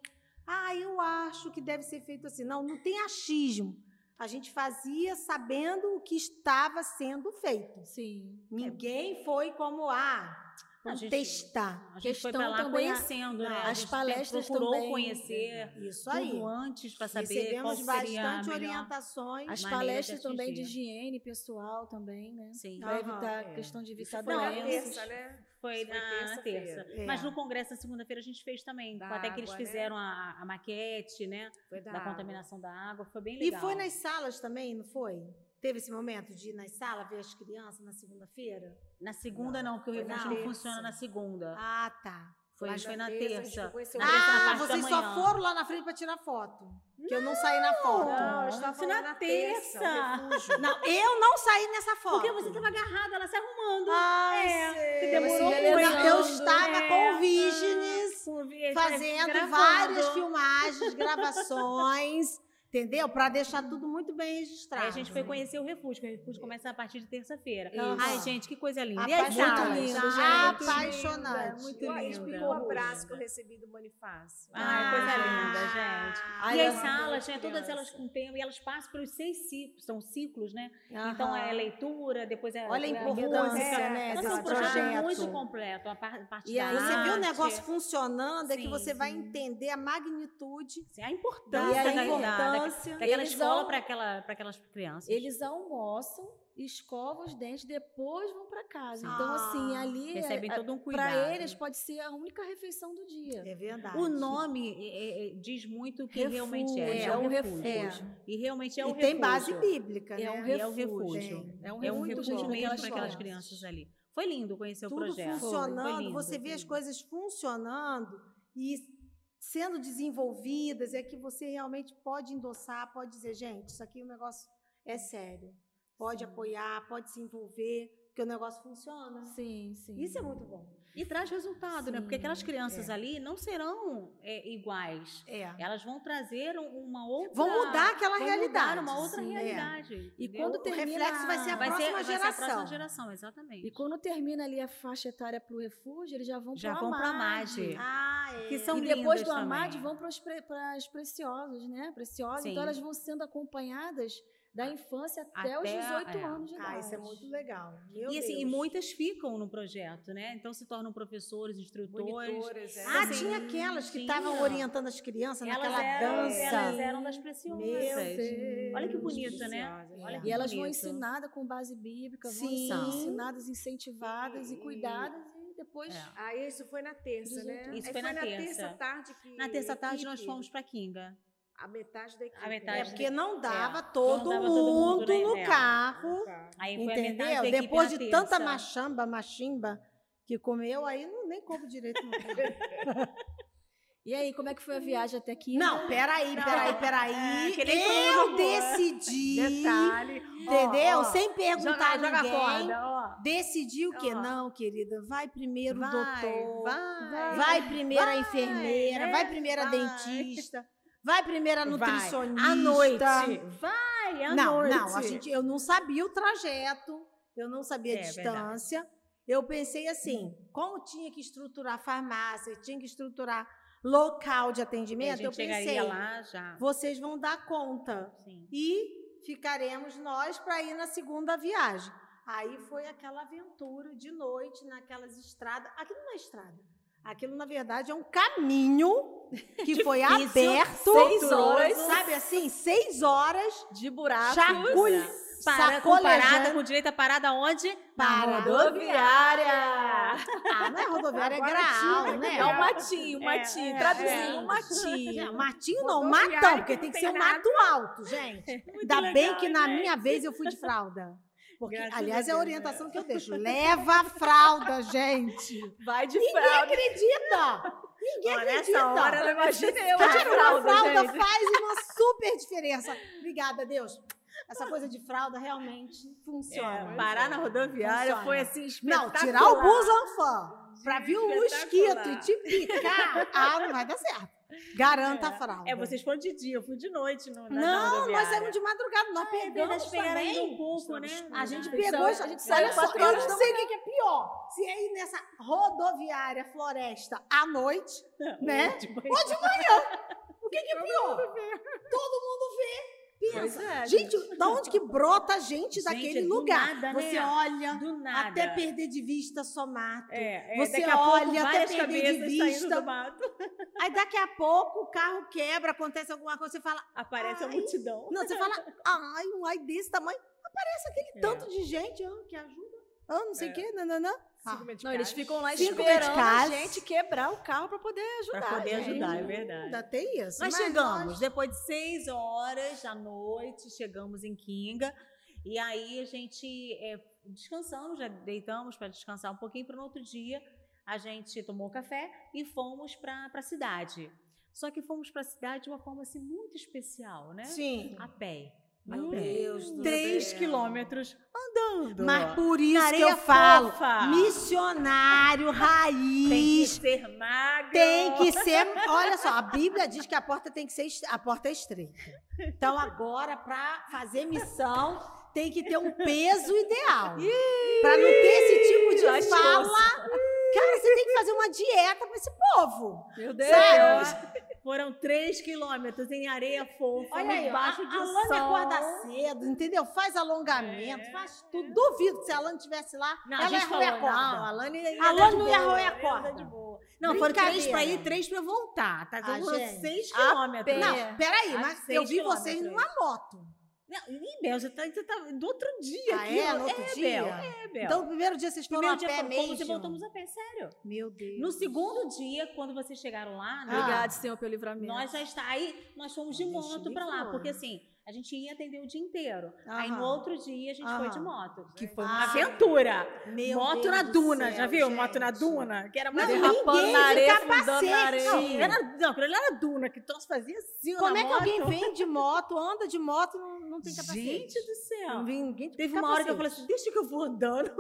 Speaker 1: ah, eu acho que deve ser feito assim. Não, não tem achismo. A gente fazia
Speaker 2: É.
Speaker 1: sabendo o que estava sendo feito.
Speaker 4: Sim.
Speaker 1: Ninguém foi como, ah, Vamos
Speaker 2: Então, gente-
Speaker 1: testar.
Speaker 2: A gente foi
Speaker 4: Questão
Speaker 2: pra lá
Speaker 4: também
Speaker 1: é
Speaker 4: a-
Speaker 2: conhecendo, né?
Speaker 4: Não,
Speaker 2: A
Speaker 4: as
Speaker 2: gente
Speaker 4: palestras
Speaker 2: procurou
Speaker 4: também.
Speaker 2: conhecer
Speaker 1: Isso aí.
Speaker 2: tudo antes para saber qual
Speaker 1: Recebemos
Speaker 2: seria a
Speaker 1: bastante
Speaker 2: melhor.
Speaker 1: orientações.
Speaker 4: As
Speaker 2: maneira de
Speaker 4: palestras também de
Speaker 2: atingir.
Speaker 4: higiene pessoal também, né?
Speaker 2: Sim.
Speaker 4: Para
Speaker 1: Aham,
Speaker 4: evitar
Speaker 3: é.
Speaker 4: a questão de
Speaker 3: Isso
Speaker 4: evitar
Speaker 3: foi na
Speaker 4: doenças.
Speaker 3: terça, né?
Speaker 2: Foi
Speaker 3: Isso foi
Speaker 2: na
Speaker 3: terça-feira.
Speaker 2: Ah, terça.
Speaker 1: É.
Speaker 2: Mas no congresso, na segunda-feira, a gente fez também.
Speaker 3: Da
Speaker 2: até que eles
Speaker 3: água, né?
Speaker 2: fizeram a, a maquete, né?
Speaker 3: Foi
Speaker 2: Da,
Speaker 3: água.
Speaker 2: contaminação da água. Foi bem
Speaker 1: E
Speaker 2: legal.
Speaker 1: foi nas salas também, não foi? Teve esse momento de ir nas salas ver as crianças na segunda-feira?
Speaker 2: Na segunda, não, porque o
Speaker 1: Foi na
Speaker 2: revanche não
Speaker 1: terça.
Speaker 2: funciona na segunda.
Speaker 1: Ah, tá.
Speaker 2: foi,
Speaker 3: mas
Speaker 2: foi
Speaker 3: na
Speaker 2: na
Speaker 3: terça a
Speaker 2: terça.
Speaker 3: gente conheceu
Speaker 2: Na
Speaker 3: mais.
Speaker 2: terça, na
Speaker 1: Ah,
Speaker 2: parte da
Speaker 1: vocês só
Speaker 2: manhã.
Speaker 1: foram lá na frente pra tirar foto. Que eu não saí na foto.
Speaker 3: Não,
Speaker 2: Não,
Speaker 3: eu estava
Speaker 2: isso
Speaker 3: lá
Speaker 2: na
Speaker 3: na terça.
Speaker 2: terça. é um
Speaker 3: o refúgio.
Speaker 1: Não, eu não saí nessa foto.
Speaker 2: Porque você estava agarrada, ela se arrumando.
Speaker 1: Ah,
Speaker 2: É,
Speaker 1: sei.
Speaker 2: que demorou É,
Speaker 1: Eu-
Speaker 2: tá.
Speaker 4: muito.
Speaker 1: Eu estava com o Virginis fazendo várias
Speaker 2: filmagens.
Speaker 1: filmagens, gravações, entendeu? Pra deixar tudo muito bem registrado.
Speaker 2: Aí a gente foi conhecer o refúgio, porque o refúgio começa a partir de terça-feira.
Speaker 1: Isso.
Speaker 2: Ai, gente, que coisa linda. E as Ah,
Speaker 1: Apaixonante.
Speaker 2: aulas?
Speaker 4: Muito lindo,
Speaker 1: Apaixonante.
Speaker 4: gente.
Speaker 1: Apaixonante.
Speaker 4: Muito
Speaker 3: Eu-
Speaker 4: lindo.
Speaker 3: E o abraço que eu recebi do Bonifácio. Ah.
Speaker 2: Ai, coisa linda, gente.
Speaker 1: Ah,
Speaker 2: e
Speaker 4: eu
Speaker 2: as
Speaker 4: adorei
Speaker 2: salas, né, todas
Speaker 4: criança.
Speaker 2: elas com tema, e elas passam pelos seis ciclos, são ciclos, né?
Speaker 1: Aham.
Speaker 2: Então é leitura, depois é.
Speaker 1: Olha a
Speaker 2: é
Speaker 1: importância,
Speaker 2: música.
Speaker 1: né,
Speaker 2: Nossa, é
Speaker 1: desse
Speaker 2: um projeto,
Speaker 1: projeto.
Speaker 2: muito completo, a par- parte
Speaker 4: E
Speaker 2: da
Speaker 4: aí
Speaker 1: Você vê o
Speaker 2: arte,
Speaker 1: negócio funcionando, é que
Speaker 2: Sim,
Speaker 1: você vai
Speaker 2: sim.
Speaker 1: entender a magnitude
Speaker 2: assim, a
Speaker 1: e
Speaker 2: importância
Speaker 1: a
Speaker 2: da, da, da,
Speaker 1: importância.
Speaker 2: daquela
Speaker 4: Eles
Speaker 2: escola
Speaker 4: vão-
Speaker 2: para aquela, pra aquelas crianças.
Speaker 4: Eles almoçam, escovam os dentes, depois vão para casa. Então,
Speaker 1: Ah,
Speaker 4: assim, ali
Speaker 2: Recebem todo um cuidado.
Speaker 4: para eles pode ser a única refeição do dia.
Speaker 1: É verdade.
Speaker 2: O nome é, é, é, diz muito o que realmente é.
Speaker 4: Refúgio,
Speaker 2: né?
Speaker 4: é um
Speaker 2: E realmente é
Speaker 1: e
Speaker 2: um refúgio.
Speaker 1: tem base bíblica, né?
Speaker 4: É um
Speaker 2: E é um
Speaker 4: refúgio.
Speaker 2: refúgio.
Speaker 4: É um
Speaker 2: É um
Speaker 1: Muito
Speaker 2: refúgio
Speaker 1: bom.
Speaker 2: mesmo
Speaker 1: Aquelas
Speaker 2: para aquelas
Speaker 1: crianças.
Speaker 2: crianças ali. Foi lindo conhecer o
Speaker 1: Tudo
Speaker 2: projeto.
Speaker 1: funcionando,
Speaker 2: Foi lindo,
Speaker 1: você vê
Speaker 2: foi
Speaker 1: as
Speaker 2: lindo.
Speaker 1: coisas funcionando e sendo desenvolvidas, é que você realmente pode endossar, pode dizer, gente, isso aqui o negócio é sério. Pode apoiar, pode se envolver, porque o negócio funciona.
Speaker 4: Sim, sim.
Speaker 1: Isso é muito bom.
Speaker 2: E traz resultado, né? Porque
Speaker 4: Sim,
Speaker 2: aquelas crianças
Speaker 1: é.
Speaker 2: ali não serão é, iguais.
Speaker 1: É.
Speaker 2: Elas vão trazer um- uma outra...
Speaker 1: Vão mudar aquela
Speaker 2: vão
Speaker 1: realidade.
Speaker 2: mudar uma outra
Speaker 1: Sim, é.
Speaker 2: realidade.
Speaker 4: E
Speaker 2: entendeu?
Speaker 4: quando
Speaker 1: O
Speaker 4: termina,
Speaker 1: reflexo vai ser a
Speaker 2: vai, ser,
Speaker 1: próxima
Speaker 2: vai ser a próxima
Speaker 1: geração.
Speaker 2: geração, exatamente.
Speaker 4: E quando termina ali a faixa etária para o refúgio, eles já vão
Speaker 2: Já
Speaker 4: para
Speaker 2: vão pra Amade.
Speaker 1: Ah, é.
Speaker 2: Que são
Speaker 4: e depois
Speaker 2: lindas
Speaker 4: do Amade
Speaker 2: também. é.
Speaker 4: vão para os preciosos, né? Preciosos.
Speaker 2: Sim.
Speaker 4: Então elas vão sendo acompanhadas da infância até, os
Speaker 2: Até a-
Speaker 4: 18
Speaker 2: é.
Speaker 4: anos de idade.
Speaker 1: Ah, isso é muito legal. Meu
Speaker 2: E assim, e
Speaker 1: Deus.
Speaker 2: muitas ficam no projeto, né? Então se tornam professores, instrutores.
Speaker 3: Monitoras, é.
Speaker 1: Ah,
Speaker 2: Sim,
Speaker 1: tinha aquelas que
Speaker 2: Assim, tinha.
Speaker 1: estavam orientando as crianças
Speaker 2: Elas
Speaker 1: naquela
Speaker 2: eram,
Speaker 1: dança.
Speaker 2: elas eram das preciosas.
Speaker 1: Meu Deus.
Speaker 2: Olha que bonito, né?
Speaker 3: Preciosas.
Speaker 2: Olha
Speaker 1: É.
Speaker 2: que
Speaker 4: E elas vão
Speaker 2: bonito.
Speaker 4: ensinadas com base bíblica,
Speaker 1: Sim.
Speaker 4: vão ensinadas, incentivadas
Speaker 3: E-
Speaker 4: e cuidadas e depois
Speaker 2: É.
Speaker 3: Aí isso foi na terça, né?
Speaker 2: Isso
Speaker 3: Aí
Speaker 2: foi na terça.
Speaker 3: tarde que
Speaker 2: Na terça tarde
Speaker 3: equipe,
Speaker 2: nós fomos pra Kinga.
Speaker 3: a metade da equipe.
Speaker 2: A metade
Speaker 1: É
Speaker 3: né?
Speaker 1: porque não dava
Speaker 2: É,
Speaker 1: todo
Speaker 2: não dava
Speaker 1: mundo,
Speaker 2: todo mundo, né?
Speaker 1: no
Speaker 2: É.
Speaker 1: carro,
Speaker 3: Tá.
Speaker 2: Aí foi a metade da
Speaker 1: entendeu?
Speaker 2: equipe
Speaker 1: Depois
Speaker 2: na
Speaker 1: de tanta
Speaker 2: terça.
Speaker 1: machamba, machimba que comeu, aí não, nem coube direito no carro.
Speaker 4: E aí, como é que foi a viagem até aqui?
Speaker 1: Não, peraí, peraí,
Speaker 2: É,
Speaker 1: peraí.
Speaker 2: que nem todo
Speaker 1: eu
Speaker 2: mundo.
Speaker 1: decidi,
Speaker 3: Detalhe. Ó,
Speaker 1: entendeu?
Speaker 3: ó,
Speaker 1: Sem perguntar
Speaker 3: joga,
Speaker 1: a
Speaker 3: joga a
Speaker 1: ninguém.
Speaker 3: corda, ó.
Speaker 1: Decidi o quê?
Speaker 3: Ó.
Speaker 1: Não, querida, vai primeiro o
Speaker 2: Vai,
Speaker 1: doutor.
Speaker 2: vai,
Speaker 1: Vai primeiro a enfermeira,
Speaker 2: é,
Speaker 1: vai primeiro a
Speaker 2: vai.
Speaker 1: dentista, vai primeiro a
Speaker 2: Vai.
Speaker 1: nutricionista.
Speaker 2: À noite. Vai, à
Speaker 1: não, assim,
Speaker 2: noite.
Speaker 1: não, a gente, eu não sabia o trajeto, eu não sabia a
Speaker 2: É,
Speaker 1: distância. Eu pensei assim, como tinha que estruturar farmácia, tinha que estruturar local de
Speaker 2: E a
Speaker 1: atendimento,
Speaker 2: gente
Speaker 1: eu pensei,
Speaker 2: chegaria lá já. assim.
Speaker 1: vocês vão dar conta
Speaker 2: Sim.
Speaker 1: e ficaremos nós para ir na segunda viagem. Aí foi aquela aventura de noite naquelas estradas. Aquilo não é estrada. Aquilo, na verdade, é um caminho que foi
Speaker 2: Difícil,
Speaker 1: aberto.
Speaker 4: seis horas.
Speaker 1: Sabe assim? Seis horas.
Speaker 4: De buraco.
Speaker 1: Chacul...
Speaker 2: Para, com parada,
Speaker 1: sacolejando.
Speaker 2: com direito a parada onde?
Speaker 1: Parada.
Speaker 2: Na
Speaker 4: Rodoviária!
Speaker 1: Ah, não é rodoviária, é
Speaker 3: Agora
Speaker 1: graal,
Speaker 3: tinha,
Speaker 1: né?
Speaker 4: É um matinho, um matinho.
Speaker 3: é,
Speaker 4: Traduzindo,
Speaker 2: é.
Speaker 4: um matinho.
Speaker 1: Não, matinho não,
Speaker 3: Rodoviária
Speaker 1: matão,
Speaker 3: que
Speaker 1: porque
Speaker 3: não
Speaker 1: tem que
Speaker 3: tem
Speaker 1: ser um
Speaker 3: nada.
Speaker 1: mato alto, gente. Ainda bem
Speaker 2: legal,
Speaker 1: que na
Speaker 2: gente.
Speaker 1: minha vez eu fui de fralda. Porque,
Speaker 2: Graças
Speaker 1: aliás,
Speaker 2: a
Speaker 1: é a
Speaker 2: Deus,
Speaker 1: orientação que eu deixo. Leva a fralda, gente.
Speaker 4: Vai de
Speaker 1: Ninguém
Speaker 4: fralda.
Speaker 1: acredita! Ninguém
Speaker 3: Ó,
Speaker 1: acredita!
Speaker 3: nessa hora ela imaginei.
Speaker 1: Cara,
Speaker 4: de
Speaker 1: uma
Speaker 4: fralda,
Speaker 1: fralda
Speaker 4: gente.
Speaker 1: faz uma super diferença. Obrigada, Deus. Essa coisa de fralda realmente funciona.
Speaker 2: É,
Speaker 1: parar na rodoviária
Speaker 3: Foi assim,
Speaker 1: Não,
Speaker 3: espetacular.
Speaker 1: tirar o busanfã pra vir um
Speaker 3: Espetacular.
Speaker 1: mosquito e te picar. Ah, não vai dar certo. Garanta a fralda.
Speaker 2: É, vocês foram de dia, eu fui de noite. No, na- na
Speaker 1: Não, é nós
Speaker 2: rodoviária.
Speaker 1: saímos de madrugada, nós pegamos
Speaker 2: Eles pegaram ainda
Speaker 1: também.
Speaker 2: um pouco, né?
Speaker 1: A gente
Speaker 4: Então,
Speaker 1: pegou,
Speaker 4: a gente saiu
Speaker 1: olha só,
Speaker 4: quatro
Speaker 1: eu
Speaker 4: horas
Speaker 1: não
Speaker 4: da
Speaker 1: sei o que que é pior. Se é ir nessa rodoviária floresta à noite, né?
Speaker 2: Tipo,
Speaker 1: Ou de manhã. O que, que é pior? Todo mundo vê.
Speaker 4: Pois
Speaker 1: Pensa.
Speaker 4: é,
Speaker 1: gente, da onde que brota gente,
Speaker 2: Gente,
Speaker 1: daquele
Speaker 2: é do
Speaker 1: lugar?
Speaker 2: nada, né?
Speaker 1: Você olha
Speaker 2: Do nada.
Speaker 1: até perder de vista só mato.
Speaker 2: É, é,
Speaker 1: Você
Speaker 2: daqui a pouco,
Speaker 1: olha até
Speaker 2: várias
Speaker 1: perder de
Speaker 2: cabeças saindo
Speaker 1: vista.
Speaker 2: do mato.
Speaker 1: Aí daqui a pouco o carro quebra, acontece alguma coisa, você fala.
Speaker 2: Aparece
Speaker 1: Ai.
Speaker 2: a multidão.
Speaker 1: Não, você fala, ai, um ai desse tamanho. Aparece aquele tanto de gente ah, que ajuda. Ah, não sei o
Speaker 3: É.
Speaker 1: quê, nananã. Ah,
Speaker 3: Cinco medicais.
Speaker 4: Não, eles ficam lá
Speaker 1: Cinco
Speaker 4: Tá esperando a
Speaker 1: medicais.
Speaker 4: gente quebrar o carro para poder ajudar.
Speaker 2: Pra poder
Speaker 4: gente.
Speaker 2: ajudar, é verdade.
Speaker 1: Ainda tem isso.
Speaker 2: Nós
Speaker 1: mas
Speaker 2: chegamos, depois de seis horas da noite, chegamos em Kinga. E aí a gente é, descansamos, já deitamos para descansar um pouquinho. Para no outro dia, a gente tomou café e fomos para a cidade. Só que fomos para a cidade de uma forma assim, muito especial, né?
Speaker 1: Sim.
Speaker 2: A pé. A
Speaker 3: Meu
Speaker 2: pé.
Speaker 3: Deus do
Speaker 2: Três
Speaker 3: céu.
Speaker 2: quilômetros andando.
Speaker 1: Mas por isso
Speaker 2: Na
Speaker 1: que eu
Speaker 2: areia
Speaker 1: falo,
Speaker 2: fofa.
Speaker 1: missionário
Speaker 2: Tem que
Speaker 1: raiz
Speaker 2: ser magro.
Speaker 1: tem que ser. Olha só, a Bíblia diz que a porta tem que ser est- a porta é estreita. Então agora para fazer missão tem que ter um peso ideal. Para não ter esse tipo de
Speaker 4: Lascou-se.
Speaker 1: fala. Cara, você tem que fazer uma dieta para esse povo.
Speaker 4: Meu Deus.
Speaker 1: Sabe?
Speaker 2: Foram três quilômetros em areia fofa,
Speaker 1: Olha aí,
Speaker 2: embaixo
Speaker 1: a,
Speaker 2: de
Speaker 1: a
Speaker 2: um
Speaker 1: Alane
Speaker 2: sol.
Speaker 1: acorda cedo, entendeu? Faz alongamento,
Speaker 2: É.
Speaker 1: faz tudo. Duvido que se a Alane estivesse lá,
Speaker 2: Não, a
Speaker 1: ela
Speaker 2: gente
Speaker 1: ia
Speaker 2: falou,
Speaker 1: roer a corda.
Speaker 2: não, a Lani ia
Speaker 1: A
Speaker 2: andar
Speaker 1: Lani
Speaker 2: de
Speaker 1: não ia
Speaker 2: boa,
Speaker 1: roer a
Speaker 2: ela ia andar
Speaker 1: corda.
Speaker 2: de boa. Não, foram três pra
Speaker 1: Brincadeira.
Speaker 2: ir, três pra voltar. Tá
Speaker 1: Ah,
Speaker 2: falando
Speaker 1: gente,
Speaker 2: seis
Speaker 4: a
Speaker 2: quilômetros.
Speaker 4: pé.
Speaker 2: Não,
Speaker 1: Não, peraí,
Speaker 2: Ah,
Speaker 1: mas
Speaker 2: seis
Speaker 1: eu vi vocês
Speaker 2: quilômetros.
Speaker 1: numa moto.
Speaker 2: não, e Bel, você tá, você tá do outro dia
Speaker 1: Ah,
Speaker 2: aqui.
Speaker 1: é?
Speaker 2: ó.
Speaker 1: No outro
Speaker 2: é,
Speaker 1: dia?
Speaker 2: Bel, é, Bel.
Speaker 1: Então, no primeiro dia vocês foram
Speaker 2: primeiro
Speaker 1: a
Speaker 2: dia
Speaker 1: pé
Speaker 2: fomos,
Speaker 1: mesmo.
Speaker 2: e voltamos a pé, sério.
Speaker 1: Meu Deus.
Speaker 2: No segundo dia, quando vocês chegaram lá,
Speaker 1: Ah.
Speaker 2: né,
Speaker 4: Obrigado, Senhor, pelo livramento.
Speaker 2: nós já está aí, nós fomos de
Speaker 1: Deixa eu
Speaker 2: moto
Speaker 1: me
Speaker 2: pra lá,
Speaker 1: falar.
Speaker 2: porque assim, a gente ia atender o dia inteiro. Aí
Speaker 1: Aham.
Speaker 2: no outro dia a gente foi de
Speaker 1: Aham.
Speaker 2: moto. Ah, Que
Speaker 1: foi
Speaker 2: uma
Speaker 1: uma
Speaker 2: aventura.
Speaker 1: Meu
Speaker 2: moto
Speaker 1: Deus
Speaker 2: na
Speaker 1: do
Speaker 2: duna,
Speaker 1: céu,
Speaker 2: já viu? Moto na
Speaker 1: gente.
Speaker 2: duna, que era
Speaker 1: Não,
Speaker 2: mais
Speaker 1: ninguém
Speaker 4: derrapando
Speaker 1: de
Speaker 4: na areia, afundando na
Speaker 1: capacete.
Speaker 4: areia.
Speaker 1: Não,
Speaker 2: Não, é era, não, aquilo lá era duna, que todos fazia assim. ó,
Speaker 1: Como
Speaker 2: na
Speaker 1: é que alguém
Speaker 2: moto.
Speaker 1: vem de moto, anda de moto e não, não tem capacete?
Speaker 2: Gente do céu.
Speaker 1: não vem ninguém de
Speaker 2: Teve uma hora que eu
Speaker 1: capacete.
Speaker 2: falei assim: deixa que eu vou andando.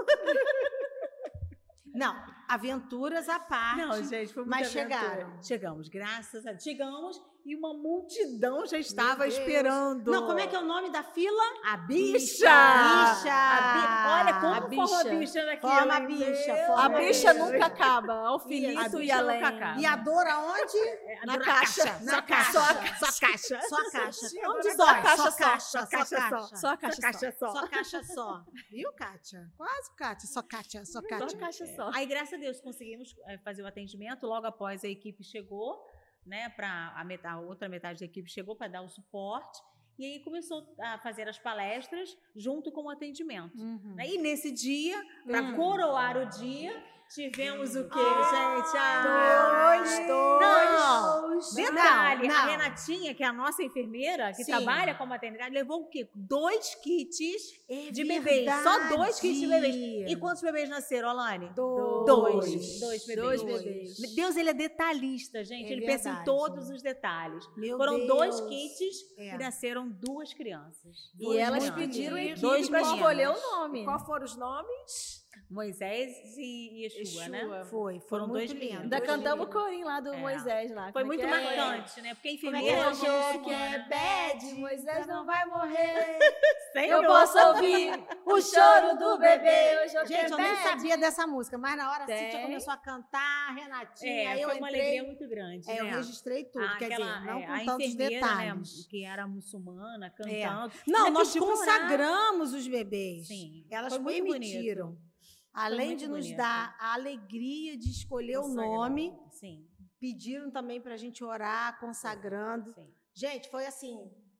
Speaker 1: Não, aventuras à parte.
Speaker 2: Não, gente, foi muita
Speaker 1: Mas
Speaker 2: aventura.
Speaker 1: chegaram.
Speaker 2: Chegamos, graças a Deus. Chegamos e uma multidão já estava
Speaker 1: Deus.
Speaker 2: esperando.
Speaker 1: Não, como é que é o nome da fila?
Speaker 2: A bicha!
Speaker 1: Bicha!
Speaker 2: Ah, A bi- Olha como
Speaker 4: A
Speaker 2: forma
Speaker 4: bicha.
Speaker 2: bicha daqui.
Speaker 1: Forma a bicha, forma
Speaker 4: A bicha
Speaker 1: Meu
Speaker 4: nunca acaba, ao
Speaker 2: A
Speaker 4: finito e
Speaker 2: bicha
Speaker 4: além.
Speaker 2: nunca acaba.
Speaker 1: E a É, dor aonde?
Speaker 4: na caixa.
Speaker 1: Na
Speaker 2: Só
Speaker 1: caixa.
Speaker 2: caixa. Só caixa.
Speaker 1: Só a caixa.
Speaker 2: Tinha
Speaker 1: Onde
Speaker 2: dor
Speaker 1: dói?
Speaker 2: na
Speaker 1: Só
Speaker 2: caixa
Speaker 1: caixa, só
Speaker 2: só, só caixa
Speaker 1: caixa.
Speaker 2: só.
Speaker 4: Tá. Só a
Speaker 2: Só
Speaker 4: caixa só.
Speaker 2: caixa só.
Speaker 1: Só caixa só. Viu, Kátia? Quase, Kátia. Só Kátia, só
Speaker 4: Só
Speaker 1: Kátia.
Speaker 4: a caixa só.
Speaker 2: Aí, graças a Deus, conseguimos eh, fazer o atendimento. Logo após a equipe chegou, né? Pra a, meta- a outra metade da equipe chegou para dar o suporte. E aí começou a fazer as palestras junto com o atendimento.
Speaker 1: Uhum.
Speaker 2: né? E nesse dia, para
Speaker 1: Hum.
Speaker 2: coroar o dia, tivemos o quê,
Speaker 1: Ah,
Speaker 2: gente? Ah,
Speaker 1: dois,
Speaker 2: Não.
Speaker 1: dois.
Speaker 2: Detalhe,
Speaker 1: Não,
Speaker 2: a
Speaker 1: não.
Speaker 2: Renatinha, que é a nossa enfermeira, que
Speaker 1: Sim.
Speaker 2: trabalha com a maternidade, levou o quê? Dois kits
Speaker 1: É
Speaker 2: de bebês. Só dois kits de bebês.
Speaker 1: verdade.
Speaker 2: E quantos bebês nasceram, Alane?
Speaker 1: Dois.
Speaker 2: Dois. Dois bebês.
Speaker 4: Dois bebês.
Speaker 2: Deus, ele é detalhista, gente.
Speaker 1: É
Speaker 2: ele pensa em
Speaker 1: verdade.
Speaker 2: todos os detalhes.
Speaker 1: Meu
Speaker 2: Foram dois
Speaker 1: Deus.
Speaker 2: kits
Speaker 1: É.
Speaker 2: e nasceram duas crianças.
Speaker 4: E elas
Speaker 1: muito
Speaker 4: pediram
Speaker 1: bem.
Speaker 4: equipe
Speaker 2: Dois
Speaker 4: pra
Speaker 2: meninos.
Speaker 4: escolher o nome.
Speaker 3: Qual foram os nomes?
Speaker 2: Moisés e Yeshua, né?
Speaker 3: Yeshua.
Speaker 1: Foi, foi
Speaker 2: Foram
Speaker 1: muito
Speaker 2: dois
Speaker 1: lindo.
Speaker 2: meninos.
Speaker 4: Ainda
Speaker 1: Dois
Speaker 4: cantamos o
Speaker 1: meninos.
Speaker 4: corinho lá do
Speaker 2: É.
Speaker 4: Moisés lá.
Speaker 2: Foi
Speaker 4: Como é
Speaker 2: muito
Speaker 4: que é?
Speaker 2: marcante, né? Porque a
Speaker 1: Como é
Speaker 2: enfermeira
Speaker 1: que é?
Speaker 2: ela
Speaker 1: Hoje
Speaker 2: não
Speaker 1: que é
Speaker 2: sumou, né?
Speaker 1: bad, Moisés não vai morrer.
Speaker 2: Sem é,
Speaker 4: Eu
Speaker 2: olhar.
Speaker 4: posso ouvir o choro do bebê. Hoje eu
Speaker 1: Gente, eu nem
Speaker 4: quero
Speaker 1: sabia dessa música, mas na hora a Cintia
Speaker 4: Tem.
Speaker 1: começou a cantar, a Renatinha,
Speaker 2: É,
Speaker 1: assim, aí eu entrei.
Speaker 2: foi uma alegria muito grande.
Speaker 1: É, eu
Speaker 2: né?
Speaker 1: registrei tudo,
Speaker 2: Ah,
Speaker 1: quer
Speaker 2: aquela,
Speaker 1: dizer, não
Speaker 2: é,
Speaker 1: com
Speaker 2: a
Speaker 1: tantos
Speaker 2: enfermeira, né,
Speaker 1: detalhes. É.
Speaker 2: que era muçulmana, cantando. tipo,
Speaker 1: Não, é
Speaker 2: Ela
Speaker 1: nós
Speaker 2: pediu pra orar.
Speaker 1: consagramos os bebês.
Speaker 2: Sim,
Speaker 1: Elas
Speaker 2: foi muito
Speaker 1: permitiram. Além
Speaker 2: muito
Speaker 1: de nos
Speaker 2: bonito.
Speaker 1: dar a alegria de escolher o
Speaker 3: Consagramos.
Speaker 1: nome,
Speaker 2: bonito. né? Sim,
Speaker 1: pediram também para a gente orar, consagrando.
Speaker 2: sim.
Speaker 1: Gente, foi assim,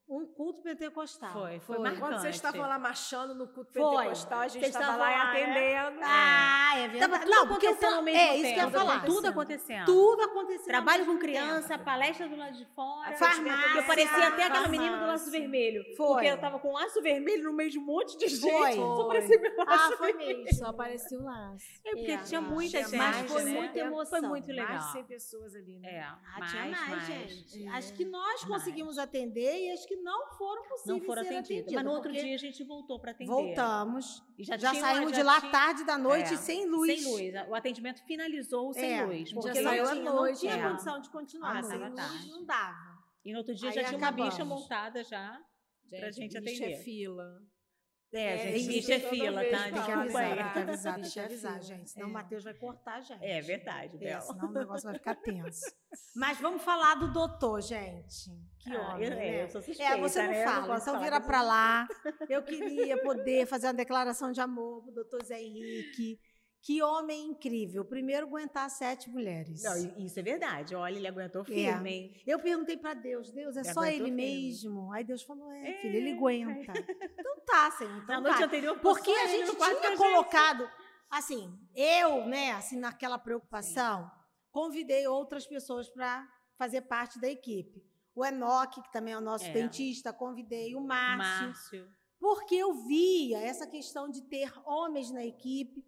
Speaker 1: um culto pentecostal.
Speaker 2: Foi, foi,
Speaker 1: Quando
Speaker 2: marcante.
Speaker 3: Quando vocês estavam lá marchando no culto
Speaker 1: Foi.
Speaker 3: pentecostal, a gente
Speaker 2: Vocês
Speaker 3: estava
Speaker 2: estavam
Speaker 3: lá,
Speaker 2: lá, né?
Speaker 3: atendendo.
Speaker 1: Ah, é verdade.
Speaker 2: Tava tudo
Speaker 1: Não, porque eu
Speaker 2: acontecendo ao
Speaker 1: falo,
Speaker 2: mesmo
Speaker 1: é
Speaker 2: tempo.
Speaker 1: isso que eu ia falar.
Speaker 2: Tudo acontecendo.
Speaker 1: Tudo aconteceu.
Speaker 2: Trabalho
Speaker 1: ao
Speaker 2: com
Speaker 1: mesmo
Speaker 2: criança,
Speaker 1: tempo.
Speaker 2: palestra do lado de fora.
Speaker 1: Farmácia.
Speaker 2: Eu parecia até aquela menina do laço
Speaker 1: farmácia.
Speaker 2: vermelho.
Speaker 1: Foi.
Speaker 2: Porque eu tava com laço vermelho no meio de um monte de gente.
Speaker 1: Foi.
Speaker 2: Só parecia meu laço
Speaker 1: Ah, foi mesmo.
Speaker 4: Só apareceu lá.
Speaker 2: É porque
Speaker 1: É,
Speaker 2: tinha
Speaker 1: não,
Speaker 2: muita
Speaker 3: tinha
Speaker 2: gente.
Speaker 3: mais,
Speaker 2: mas foi
Speaker 3: né?
Speaker 2: muita emoção. Foi muito legal.
Speaker 3: Mais de 100 pessoas ali, né?
Speaker 2: É,
Speaker 1: Ah,
Speaker 2: mais,
Speaker 1: tinha mais,
Speaker 2: mais.
Speaker 1: gente.
Speaker 4: É.
Speaker 1: As que nós
Speaker 2: Mais.
Speaker 1: conseguimos atender e as que não foram possíveis
Speaker 2: Não foram
Speaker 1: ser
Speaker 2: atendidas.
Speaker 1: atendidas.
Speaker 2: Mas no outro
Speaker 1: porque
Speaker 2: dia a gente voltou para atender.
Speaker 1: voltamos.
Speaker 2: E
Speaker 1: Já,
Speaker 2: tinha- um
Speaker 1: saímos
Speaker 2: já
Speaker 1: de lá
Speaker 2: tinha-
Speaker 1: tarde da noite
Speaker 2: É,
Speaker 1: sem luz.
Speaker 2: Sem luz. O atendimento finalizou sem
Speaker 1: É,
Speaker 2: luz.
Speaker 1: Porque
Speaker 4: Já
Speaker 1: não
Speaker 4: saiu à
Speaker 1: tinha, não
Speaker 4: noite,
Speaker 1: tinha
Speaker 2: é.
Speaker 1: condição de continuar.
Speaker 2: Ah,
Speaker 1: sem
Speaker 2: tava
Speaker 1: luz
Speaker 2: tarde.
Speaker 1: não dava.
Speaker 2: E no outro dia
Speaker 1: Aí
Speaker 2: já tinha uma bicha
Speaker 1: acabamos. é
Speaker 2: montada já. Pra gente
Speaker 4: bicho
Speaker 2: atender.
Speaker 4: é fila.
Speaker 2: É,
Speaker 3: É,
Speaker 2: gente,
Speaker 1: isso
Speaker 2: bicho é
Speaker 3: toda
Speaker 2: fila,
Speaker 3: vez
Speaker 2: tá?
Speaker 1: Tem que
Speaker 3: Fala,
Speaker 1: avisar,
Speaker 3: Baiana.
Speaker 1: tem que avisar, tem que
Speaker 4: Bicha
Speaker 1: avisar,
Speaker 4: fina.
Speaker 1: gente. Senão
Speaker 4: É.
Speaker 1: o Matheus vai cortar a gente.
Speaker 2: É verdade,
Speaker 1: É,
Speaker 2: Bel.
Speaker 1: senão o negócio vai ficar tenso. Mas vamos falar do doutor, gente. Que
Speaker 2: Ah,
Speaker 1: homem,
Speaker 2: eu-
Speaker 1: né?
Speaker 2: é, eu sou suspeita,
Speaker 1: É, você não
Speaker 2: né? Eu não
Speaker 1: fala,
Speaker 2: posso
Speaker 1: então
Speaker 2: falar
Speaker 1: vira
Speaker 2: dos
Speaker 1: pra lá. Eu queria poder fazer uma declaração de amor pro doutor Zé Henrique. Que homem incrível. Primeiro aguentar sete mulheres.
Speaker 2: Não, i- isso é verdade. Olha, ele
Speaker 1: É.
Speaker 2: aguentou firme, hein?
Speaker 1: Eu perguntei pra Deus, Deus, é
Speaker 2: Já
Speaker 1: só
Speaker 2: aguentou
Speaker 1: ele
Speaker 2: firme.
Speaker 1: mesmo? Aí Deus falou, é,
Speaker 2: É,
Speaker 1: filho, ele aguenta. Então tá, Senhor, então
Speaker 2: Na
Speaker 1: vai.
Speaker 2: noite anterior, ficou
Speaker 1: Porque
Speaker 2: só
Speaker 1: a
Speaker 2: ele
Speaker 1: gente
Speaker 2: no quarto com a
Speaker 1: tinha colocado, assim, eu, né, assim, naquela preocupação, convidei outras pessoas para fazer parte da equipe. O Enoque, que também é o nosso
Speaker 2: É.
Speaker 1: dentista, convidei o Márcio,
Speaker 2: Márcio.
Speaker 1: porque eu via essa questão de ter homens na equipe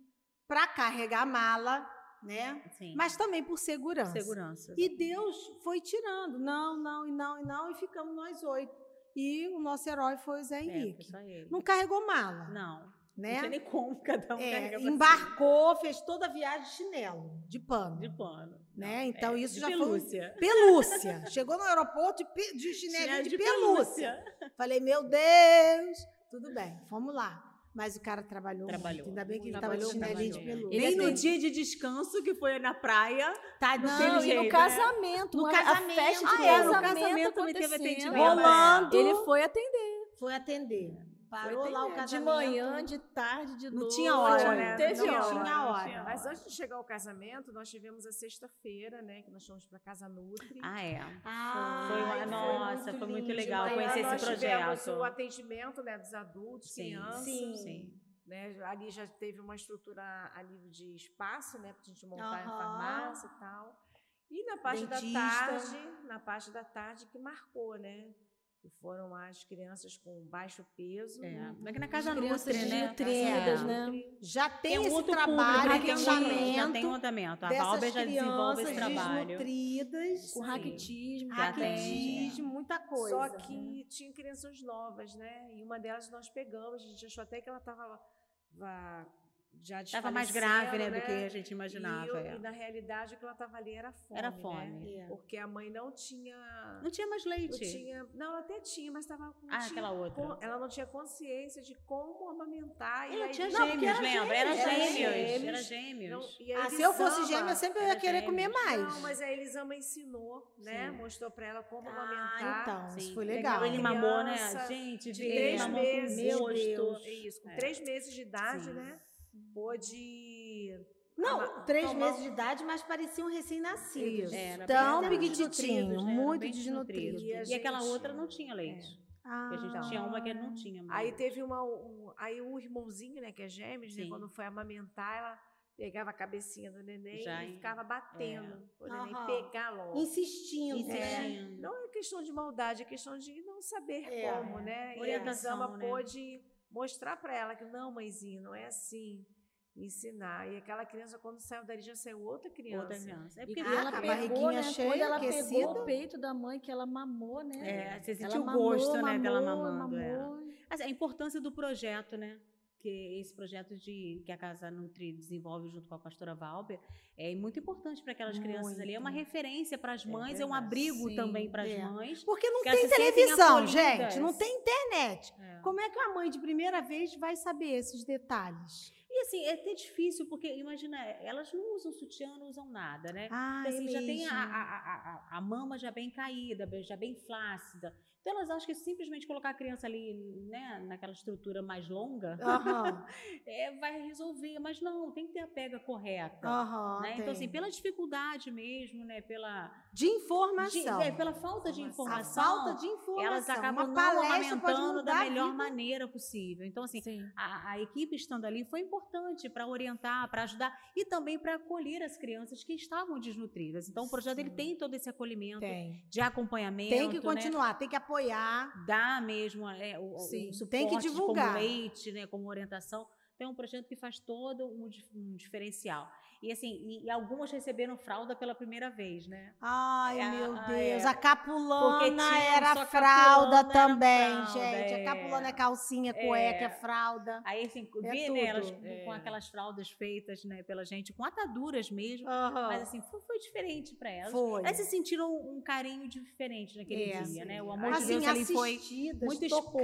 Speaker 1: para carregar a mala, né?
Speaker 2: Sim.
Speaker 1: Mas também por segurança.
Speaker 2: segurança.
Speaker 1: E Deus foi tirando, não, não, e não, e não, e ficamos nós oito. E o nosso herói foi o Zé
Speaker 2: É, foi
Speaker 1: Henrique.
Speaker 2: só ele.
Speaker 1: Não carregou mala,
Speaker 2: Não.
Speaker 1: né?
Speaker 2: Não sei nem como cada um
Speaker 1: É,
Speaker 2: carrega pra cima.
Speaker 1: embarcou, fez toda a viagem de chinelo, de pano,
Speaker 2: De pano.
Speaker 1: né?
Speaker 2: Não,
Speaker 1: Então
Speaker 2: é,
Speaker 1: isso
Speaker 2: de
Speaker 1: já
Speaker 2: pelúcia.
Speaker 1: foi pelúcia. Chegou no aeroporto de, pe- de chinelinho
Speaker 2: Chinelo
Speaker 1: de,
Speaker 2: de
Speaker 1: pelúcia. Falei, meu Deus, tudo bem, vamos lá. Mas o cara trabalhou,
Speaker 2: Trabalhou.
Speaker 1: muito, ainda bem que ele
Speaker 2: Muito,
Speaker 1: estava de
Speaker 2: trabalhou,
Speaker 1: chinelinho de
Speaker 2: trabalhou.
Speaker 1: pelúcia.
Speaker 4: Ele
Speaker 2: Nem
Speaker 4: é
Speaker 2: no
Speaker 4: bem-
Speaker 2: dia de descanso, que foi na praia. Tá,
Speaker 4: Não, e no casamento,
Speaker 1: No
Speaker 4: uma-
Speaker 1: casamento.
Speaker 4: a festa de
Speaker 1: Ah, é, no
Speaker 4: casamento,
Speaker 2: casamento também teve é.
Speaker 4: acontecendo.
Speaker 2: atendimento.
Speaker 1: Rolando.
Speaker 4: Ele foi atender.
Speaker 1: Foi atender. Parou
Speaker 4: Foi
Speaker 1: lá o
Speaker 4: atender.
Speaker 1: casamento.
Speaker 4: De manhã, de tarde, de
Speaker 1: Não
Speaker 4: noite.
Speaker 1: tinha hora,
Speaker 4: não
Speaker 1: né?
Speaker 4: Teve
Speaker 1: Não
Speaker 4: hora.
Speaker 1: tinha
Speaker 4: não
Speaker 1: hora.
Speaker 4: tinha
Speaker 3: Mas antes de chegar ao casamento, nós tivemos a sexta-feira, né? Que nós fomos para Casa Nutri.
Speaker 2: Ah, é.
Speaker 1: Ah,
Speaker 2: Foi uma-
Speaker 1: ai,
Speaker 2: nossa, foi muito
Speaker 1: lindo.
Speaker 2: legal
Speaker 1: De manhã
Speaker 2: conhecer esse
Speaker 3: nós
Speaker 1: nós
Speaker 2: projeto.
Speaker 3: tivemos o atendimento né, dos adultos,
Speaker 2: Sim,
Speaker 3: crianças.
Speaker 1: Sim.
Speaker 2: sim.
Speaker 3: Né? Ali já teve uma estrutura a nível de espaço, né? Pra gente montar em
Speaker 1: Aham.
Speaker 3: farmácia e tal. E na parte
Speaker 1: Dentista.
Speaker 3: da tarde, na parte da tarde que marcou, né? Que foram as crianças com baixo peso.
Speaker 2: É.
Speaker 1: um
Speaker 3: né?
Speaker 2: Mas que na casa
Speaker 4: crianças
Speaker 2: Nutri, né?
Speaker 4: desnutridas,
Speaker 2: É.
Speaker 4: né?
Speaker 1: Já tem,
Speaker 2: Tem um
Speaker 1: esse
Speaker 2: outro
Speaker 1: trabalho,
Speaker 2: público, já tem
Speaker 1: agendamento.
Speaker 2: um andamento. Já tem um andamento. A
Speaker 1: dessas
Speaker 2: Valber já desenvolve esse
Speaker 1: crianças
Speaker 2: trabalho.
Speaker 1: desnutridas,
Speaker 4: Com
Speaker 3: Sim.
Speaker 4: raquitismo.
Speaker 2: Já tem.
Speaker 1: é
Speaker 2: é.
Speaker 1: raquitismo, muita coisa.
Speaker 3: Só que
Speaker 2: né?
Speaker 3: tinha crianças novas, né? E uma delas nós pegamos, a gente achou até que ela estava já
Speaker 2: Estava mais grave, né, do que a gente imaginava.
Speaker 3: E, eu-
Speaker 2: é.
Speaker 3: e na realidade o que ela estava ali era fome.
Speaker 2: Era
Speaker 3: né?
Speaker 2: fome. é.
Speaker 3: Porque a mãe não tinha.
Speaker 2: Não tinha mais
Speaker 3: Não
Speaker 2: leite.
Speaker 3: tinha. Não, ela até tinha, mas estava com.
Speaker 2: Ah, aquela outra.
Speaker 3: ela não tinha consciência de como amamentar. e
Speaker 2: Ela
Speaker 3: aí-
Speaker 2: tinha
Speaker 3: Não, porque
Speaker 2: gêmeos,
Speaker 3: era
Speaker 2: lembra? Era
Speaker 3: gêmeos, era
Speaker 2: gêmeos.
Speaker 3: gêmeos.
Speaker 2: Era gêmeos.
Speaker 3: Não, e a
Speaker 1: Ah, se eu fosse
Speaker 3: Elisama-
Speaker 1: gêmea, eu sempre ia
Speaker 2: era tipo,
Speaker 1: querer
Speaker 2: é gêmeo.
Speaker 1: comer mais.
Speaker 3: Não, mas a Elisama ensinou, né?
Speaker 2: Sim.
Speaker 3: Mostrou pra ela como
Speaker 1: ah,
Speaker 3: amamentar.
Speaker 1: então, isso
Speaker 2: Sim.
Speaker 1: foi legal.
Speaker 2: Ele
Speaker 3: Criança
Speaker 2: mamou, né? Gente,
Speaker 3: de
Speaker 2: vê,
Speaker 3: três
Speaker 2: mamou com
Speaker 3: meses.
Speaker 2: meu
Speaker 1: Meu Deus.
Speaker 2: gosto.
Speaker 3: Isso, com
Speaker 2: É.
Speaker 3: três meses de idade,
Speaker 2: Sim.
Speaker 3: né? Pôde.
Speaker 1: Não,
Speaker 2: Ah,
Speaker 3: Toma-
Speaker 1: três
Speaker 2: então
Speaker 3: tomar
Speaker 1: meses de idade, mas pareciam recém-nascidos.
Speaker 3: Isso.
Speaker 2: Era
Speaker 1: Tão
Speaker 2: bem
Speaker 1: pequititinho,
Speaker 2: desnutridos, né? Eram
Speaker 1: muito
Speaker 2: bem
Speaker 1: desnutrido.
Speaker 2: desnutridos.
Speaker 3: E a
Speaker 2: E aquela
Speaker 3: gente-
Speaker 2: outra não tinha leite. Porque a gente
Speaker 1: Ah.
Speaker 2: tinha um uma que não tinha. mais.
Speaker 3: É. Aí teve uma. um- aí o irmãozinho, né, que é gêmeos, né,
Speaker 2: Sim.
Speaker 3: quando foi amamentar, ela pegava a cabecinha do neném
Speaker 2: Já É.
Speaker 3: e
Speaker 2: em-
Speaker 3: ficava batendo. O neném
Speaker 1: Aham.
Speaker 3: pegar logo.
Speaker 1: Insistindo. né?
Speaker 2: Insistindo.
Speaker 3: Não um é questão de maldade, é questão de não saber
Speaker 1: É,
Speaker 3: como, né?
Speaker 2: Orientação,
Speaker 3: e a Elisama
Speaker 2: né?
Speaker 3: pôde mostrar pra ela que não, mãezinha, não é assim. Ensinar. E aquela criança, quando saiu dali, já saiu outra criança.
Speaker 2: Outra criança. É
Speaker 3: E
Speaker 2: porque
Speaker 1: Ah,
Speaker 4: E ela
Speaker 1: a
Speaker 4: pegou,
Speaker 1: barriguinha
Speaker 4: né?
Speaker 1: cheia,
Speaker 4: Quando ela pegou
Speaker 1: aquecida.
Speaker 4: o peito da mãe, que ela mamou, né?
Speaker 2: É, você
Speaker 4: Ela
Speaker 2: sentiu o
Speaker 4: mamou,
Speaker 2: gosto, né, dela
Speaker 4: mamou,
Speaker 2: mamando, é.
Speaker 4: mamou.
Speaker 2: Assim, a importância do projeto, né? Que esse projeto de, que a Casa Nutri desenvolve junto com a pastora Valber é muito importante para aquelas crianças ali. É uma
Speaker 1: Muito.
Speaker 2: referência para as
Speaker 3: É
Speaker 2: mães, é, um
Speaker 3: verdade.
Speaker 2: abrigo
Speaker 4: Sim,
Speaker 2: também para as
Speaker 1: é.
Speaker 2: mães.
Speaker 1: Porque não
Speaker 2: Que
Speaker 1: tem
Speaker 2: elas se sentem
Speaker 1: televisão,
Speaker 2: acolhidas.
Speaker 1: gente, não tem internet.
Speaker 2: É.
Speaker 1: Como é que a mãe de primeira vez vai saber esses detalhes?
Speaker 2: E assim, é até difícil, porque imagina, elas não usam sutiã, não usam nada, né?
Speaker 1: Ah,
Speaker 2: Então, assim,
Speaker 1: é
Speaker 2: já tem a,
Speaker 1: mesmo.
Speaker 2: a, a- a- a mama já bem caída, bem- já bem flácida. Então elas acham que simplesmente colocar a criança ali, né, naquela estrutura mais longa,
Speaker 1: Aham,
Speaker 2: é, vai resolver. Mas não, tem que ter a pega
Speaker 1: Ah,
Speaker 2: correta.
Speaker 1: aham.
Speaker 2: né? Então, assim,
Speaker 1: tem.
Speaker 2: pela dificuldade mesmo, né? Pela,
Speaker 1: de
Speaker 2: de-
Speaker 1: informação.
Speaker 2: é, pela falta de
Speaker 1: a
Speaker 2: informação,
Speaker 1: falta de informação.
Speaker 2: elas
Speaker 1: Uma
Speaker 2: acabam não
Speaker 1: palestra pode
Speaker 2: amamentando da
Speaker 1: mudar a
Speaker 2: melhor
Speaker 1: vida.
Speaker 2: maneira possível. Então, assim,
Speaker 4: Sim.
Speaker 2: a, a equipe estando ali foi importante para orientar, para ajudar e também para acolher as crianças que estavam desnutridas. Então, o projeto ele tem todo esse acolhimento
Speaker 1: Tem.
Speaker 2: de acompanhamento.
Speaker 1: Tem que
Speaker 2: né?
Speaker 1: continuar, tem que apoiar.
Speaker 2: Dá mesmo é, o, o- o
Speaker 1: Sim,
Speaker 2: suporte
Speaker 1: tem que divulgar.
Speaker 2: como leite, né, como orientação. Então, Então, é um projeto que faz todo um, dif- um diferencial. E assim, e, e algumas receberam fralda pela primeira vez, né?
Speaker 1: Ai,
Speaker 2: É,
Speaker 1: meu
Speaker 2: ah,
Speaker 1: Deus.
Speaker 2: é.
Speaker 1: A capulana
Speaker 2: tinha
Speaker 1: era
Speaker 2: só
Speaker 1: fralda
Speaker 2: capulana, era
Speaker 1: também,
Speaker 2: fralda,
Speaker 1: gente.
Speaker 2: é.
Speaker 1: A capulana é calcinha, cueca, é,
Speaker 2: É.
Speaker 1: fralda.
Speaker 2: Aí, assim,
Speaker 1: É
Speaker 2: vi
Speaker 1: tudo.
Speaker 2: né, elas com,
Speaker 3: É.
Speaker 2: com aquelas fraldas feitas né, pela gente, com ataduras mesmo.
Speaker 1: Aham.
Speaker 2: Mas assim, foi, foi diferente para elas.
Speaker 1: Foi.
Speaker 2: Elas se sentiram um carinho diferente naquele
Speaker 1: É,
Speaker 2: dia,
Speaker 3: sim.
Speaker 2: né? O amor
Speaker 1: Mas,
Speaker 2: de
Speaker 1: assim,
Speaker 2: Deus ali foi
Speaker 1: assistidas,
Speaker 2: muito
Speaker 1: tocadas,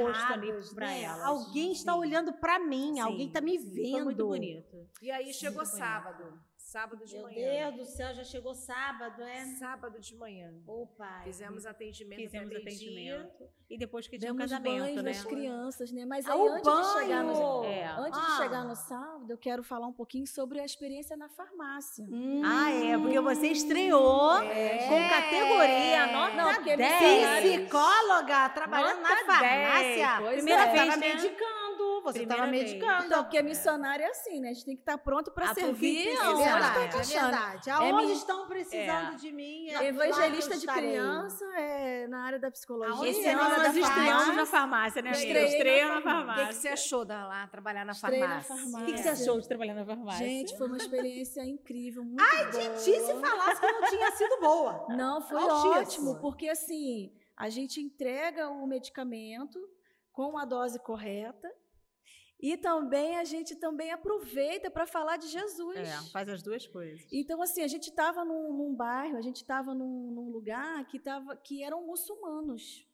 Speaker 2: exposto pra
Speaker 1: né?
Speaker 2: elas.
Speaker 1: Alguém está
Speaker 2: Sim.
Speaker 1: olhando pra mim,
Speaker 2: Sim,
Speaker 1: alguém está me
Speaker 2: sim,
Speaker 1: vendo.
Speaker 2: Foi muito bonito.
Speaker 3: E aí chegou
Speaker 2: Sim, foi.
Speaker 3: sábado. Sábado de
Speaker 1: Meu
Speaker 3: manhã.
Speaker 1: Deus do céu, já chegou sábado, é?
Speaker 3: Sábado de manhã.
Speaker 1: Ô, pai.
Speaker 3: Fizemos atendimento
Speaker 2: Fizemos
Speaker 3: até meio-dia.
Speaker 2: atendimento. um E depois que tinha o
Speaker 4: Demos
Speaker 2: casamento,
Speaker 4: banhos
Speaker 2: né?
Speaker 4: nas crianças, né? Mas
Speaker 1: Ah,
Speaker 4: aí,
Speaker 1: o
Speaker 4: antes de chegar
Speaker 1: banho!
Speaker 4: no,
Speaker 2: É.
Speaker 4: antes
Speaker 1: Ah.
Speaker 4: de chegar no sábado, eu quero falar um pouquinho sobre a experiência na farmácia.
Speaker 1: Hum.
Speaker 2: Ah, é, porque você estreou com categoria, nota
Speaker 4: Não, porque me
Speaker 2: 10.
Speaker 4: ensinaram-
Speaker 1: Psicóloga, trabalhando
Speaker 2: Nota
Speaker 1: na farmácia.
Speaker 2: 10,
Speaker 4: pois
Speaker 1: Primeira
Speaker 4: é.
Speaker 1: vez,
Speaker 2: Tava
Speaker 1: né?
Speaker 2: medicando,
Speaker 1: Você
Speaker 2: Primeira
Speaker 1: estava
Speaker 2: vez.
Speaker 1: medicando.
Speaker 4: Então, porque missionário é assim, né? A gente tem que estar pronto para
Speaker 2: Ah, porque
Speaker 4: servir
Speaker 2: tem-
Speaker 1: É
Speaker 4: aonde
Speaker 1: verdade,
Speaker 4: está
Speaker 1: é
Speaker 4: encaixando.
Speaker 1: verdade. Aonde
Speaker 4: minha-
Speaker 1: estão precisando de mim? é lá que eu
Speaker 4: Evangelista de
Speaker 1: estarei.
Speaker 4: criança é na área da psicologia.
Speaker 1: Aonde
Speaker 2: Esse
Speaker 1: você
Speaker 2: ano
Speaker 1: vai
Speaker 2: nós
Speaker 1: na
Speaker 2: estreamos
Speaker 1: farmácia?
Speaker 2: na farmácia, né, amiga?
Speaker 4: Estreiei na
Speaker 2: Estreia na
Speaker 3: O
Speaker 2: farmácia.
Speaker 3: que, que você achou da lá trabalhar na
Speaker 4: Estrela
Speaker 3: farmácia?
Speaker 4: Farmácia.
Speaker 2: O que que você achou de trabalhar na farmácia?
Speaker 4: Gente, foi uma experiência incrível, muito boa.
Speaker 1: Ti, se falasse que não tinha sido boa.
Speaker 4: Não, foi
Speaker 1: Altíssimo.
Speaker 4: ótimo, porque assim, a gente entrega o medicamento com a dose correta e também a gente também aproveita para falar de Jesus.
Speaker 2: é, faz as duas coisas.
Speaker 4: Então, assim, a gente estava num, num bairro, a gente estava num, num lugar que, tava, que eram muçulmanos.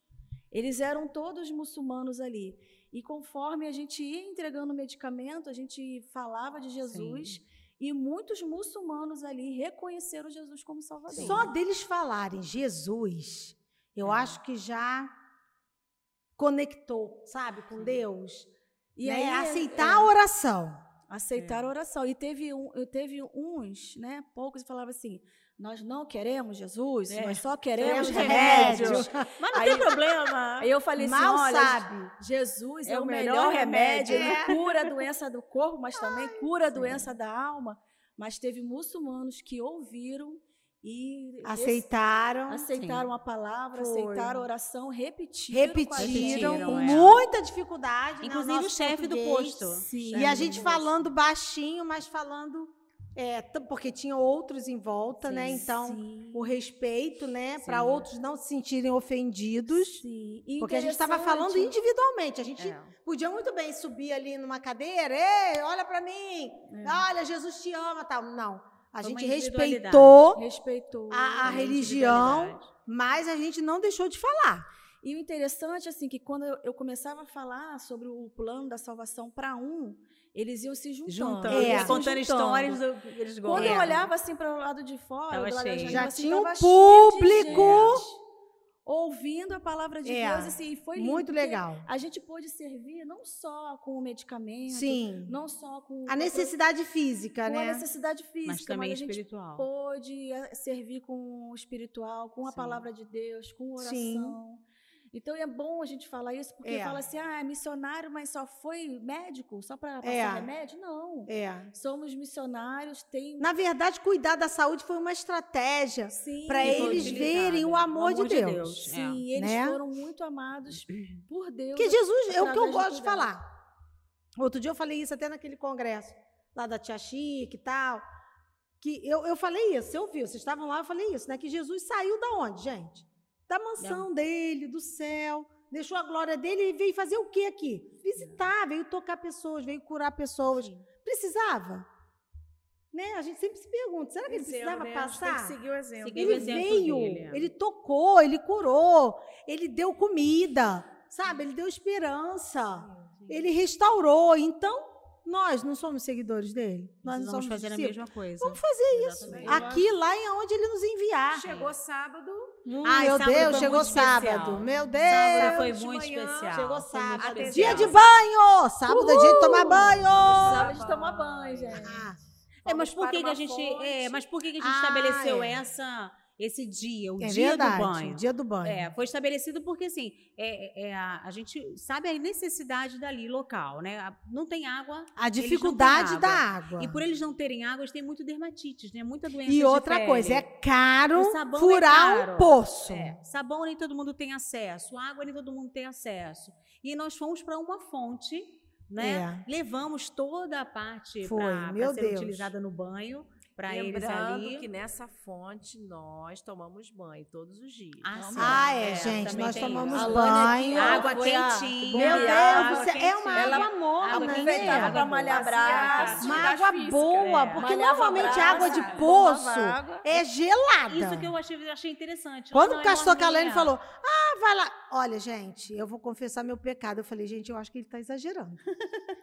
Speaker 4: Eles eram todos muçulmanos ali. E conforme a gente ia entregando o medicamento, a gente falava de Jesus. E muitos muçulmanos ali reconheceram Jesus como Salvador.
Speaker 1: Só deles falarem Jesus, eu
Speaker 2: É.
Speaker 1: acho que já conectou, sabe, com Deus.
Speaker 4: e
Speaker 1: né?
Speaker 4: aí, é,
Speaker 1: Aceitar a oração. É.
Speaker 4: aceitaram a oração. E teve, um, eu teve uns, né, poucos, que falavam assim: Nós não queremos Jesus,
Speaker 2: É.
Speaker 4: nós só
Speaker 1: Queremos
Speaker 4: queremos um remédio.
Speaker 1: remédio.
Speaker 2: Mas não
Speaker 4: Aí-
Speaker 2: tem problema.
Speaker 4: Aí eu falei assim:
Speaker 1: Mal
Speaker 4: Olha,
Speaker 1: sabe.
Speaker 4: Jesus é,
Speaker 2: É
Speaker 4: o
Speaker 2: o
Speaker 4: melhor,
Speaker 2: melhor
Speaker 4: remédio.
Speaker 1: remédio. É.
Speaker 4: Ele cura a doença do corpo, mas também cura a doença da alma. Mas teve muçulmanos que ouviram e rece-
Speaker 1: Aceitaram,
Speaker 4: aceitaram a palavra,
Speaker 1: ah, Foi.
Speaker 4: aceitaram a oração, repetiram. com a gente.
Speaker 1: repetiram
Speaker 2: Repetiram,
Speaker 1: com
Speaker 2: é.
Speaker 1: muita dificuldade. né,
Speaker 2: Inclusive
Speaker 1: o nosso
Speaker 2: o chefe do
Speaker 1: português.
Speaker 2: posto.
Speaker 4: Sim.
Speaker 1: E a gente falando baixinho, mas falando. é, t- porque tinha outros em volta, né? Então,
Speaker 4: Sim.
Speaker 1: o respeito, né? Para
Speaker 2: Sim.
Speaker 1: outros não se sentirem ofendidos.
Speaker 4: Sim. E
Speaker 1: Porque a gente estava
Speaker 4: interessante,
Speaker 1: falando individualmente. A gente
Speaker 2: É.
Speaker 1: podia muito bem subir ali numa cadeira, ei, olha pra mim,
Speaker 4: É.
Speaker 1: olha, Jesus te ama, tal. Não, a
Speaker 2: Foi uma
Speaker 1: gente
Speaker 2: individualidade.
Speaker 1: respeitou,
Speaker 4: Respeitou.
Speaker 1: A- a
Speaker 2: Tem
Speaker 1: religião,
Speaker 2: individualidade.
Speaker 1: mas a gente não deixou de falar.
Speaker 4: E o interessante, assim, que quando eu, eu começava a falar sobre o plano da salvação para um, eles iam se juntando.
Speaker 2: Juntando, né?
Speaker 1: É.
Speaker 4: iam se
Speaker 2: contando
Speaker 4: juntando.
Speaker 2: histórias, do- eles gostam.
Speaker 4: Quando eu
Speaker 1: É.
Speaker 4: olhava assim para o lado de fora,
Speaker 2: Tava
Speaker 4: do lado da
Speaker 2: cheio.
Speaker 4: janela,
Speaker 1: Já
Speaker 4: assim,
Speaker 1: tinha um
Speaker 4: tava cheio de gente
Speaker 1: público.
Speaker 4: ouvindo a palavra de
Speaker 1: É.
Speaker 4: Deus, assim, e foi lindo,
Speaker 1: Muito
Speaker 4: porque
Speaker 1: legal.
Speaker 4: A gente pôde servir não só com o medicamento,
Speaker 1: Sim.
Speaker 4: não só com
Speaker 1: A necessidade física,
Speaker 4: com a
Speaker 1: né?
Speaker 4: necessidade física,
Speaker 2: mas também
Speaker 4: a gente
Speaker 2: espiritual.
Speaker 4: pôde eh, servir com o espiritual, com a
Speaker 2: Sim.
Speaker 4: palavra de Deus, com oração.
Speaker 1: Sim.
Speaker 4: Então é bom a gente falar isso, porque
Speaker 1: É.
Speaker 4: fala assim, ah, é missionário, mas só foi médico, só para passar
Speaker 1: É.
Speaker 4: remédio? Não.
Speaker 1: É.
Speaker 4: Somos missionários, tem
Speaker 1: Na verdade, cuidar da saúde foi uma estratégia
Speaker 4: Sim,
Speaker 1: para
Speaker 2: E foi
Speaker 1: eles
Speaker 2: utilizada,
Speaker 1: verem o
Speaker 2: né? o
Speaker 1: amor, de
Speaker 2: amor de
Speaker 1: Deus.
Speaker 2: Deus. É.
Speaker 4: Sim, eles
Speaker 1: Né?
Speaker 4: foram muito amados por Deus.
Speaker 1: Porque Jesus é o que eu
Speaker 4: através do
Speaker 1: gosto de
Speaker 4: cuidado.
Speaker 1: falar. Outro dia eu falei isso até naquele congresso lá da Tia Chique e tal. Que eu, eu falei isso, você ouviu, vocês estavam lá, eu falei isso, né? Que Jesus saiu da onde, gente? Da mansão dele, do céu, deixou a glória dele e veio fazer o que aqui? Visitar, veio tocar pessoas, veio curar pessoas. Precisava? Né? A gente sempre se pergunta, será que ele
Speaker 3: Exemplo,
Speaker 1: precisava
Speaker 3: né? A gente Tem
Speaker 1: passar?
Speaker 3: que seguir o exemplo.
Speaker 2: Seguir o
Speaker 1: Ele
Speaker 2: um exemplo
Speaker 1: veio,
Speaker 2: dele, é.
Speaker 1: ele tocou, ele curou, ele deu comida, sabe? Ele deu esperança, ele restaurou. Então, nós não somos seguidores dele. Nós não somos
Speaker 2: vamos fazer a
Speaker 1: discípulos.
Speaker 2: mesma coisa.
Speaker 1: Vamos fazer
Speaker 2: Exatamente.
Speaker 1: isso. Aqui, lá em onde ele nos enviar.
Speaker 3: Chegou sábado,
Speaker 1: Ah,
Speaker 2: Ai,
Speaker 1: meu
Speaker 2: sábado
Speaker 1: Deus,
Speaker 2: foi
Speaker 1: chegou
Speaker 2: muito especial.
Speaker 1: sábado. Meu Deus.
Speaker 2: Sábado foi
Speaker 3: de
Speaker 2: muito
Speaker 3: manhã,
Speaker 2: especial.
Speaker 1: Chegou
Speaker 2: foi muito
Speaker 1: sábado.
Speaker 2: especial.
Speaker 1: Dia de banho! Sábado é dia de tomar banho!
Speaker 4: Precisava de tomar banho, gente.
Speaker 1: Ah,
Speaker 2: É, mas por
Speaker 3: Fomos
Speaker 2: que,
Speaker 3: para
Speaker 2: que a
Speaker 3: uma
Speaker 2: gente,
Speaker 3: fonte.
Speaker 2: é, mas por que, que a gente
Speaker 1: Ah,
Speaker 2: estabeleceu
Speaker 1: é.
Speaker 2: essa, esse dia, o
Speaker 1: é
Speaker 2: dia
Speaker 1: verdade,
Speaker 2: do banho?
Speaker 1: dia do banho.
Speaker 2: É, foi estabelecido porque assim, é, é, é a, a gente sabe a necessidade dali local, né? A- Não tem água
Speaker 1: A
Speaker 2: não
Speaker 1: dificuldade
Speaker 2: têm
Speaker 1: da água.
Speaker 2: e por eles não terem água, eles têm muito dermatites, né? Muita doença.
Speaker 1: E
Speaker 2: de
Speaker 1: outra
Speaker 2: pele.
Speaker 1: coisa, é caro
Speaker 2: O sabão é
Speaker 1: furar um
Speaker 2: caro.
Speaker 1: poço.
Speaker 2: É, sabão nem todo mundo tem acesso, água nem todo mundo tem acesso. E nós fomos para uma fonte né?
Speaker 1: É.
Speaker 2: Levamos toda a parte
Speaker 1: Foi,
Speaker 2: para
Speaker 1: meu
Speaker 2: ser
Speaker 1: Deus.
Speaker 2: utilizada no banho, para eles
Speaker 3: Lembrando
Speaker 2: ali.
Speaker 3: que nessa fonte nós tomamos banho todos os dias.
Speaker 2: Ah, sim.
Speaker 1: Ah, é, gente,
Speaker 2: também
Speaker 1: nós
Speaker 2: tem isso.
Speaker 1: tomamos
Speaker 2: A
Speaker 4: Alana
Speaker 1: banho.
Speaker 4: ó,
Speaker 2: Água
Speaker 4: foi a-
Speaker 2: quentinha.
Speaker 1: Meu
Speaker 4: Olha,
Speaker 1: Deus,
Speaker 4: água
Speaker 1: você é uma
Speaker 4: quentinha.
Speaker 1: água morna,
Speaker 2: água
Speaker 1: né?
Speaker 2: quentinha,
Speaker 4: Aproveitava
Speaker 2: água
Speaker 4: para malhar
Speaker 2: boa.
Speaker 4: braço.
Speaker 1: Uma
Speaker 4: atividade
Speaker 1: água
Speaker 4: física. é.
Speaker 1: boa, porque
Speaker 4: Malhava
Speaker 1: normalmente
Speaker 4: braço,
Speaker 1: água de
Speaker 4: tomava
Speaker 1: poço
Speaker 4: água.
Speaker 1: É gelada.
Speaker 2: Isso que eu achei, achei interessante.
Speaker 1: Quando
Speaker 2: Não,
Speaker 1: o
Speaker 2: é
Speaker 1: Castor
Speaker 2: morninha.
Speaker 1: Calene falou, ah, vai lá. Olha, gente, eu vou confessar meu pecado. Eu falei, gente, eu acho que ele está exagerando.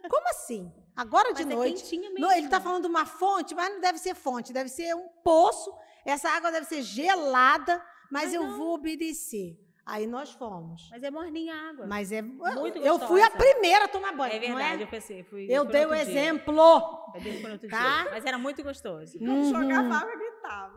Speaker 1: Como assim? Agora de
Speaker 2: Mas é
Speaker 1: noite.
Speaker 2: quentinha mesmo.
Speaker 1: Não, ele está falando de uma fonte, mas não deve ser fonte, deve ser um poço. Essa água deve ser gelada, mas eu vou obedecer. Aí nós fomos.
Speaker 2: Mas é morninha a água.
Speaker 1: Mas é.
Speaker 2: Muito
Speaker 1: eu fui a
Speaker 2: gostosa.
Speaker 1: primeira a tomar banho.
Speaker 2: é verdade,
Speaker 1: Não é?
Speaker 2: eu pensei. Fui,
Speaker 1: Eu
Speaker 2: fui
Speaker 1: dei o
Speaker 2: outro dia.
Speaker 1: exemplo.
Speaker 2: Eu dei por outro
Speaker 1: Tá?
Speaker 2: dia. Mas era muito gostoso.
Speaker 4: Quando
Speaker 1: Uhum.
Speaker 4: jogava água, gritava.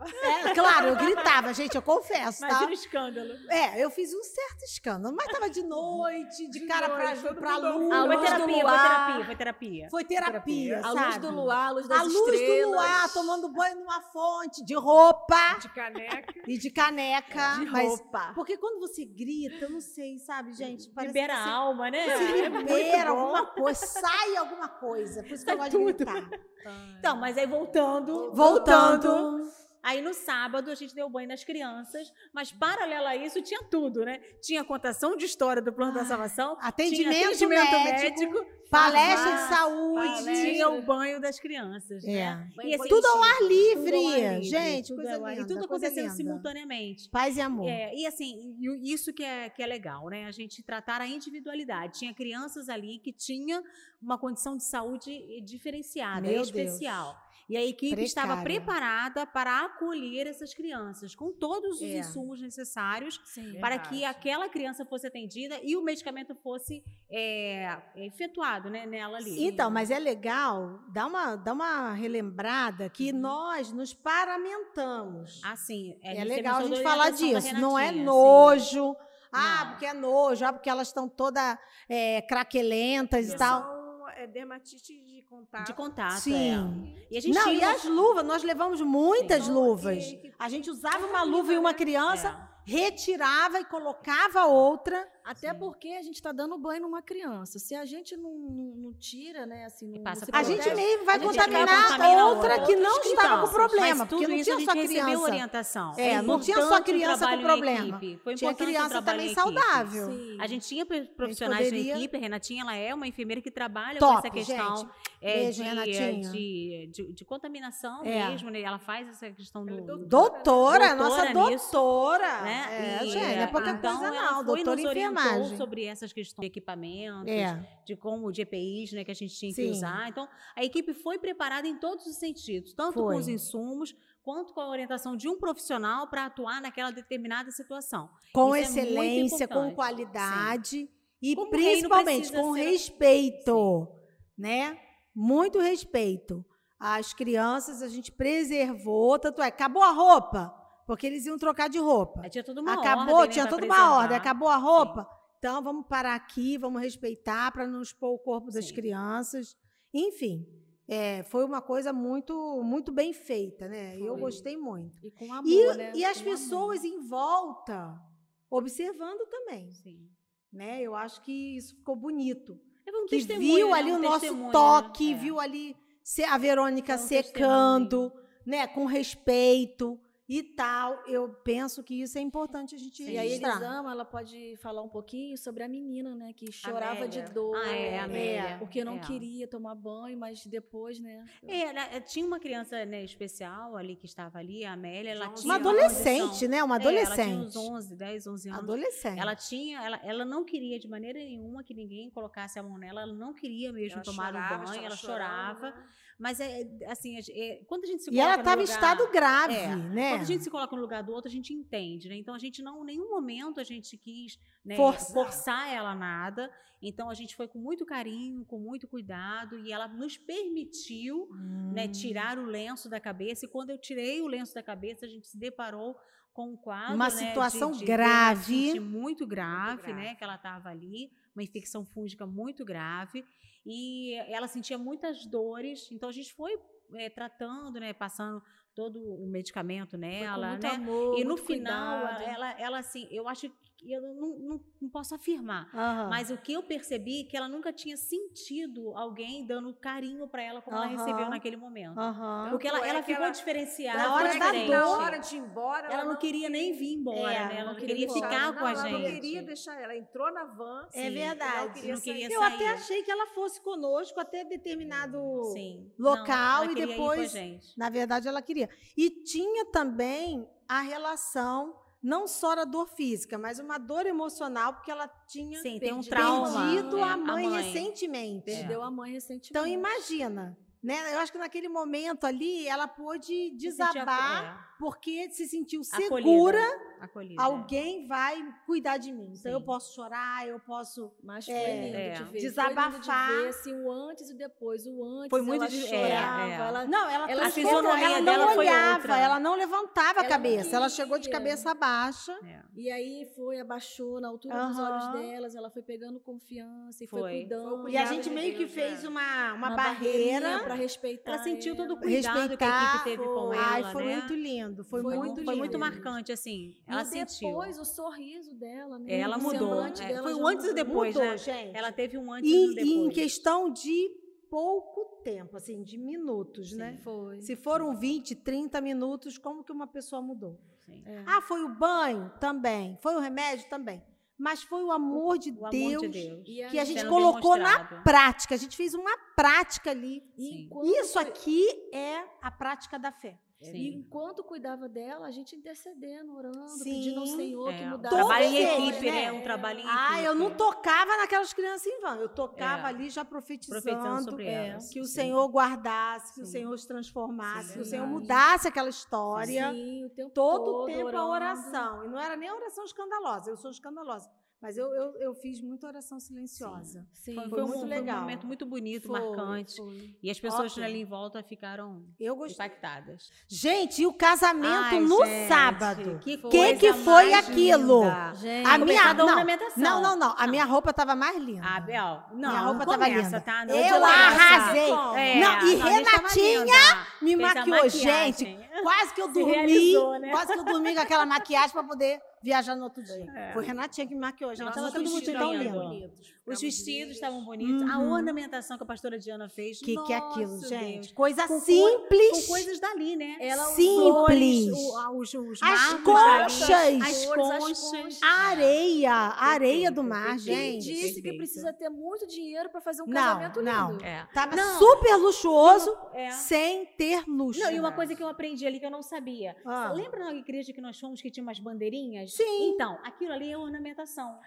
Speaker 1: É, claro, eu gritava, gente, eu confesso, tá?
Speaker 2: Imagina o escândalo.
Speaker 1: É, eu fiz um certo escândalo, mas tava de noite, de, cara
Speaker 4: noite,
Speaker 1: pra,
Speaker 4: todo
Speaker 1: pra
Speaker 4: mundo
Speaker 1: luz.
Speaker 4: A
Speaker 2: Ah, foi
Speaker 4: luz do
Speaker 2: terapia, foi
Speaker 4: luar.
Speaker 2: terapia, foi terapia.
Speaker 1: Foi terapia,
Speaker 4: A
Speaker 1: sabe?
Speaker 4: luz do luar, a luz das
Speaker 1: A luz
Speaker 4: estrelas.
Speaker 1: do luar, tomando banho numa fonte de roupa
Speaker 3: De caneca.
Speaker 1: e de caneca.
Speaker 4: de
Speaker 1: mas
Speaker 4: roupa.
Speaker 1: Porque quando você grita, eu não sei, sabe, gente? Parece
Speaker 2: Libera
Speaker 1: que
Speaker 2: a
Speaker 1: você-
Speaker 2: alma, né?
Speaker 1: você
Speaker 2: É muito
Speaker 1: libera
Speaker 2: bom.
Speaker 1: alguma coisa, sai alguma coisa. Por isso que eu gosto de gritar.
Speaker 2: Então, mas aí voltando.
Speaker 1: Voltando.
Speaker 2: Aí no sábado a gente deu banho nas crianças, mas paralelo a isso tinha tudo, né? Tinha contação de história do plano da salvação, tinha
Speaker 1: Ah, Atendimento,
Speaker 2: atendimento
Speaker 1: médico,
Speaker 2: médico,
Speaker 1: palestra de
Speaker 2: farmácia,
Speaker 1: saúde.
Speaker 2: e tinha o banho das crianças, né?
Speaker 1: É.
Speaker 2: E assim,
Speaker 1: Tudo ao ar livre,
Speaker 2: tudo ao ar livre,
Speaker 1: gente.
Speaker 2: tudo
Speaker 1: coisa
Speaker 2: ao ar-
Speaker 1: linda,
Speaker 2: e tudo
Speaker 1: coisa
Speaker 2: acontecendo
Speaker 1: linda.
Speaker 2: simultaneamente.
Speaker 1: Paz e amor.
Speaker 2: É, e assim, e o- isso que é, que é legal, né? A gente tratar a individualidade. Tinha crianças ali que tinha uma condição de saúde eh, diferenciada,
Speaker 1: Meu
Speaker 2: especial. E a equipe
Speaker 1: Precária.
Speaker 2: estava preparada para acolher essas crianças, com todos os
Speaker 1: É.
Speaker 2: insumos necessários
Speaker 4: Sim.
Speaker 2: para que aquela criança fosse atendida e o medicamento fosse é, efetuado né, nela ali.
Speaker 1: Então, mas é legal dar uma, dar uma relembrada que
Speaker 2: Uhum.
Speaker 1: nós nos paramentamos.
Speaker 2: Assim,
Speaker 1: é
Speaker 2: recebemos
Speaker 1: legal a
Speaker 2: toda
Speaker 1: gente falar
Speaker 2: orientação da
Speaker 1: disso. Não é
Speaker 2: Renatinha, assim.
Speaker 1: nojo. Ah,
Speaker 2: Não.
Speaker 1: porque é nojo. Ah, porque elas estão todas é, craquelentas e tal.
Speaker 3: São é, dermatite de contato.
Speaker 2: assim, De contato.
Speaker 1: Sim.
Speaker 2: é. E a gente
Speaker 1: Não,
Speaker 2: tinha
Speaker 1: e
Speaker 2: uma-
Speaker 1: as luvas? Nós levamos muitas
Speaker 2: Sim.
Speaker 1: luvas.
Speaker 3: E-
Speaker 1: A gente usava uma luva em uma criança,
Speaker 2: É.
Speaker 1: retirava e colocava outra.
Speaker 4: Até
Speaker 2: Sim.
Speaker 4: porque a gente está dando banho numa criança. Se a gente não, não- não tira, né? Assim, não,
Speaker 2: passa
Speaker 4: não se
Speaker 2: por
Speaker 1: A
Speaker 2: Protege.
Speaker 1: gente mesmo vai
Speaker 2: Então, A gente
Speaker 1: contaminar
Speaker 2: acaba contaminando
Speaker 1: outra que não
Speaker 2: outras
Speaker 1: estava com
Speaker 2: crianças.
Speaker 1: problema.
Speaker 2: Então, Mas
Speaker 1: porque
Speaker 2: tudo
Speaker 1: não
Speaker 2: isso
Speaker 1: tinha
Speaker 2: a gente
Speaker 1: só
Speaker 2: recebeu
Speaker 1: criança.
Speaker 2: orientação.
Speaker 1: É, não tinha
Speaker 2: importante
Speaker 1: só
Speaker 2: o
Speaker 1: criança com
Speaker 2: trabalho em
Speaker 1: problema.
Speaker 2: equipe. Foi
Speaker 1: Tinha
Speaker 2: importante o
Speaker 1: criança
Speaker 2: trabalho em
Speaker 1: também
Speaker 2: equipe.
Speaker 1: saudável.
Speaker 2: A gente tinha pe- profissionais
Speaker 1: poderia-
Speaker 2: na equipe, a Renatinha ela é uma enfermeira que trabalha com
Speaker 1: Top,
Speaker 2: essa questão
Speaker 1: gente.
Speaker 2: é,
Speaker 1: Beijo, Renatinha.
Speaker 2: de, de, de, de contaminação
Speaker 1: É.
Speaker 2: mesmo, né? Ela faz essa questão
Speaker 3: Ela é
Speaker 2: do.
Speaker 1: Doutora,
Speaker 2: Doutora
Speaker 1: nossa
Speaker 2: nisso,
Speaker 1: doutora.
Speaker 2: né?
Speaker 1: É,
Speaker 2: E,
Speaker 1: gente, não é pouca
Speaker 2: então,
Speaker 1: coisa não,
Speaker 2: ela foi e
Speaker 1: doutora em
Speaker 2: nos
Speaker 1: enfermagem.
Speaker 2: orientou sobre essas questões de equipamentos,
Speaker 1: É,
Speaker 2: de como de EPIs, né, que a gente tinha que
Speaker 1: Sim.
Speaker 2: usar. Então, a equipe foi preparada em todos os sentidos, tanto
Speaker 1: Foi.
Speaker 2: com os insumos quanto com a orientação de um profissional para atuar naquela determinada situação.
Speaker 1: com
Speaker 2: Isso é muito
Speaker 1: excelência, com
Speaker 2: importante.
Speaker 1: qualidade e
Speaker 2: Como o reino
Speaker 1: principalmente
Speaker 2: precisa
Speaker 1: com
Speaker 2: ser- assim.
Speaker 1: respeito, né? Muito respeito. As crianças a gente preservou, tanto é, acabou a roupa, porque eles iam trocar de roupa.
Speaker 2: Aí tinha toda uma
Speaker 1: acabou,
Speaker 2: ordem, né,
Speaker 1: tinha
Speaker 2: pra
Speaker 1: toda
Speaker 2: preservar.
Speaker 1: uma ordem, acabou a roupa. Então vamos parar aqui, vamos respeitar para não expor o corpo das
Speaker 2: Sim.
Speaker 1: crianças. Enfim, é, foi uma coisa muito, muito bem feita, né? Eu
Speaker 4: Foi.
Speaker 1: gostei muito.
Speaker 4: E com amor,
Speaker 1: E,
Speaker 4: né?
Speaker 1: e as
Speaker 4: Com amor.
Speaker 1: pessoas em volta observando também,
Speaker 2: Sim.
Speaker 1: né? Eu acho que isso ficou bonito.
Speaker 2: Teve um
Speaker 1: Que
Speaker 2: testemunho,
Speaker 1: viu
Speaker 2: né,
Speaker 1: ali
Speaker 2: um
Speaker 1: o nosso
Speaker 2: testemunho,
Speaker 1: toque,
Speaker 2: né? É.
Speaker 1: viu ali se- a Verônica
Speaker 2: Foi um
Speaker 1: secando, né? Com respeito e tal. Eu penso que isso é importante a gente
Speaker 4: E aí,
Speaker 2: Tá.
Speaker 1: registrar.
Speaker 4: Elisama, ela pode falar um pouquinho sobre a menina, né? Que chorava
Speaker 3: Amélia.
Speaker 4: de dor.
Speaker 2: Ah, é, Amélia.
Speaker 4: Porque não
Speaker 2: É.
Speaker 4: queria tomar banho, mas depois, né?
Speaker 2: É, né, tinha uma criança né, especial ali que estava ali, a Amélia, ela
Speaker 3: Já uns
Speaker 2: tinha
Speaker 1: Uma
Speaker 3: Tinha
Speaker 1: adolescente, né? Uma
Speaker 2: uma condição- É, ela tinha uns
Speaker 1: adolescente.
Speaker 2: 11, 10, 11 anos.
Speaker 1: Adolescente.
Speaker 2: Ela tinha, ela, ela não queria de maneira nenhuma que ninguém colocasse a mão nela, ela não queria mesmo tomar o banho, ela chorava. Mas é é, assim, é- é, quando a gente se
Speaker 1: e ela
Speaker 2: coloca no
Speaker 1: estava em
Speaker 2: lugar-
Speaker 1: estado grave,
Speaker 2: É.
Speaker 1: né?
Speaker 2: Quando a gente se coloca no lugar do outro, a gente entende, né? Então a gente não, em nenhum momento a gente quis né,
Speaker 1: Forçar.
Speaker 2: forçar ela a nada. Então a gente foi com muito carinho, com muito cuidado e ela nos permitiu
Speaker 1: Hum.
Speaker 2: né, tirar o lenço da cabeça. E quando eu tirei o lenço da cabeça, a gente se deparou com um quadro.
Speaker 1: Uma
Speaker 2: né,
Speaker 1: situação
Speaker 2: de, de
Speaker 1: grave.
Speaker 2: dermatite Muito grave,
Speaker 3: grave.
Speaker 2: né? Que ela estava ali, uma infecção fúngica muito grave. E ela sentia muitas dores. Então a gente foi eh, tratando, né? Passando todo o medicamento
Speaker 4: Foi com
Speaker 2: nela,
Speaker 4: muito
Speaker 2: né?
Speaker 4: amor,
Speaker 2: e no
Speaker 4: muito
Speaker 2: final,
Speaker 4: cuidado.
Speaker 2: ela, ela assim, eu acho que eu não, não, não posso afirmar,
Speaker 1: Aham.
Speaker 2: mas o que eu percebi é que ela nunca tinha sentido alguém dando carinho pra ela como ela
Speaker 1: Aham.
Speaker 2: recebeu naquele momento.
Speaker 1: Aham.
Speaker 2: Porque ela,
Speaker 3: Tanto é
Speaker 2: ela
Speaker 3: que
Speaker 2: ficou
Speaker 3: ela-
Speaker 2: diferenciada.
Speaker 1: Na hora
Speaker 2: ficou
Speaker 1: da
Speaker 2: diferente.
Speaker 1: dor,
Speaker 3: hora de ir embora,
Speaker 2: Ela não queria nem vir embora,
Speaker 1: É,
Speaker 2: né?
Speaker 1: não
Speaker 2: Ela não
Speaker 1: queria ir
Speaker 2: queria
Speaker 1: embora.
Speaker 2: ficar
Speaker 3: não,
Speaker 2: com a
Speaker 3: ela
Speaker 2: gente.
Speaker 3: não queria deixar, ela entrou na van.
Speaker 1: É
Speaker 3: sim,
Speaker 1: verdade.
Speaker 3: Não queria
Speaker 2: Não queria
Speaker 3: sair.
Speaker 1: Eu até
Speaker 2: saía.
Speaker 1: achei que ela fosse conosco até determinado.
Speaker 2: Sim.
Speaker 1: local
Speaker 2: ela
Speaker 1: e
Speaker 2: queria ir
Speaker 1: depois-
Speaker 2: com a gente.
Speaker 1: Na verdade, ela queria. E tinha também a relação, não só da dor física, mas uma dor emocional, porque ela tinha
Speaker 2: Sim, tem um
Speaker 4: perdi-
Speaker 2: trauma.
Speaker 1: perdido
Speaker 2: né?
Speaker 1: a, mãe é recentemente.
Speaker 4: Perdeu
Speaker 2: É.
Speaker 4: a mãe recentemente.
Speaker 1: Então, imagina. Né? Eu acho que naquele momento ali ela pôde desabar porque se sentiu segura.
Speaker 2: Acolhida. Acolhida, é.
Speaker 1: Alguém vai cuidar de mim. Então
Speaker 2: Sim.
Speaker 1: eu posso chorar, eu posso.
Speaker 4: Mas foi
Speaker 1: É,
Speaker 4: lindo
Speaker 2: é.
Speaker 4: de ver. foi
Speaker 1: Desabafar.
Speaker 4: lindo de ver, assim, o antes e o depois. O antes,
Speaker 2: Foi muito
Speaker 4: ela
Speaker 2: de- é,
Speaker 4: chorava,
Speaker 2: é.
Speaker 4: ela
Speaker 1: Não, ela,
Speaker 4: Ela
Speaker 1: transformou,
Speaker 2: fisionomia
Speaker 1: ela não
Speaker 2: dela foi
Speaker 1: olhava,
Speaker 2: outra.
Speaker 1: ela não levantava a
Speaker 4: Ela
Speaker 1: cabeça.
Speaker 4: não
Speaker 1: Ela chegou de
Speaker 4: queria.
Speaker 1: cabeça baixa.
Speaker 4: E aí foi, abaixou na altura dos
Speaker 1: Aham.
Speaker 4: olhos delas, ela foi pegando confiança e foi,
Speaker 2: Foi.
Speaker 4: cuidando.
Speaker 3: Foi
Speaker 1: E a
Speaker 3: Cuidado
Speaker 1: gente
Speaker 3: de
Speaker 1: meio que
Speaker 3: Deus,
Speaker 1: fez
Speaker 3: né?
Speaker 1: uma, uma, barreira.
Speaker 4: para respeitar.
Speaker 2: é. Ela sentiu todo o
Speaker 1: ela.
Speaker 2: cuidado
Speaker 1: Respeitar,
Speaker 2: que a equipe teve com
Speaker 4: foi.
Speaker 2: ela,
Speaker 1: Ai, foi
Speaker 2: né?
Speaker 1: muito lindo. Foi,
Speaker 4: Foi
Speaker 1: muito lindo.
Speaker 2: Foi muito
Speaker 4: lindo.
Speaker 2: marcante, assim.
Speaker 4: E
Speaker 2: Ela
Speaker 4: depois
Speaker 2: sentiu.
Speaker 4: o sorriso dela, né?
Speaker 2: Ela
Speaker 4: O
Speaker 2: mudou,
Speaker 4: semblante
Speaker 2: é.
Speaker 4: dela
Speaker 2: Foi
Speaker 4: já
Speaker 2: o antes e
Speaker 4: mudou.
Speaker 2: depois,
Speaker 1: Mudou,
Speaker 2: né?
Speaker 1: gente.
Speaker 2: Ela teve um antes e um
Speaker 1: E, e em
Speaker 2: depois.
Speaker 1: questão de pouco tempo, assim, de minutos, né?
Speaker 4: Foi.
Speaker 1: Se foram 20, 30 minutos, como que uma pessoa mudou?
Speaker 2: Sim.
Speaker 4: É.
Speaker 1: Ah, foi o banho? Também. Foi o remédio? Também. Mas foi o amor de,
Speaker 2: O amor
Speaker 1: Deus,
Speaker 2: de Deus.
Speaker 4: E
Speaker 1: que a
Speaker 4: aí-
Speaker 1: gente
Speaker 2: Sendo
Speaker 1: colocou na
Speaker 2: demonstrado.
Speaker 1: prática. A gente fez uma prática ali.
Speaker 4: E
Speaker 2: Sim.
Speaker 4: enquanto,
Speaker 1: Isso aqui é a prática da fé.
Speaker 4: e
Speaker 2: Sim.
Speaker 4: enquanto cuidava dela, a gente intercedendo, orando,
Speaker 1: Sim.
Speaker 4: pedindo ao Senhor que
Speaker 2: É, um
Speaker 4: mudasse.
Speaker 2: trabalho em
Speaker 1: Todos
Speaker 2: equipe,
Speaker 1: eles, né?
Speaker 2: né? Um trabalho em
Speaker 1: Ah,
Speaker 2: equipe.
Speaker 1: eu não tocava naquelas crianças em vão. Eu tocava
Speaker 2: É.
Speaker 1: ali já
Speaker 2: Aproveitando
Speaker 1: profetizando
Speaker 2: sobre
Speaker 4: é,
Speaker 2: elas.
Speaker 1: que o
Speaker 2: Sim.
Speaker 1: Senhor guardasse, que o
Speaker 2: Sim.
Speaker 1: Senhor os transformasse,
Speaker 2: Sim,
Speaker 1: que o Senhor
Speaker 4: verdade.
Speaker 1: mudasse aquela história.
Speaker 4: Sim, o tempo
Speaker 1: Todo o tempo a
Speaker 4: orando.
Speaker 1: oração. E não era nem oração escandalosa, eu sou escandalosa. Mas eu, eu, eu fiz muita oração silenciosa.
Speaker 4: Sim,
Speaker 2: Foi,
Speaker 1: Foi
Speaker 2: um,
Speaker 1: muito
Speaker 2: foi um
Speaker 1: legal.
Speaker 2: momento muito bonito,
Speaker 4: Foi,
Speaker 2: marcante.
Speaker 4: foi.
Speaker 2: E as pessoas
Speaker 1: Ótimo.
Speaker 2: ali em volta ficaram
Speaker 1: Eu gostei.
Speaker 2: impactadas.
Speaker 1: Gente, e o casamento
Speaker 2: Ai,
Speaker 1: no
Speaker 2: gente,
Speaker 1: sábado.
Speaker 2: Que,
Speaker 1: Que que
Speaker 2: coisa
Speaker 1: foi
Speaker 2: mais
Speaker 1: aquilo?
Speaker 2: linda.
Speaker 4: Gente,
Speaker 1: A minha-
Speaker 2: Começado a
Speaker 1: não,
Speaker 2: ornamentação.
Speaker 1: Não, não, não. A minha roupa estava mais linda.
Speaker 2: Ah, Bel, não,
Speaker 1: Minha roupa
Speaker 2: não
Speaker 1: tava
Speaker 2: começa,
Speaker 1: linda.
Speaker 2: tá? Não
Speaker 1: Eu
Speaker 2: começa.
Speaker 1: arrasei.
Speaker 2: É,
Speaker 1: Não, e
Speaker 2: a Thalita tava
Speaker 1: Renatinha
Speaker 2: linda.
Speaker 1: Me
Speaker 2: Fez a
Speaker 1: maquiou, gente.
Speaker 2: maquiagem.
Speaker 1: Quase que eu
Speaker 2: Se
Speaker 1: dormi.
Speaker 2: realizou, né?
Speaker 1: Quase que eu dormi com aquela maquiagem para poder viajar no outro dia.
Speaker 2: É.
Speaker 1: Foi Renatinha que me maquiou. Ela
Speaker 2: Nossa,
Speaker 1: estava
Speaker 2: tudo
Speaker 1: tudo muito
Speaker 2: vestido
Speaker 1: tão
Speaker 2: lindo.
Speaker 1: lindo.
Speaker 2: Os vestidos estavam bonitos, a
Speaker 1: Uhum.
Speaker 2: ornamentação que a pastora Diana
Speaker 1: O
Speaker 2: fez.
Speaker 1: que, que é
Speaker 2: nossa,
Speaker 1: aquilo,
Speaker 2: Deus.
Speaker 1: gente? Coisa
Speaker 2: Com coi-
Speaker 1: simples.
Speaker 2: Com coisas dali, né?
Speaker 4: Ela
Speaker 2: os
Speaker 1: Simples.
Speaker 2: flores, o- a- os, os
Speaker 1: As
Speaker 2: marcos
Speaker 1: conchas.
Speaker 2: ali,
Speaker 1: As
Speaker 2: as
Speaker 4: conchas.
Speaker 2: conchas.
Speaker 1: Areia. Areia do mar,
Speaker 2: perfeito.
Speaker 4: Quem
Speaker 1: gente.
Speaker 4: disse que
Speaker 2: perfeito.
Speaker 4: precisa ter muito dinheiro para fazer um
Speaker 1: Não,
Speaker 4: casamento
Speaker 1: não.
Speaker 4: lindo?
Speaker 2: É.
Speaker 1: Tava
Speaker 2: Não.
Speaker 1: super luxuoso,
Speaker 2: É.
Speaker 1: sem ter luxo.
Speaker 2: Não, e uma coisa que eu aprendi ali que eu não sabia.
Speaker 1: Ah.
Speaker 2: Lembra na igreja que nós fomos que tinha umas bandeirinhas?
Speaker 1: Sim. Ah,
Speaker 2: Então, aquilo ali é ornamentação.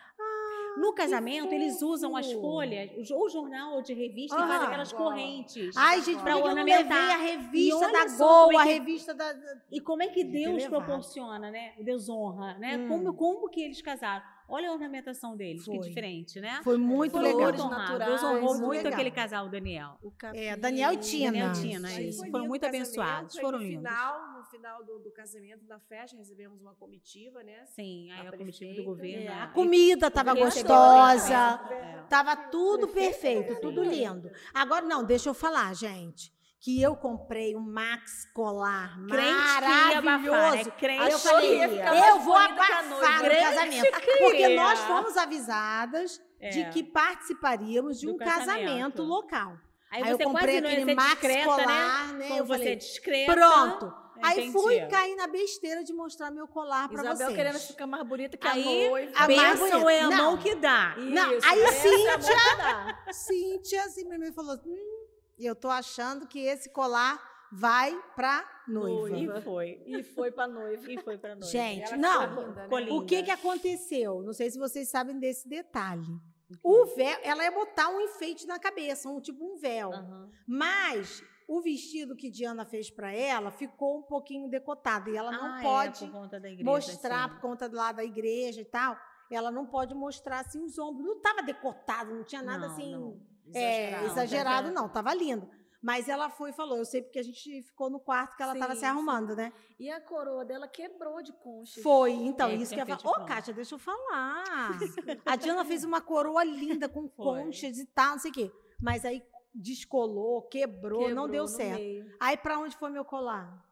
Speaker 2: no casamento, eles usam as
Speaker 1: fofo. Ah,
Speaker 2: folhas, o jo- ou jornal ou de revista, e
Speaker 1: Aham.
Speaker 2: faz aquelas
Speaker 3: Gola.
Speaker 2: correntes.
Speaker 1: Ai, gente, pra
Speaker 2: Pra
Speaker 1: que que eu não
Speaker 2: ornamentar.
Speaker 1: levei a
Speaker 2: E
Speaker 1: revista
Speaker 2: olha
Speaker 1: da
Speaker 2: só
Speaker 1: Gol,
Speaker 2: como
Speaker 1: a
Speaker 2: é que-
Speaker 1: revista da...
Speaker 2: E como é que
Speaker 1: Gente,
Speaker 2: Deus
Speaker 1: elevado.
Speaker 2: proporciona, né? Deus honra, né?
Speaker 1: Hum.
Speaker 2: Como, como que eles casaram? Olha a ornamentação deles, que
Speaker 1: Foi.
Speaker 2: diferente, né?
Speaker 1: Foi muito
Speaker 2: Foi
Speaker 1: legal.
Speaker 2: muito honrado.
Speaker 4: naturais,
Speaker 2: Deus honrou
Speaker 1: muito
Speaker 2: muito,
Speaker 1: legal.
Speaker 2: aquele casal, Daniel.
Speaker 4: O
Speaker 1: É, Daniel e Tina.
Speaker 2: Daniel e
Speaker 1: Isso.
Speaker 2: Tina,
Speaker 3: Aí
Speaker 2: é isso.
Speaker 3: foi
Speaker 2: Foram
Speaker 3: lindo
Speaker 2: muito
Speaker 3: o casamento,
Speaker 2: abençoados,
Speaker 3: aí
Speaker 2: foram
Speaker 3: no
Speaker 2: lindos.
Speaker 3: Final, no final do, do casamento, da festa, recebemos uma comitiva, né?
Speaker 2: Sim, aí
Speaker 3: A
Speaker 2: a comitiva do
Speaker 3: prefeita,
Speaker 2: governo.
Speaker 1: É,
Speaker 2: a-
Speaker 1: a comida tava
Speaker 2: Porque chegou
Speaker 1: gostosa,
Speaker 2: na festa,
Speaker 1: tava tudo
Speaker 4: Prefeito,
Speaker 1: perfeito,
Speaker 4: sim.
Speaker 1: tudo lindo. Agora, não, deixa eu falar, gente, que eu comprei um Max Colar
Speaker 2: é. Crente que ia abafar, né?
Speaker 1: maravilhoso.
Speaker 2: Crente
Speaker 1: Aí eu
Speaker 2: que
Speaker 1: falei,
Speaker 2: ia.
Speaker 1: eu vou
Speaker 4: bonita que a
Speaker 1: abafar no
Speaker 2: noiva.
Speaker 1: casamento. Porque
Speaker 4: É.
Speaker 1: nós fomos avisadas
Speaker 2: É.
Speaker 1: de que participaríamos de
Speaker 2: Do
Speaker 1: um casamento
Speaker 2: casamento.
Speaker 1: local.
Speaker 2: Aí
Speaker 1: Aí eu
Speaker 2: você
Speaker 1: comprei
Speaker 2: quase não ia
Speaker 1: aquele
Speaker 2: ser
Speaker 1: Max
Speaker 2: discreta, né?
Speaker 1: Colar, né?
Speaker 2: Como
Speaker 1: Eu
Speaker 2: você é
Speaker 1: falei,
Speaker 2: discreta.
Speaker 1: pronto. Aí
Speaker 2: Entendi.
Speaker 1: fui cair na besteira de mostrar meu colar pra
Speaker 4: Isabel
Speaker 1: vocês.
Speaker 4: querendo ficar mais bonita que
Speaker 2: Aí,
Speaker 4: a noiva.
Speaker 1: a mais
Speaker 2: Bênção
Speaker 1: bonita.
Speaker 2: é a
Speaker 1: Não.
Speaker 2: mão que dá.
Speaker 1: Não,
Speaker 4: Isso,
Speaker 1: aí
Speaker 4: essa
Speaker 1: sim,
Speaker 4: é a moda.
Speaker 1: Cíntia simplesmente falou: hum, eu tô achando que esse colar vai pra noiva.
Speaker 2: E foi.
Speaker 4: E foi pra noiva.
Speaker 2: E foi pra nós.
Speaker 1: Gente,
Speaker 3: Ela
Speaker 1: não.
Speaker 3: ficou linda, né?
Speaker 2: Ficou linda.
Speaker 1: O que que aconteceu? Não sei se vocês sabem desse detalhe. O véu, ela ia botar um enfeite na cabeça, um tipo um véu. Mas o vestido que Diana fez pra ela ficou um pouquinho decotado e ela não
Speaker 2: Ah, é,
Speaker 1: pode
Speaker 2: por conta da igreja,
Speaker 1: mostrar
Speaker 2: sim.
Speaker 1: por conta lá da igreja e tal. Ela não pode mostrar assim os ombros. Não tava decotado, não tinha nada
Speaker 2: Não,
Speaker 1: assim.
Speaker 2: não.
Speaker 1: É,
Speaker 2: Exagerado.
Speaker 1: exagerado não, tava lindo. Mas ela foi e falou, eu sei porque a gente ficou no quarto que ela
Speaker 4: Sim,
Speaker 1: tava se
Speaker 4: sim.
Speaker 1: arrumando, né?
Speaker 4: E a coroa dela quebrou de concha.
Speaker 1: Foi, então,
Speaker 2: É,
Speaker 1: isso que eu
Speaker 2: tinha
Speaker 1: ia
Speaker 2: feito
Speaker 1: falar. Ô,
Speaker 2: pronto.
Speaker 1: Kátia, deixa eu falar. A Diana fez uma coroa linda com
Speaker 2: Foi.
Speaker 1: conchas e tal, não sei o quê. Mas aí descolou, quebrou, não
Speaker 4: Quebrou
Speaker 1: deu
Speaker 4: no
Speaker 1: certo.
Speaker 4: meio.
Speaker 1: Aí pra onde foi meu colar?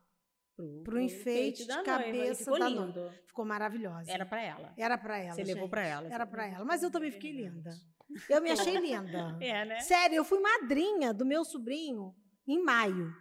Speaker 2: pro,
Speaker 1: Pro enfeite de
Speaker 2: noiva, e
Speaker 1: cabeça
Speaker 2: ficou
Speaker 1: da
Speaker 2: lindo.
Speaker 1: Ficou maravilhosa.
Speaker 2: Era pra ela.
Speaker 1: Era pra ela.
Speaker 2: Você levou
Speaker 1: gente.
Speaker 2: pra ela.
Speaker 1: Era pra ela. Mas eu também fiquei linda.
Speaker 2: Verdade.
Speaker 1: Eu me achei linda.
Speaker 2: É, né?
Speaker 1: Sério, eu fui madrinha do meu sobrinho em maio.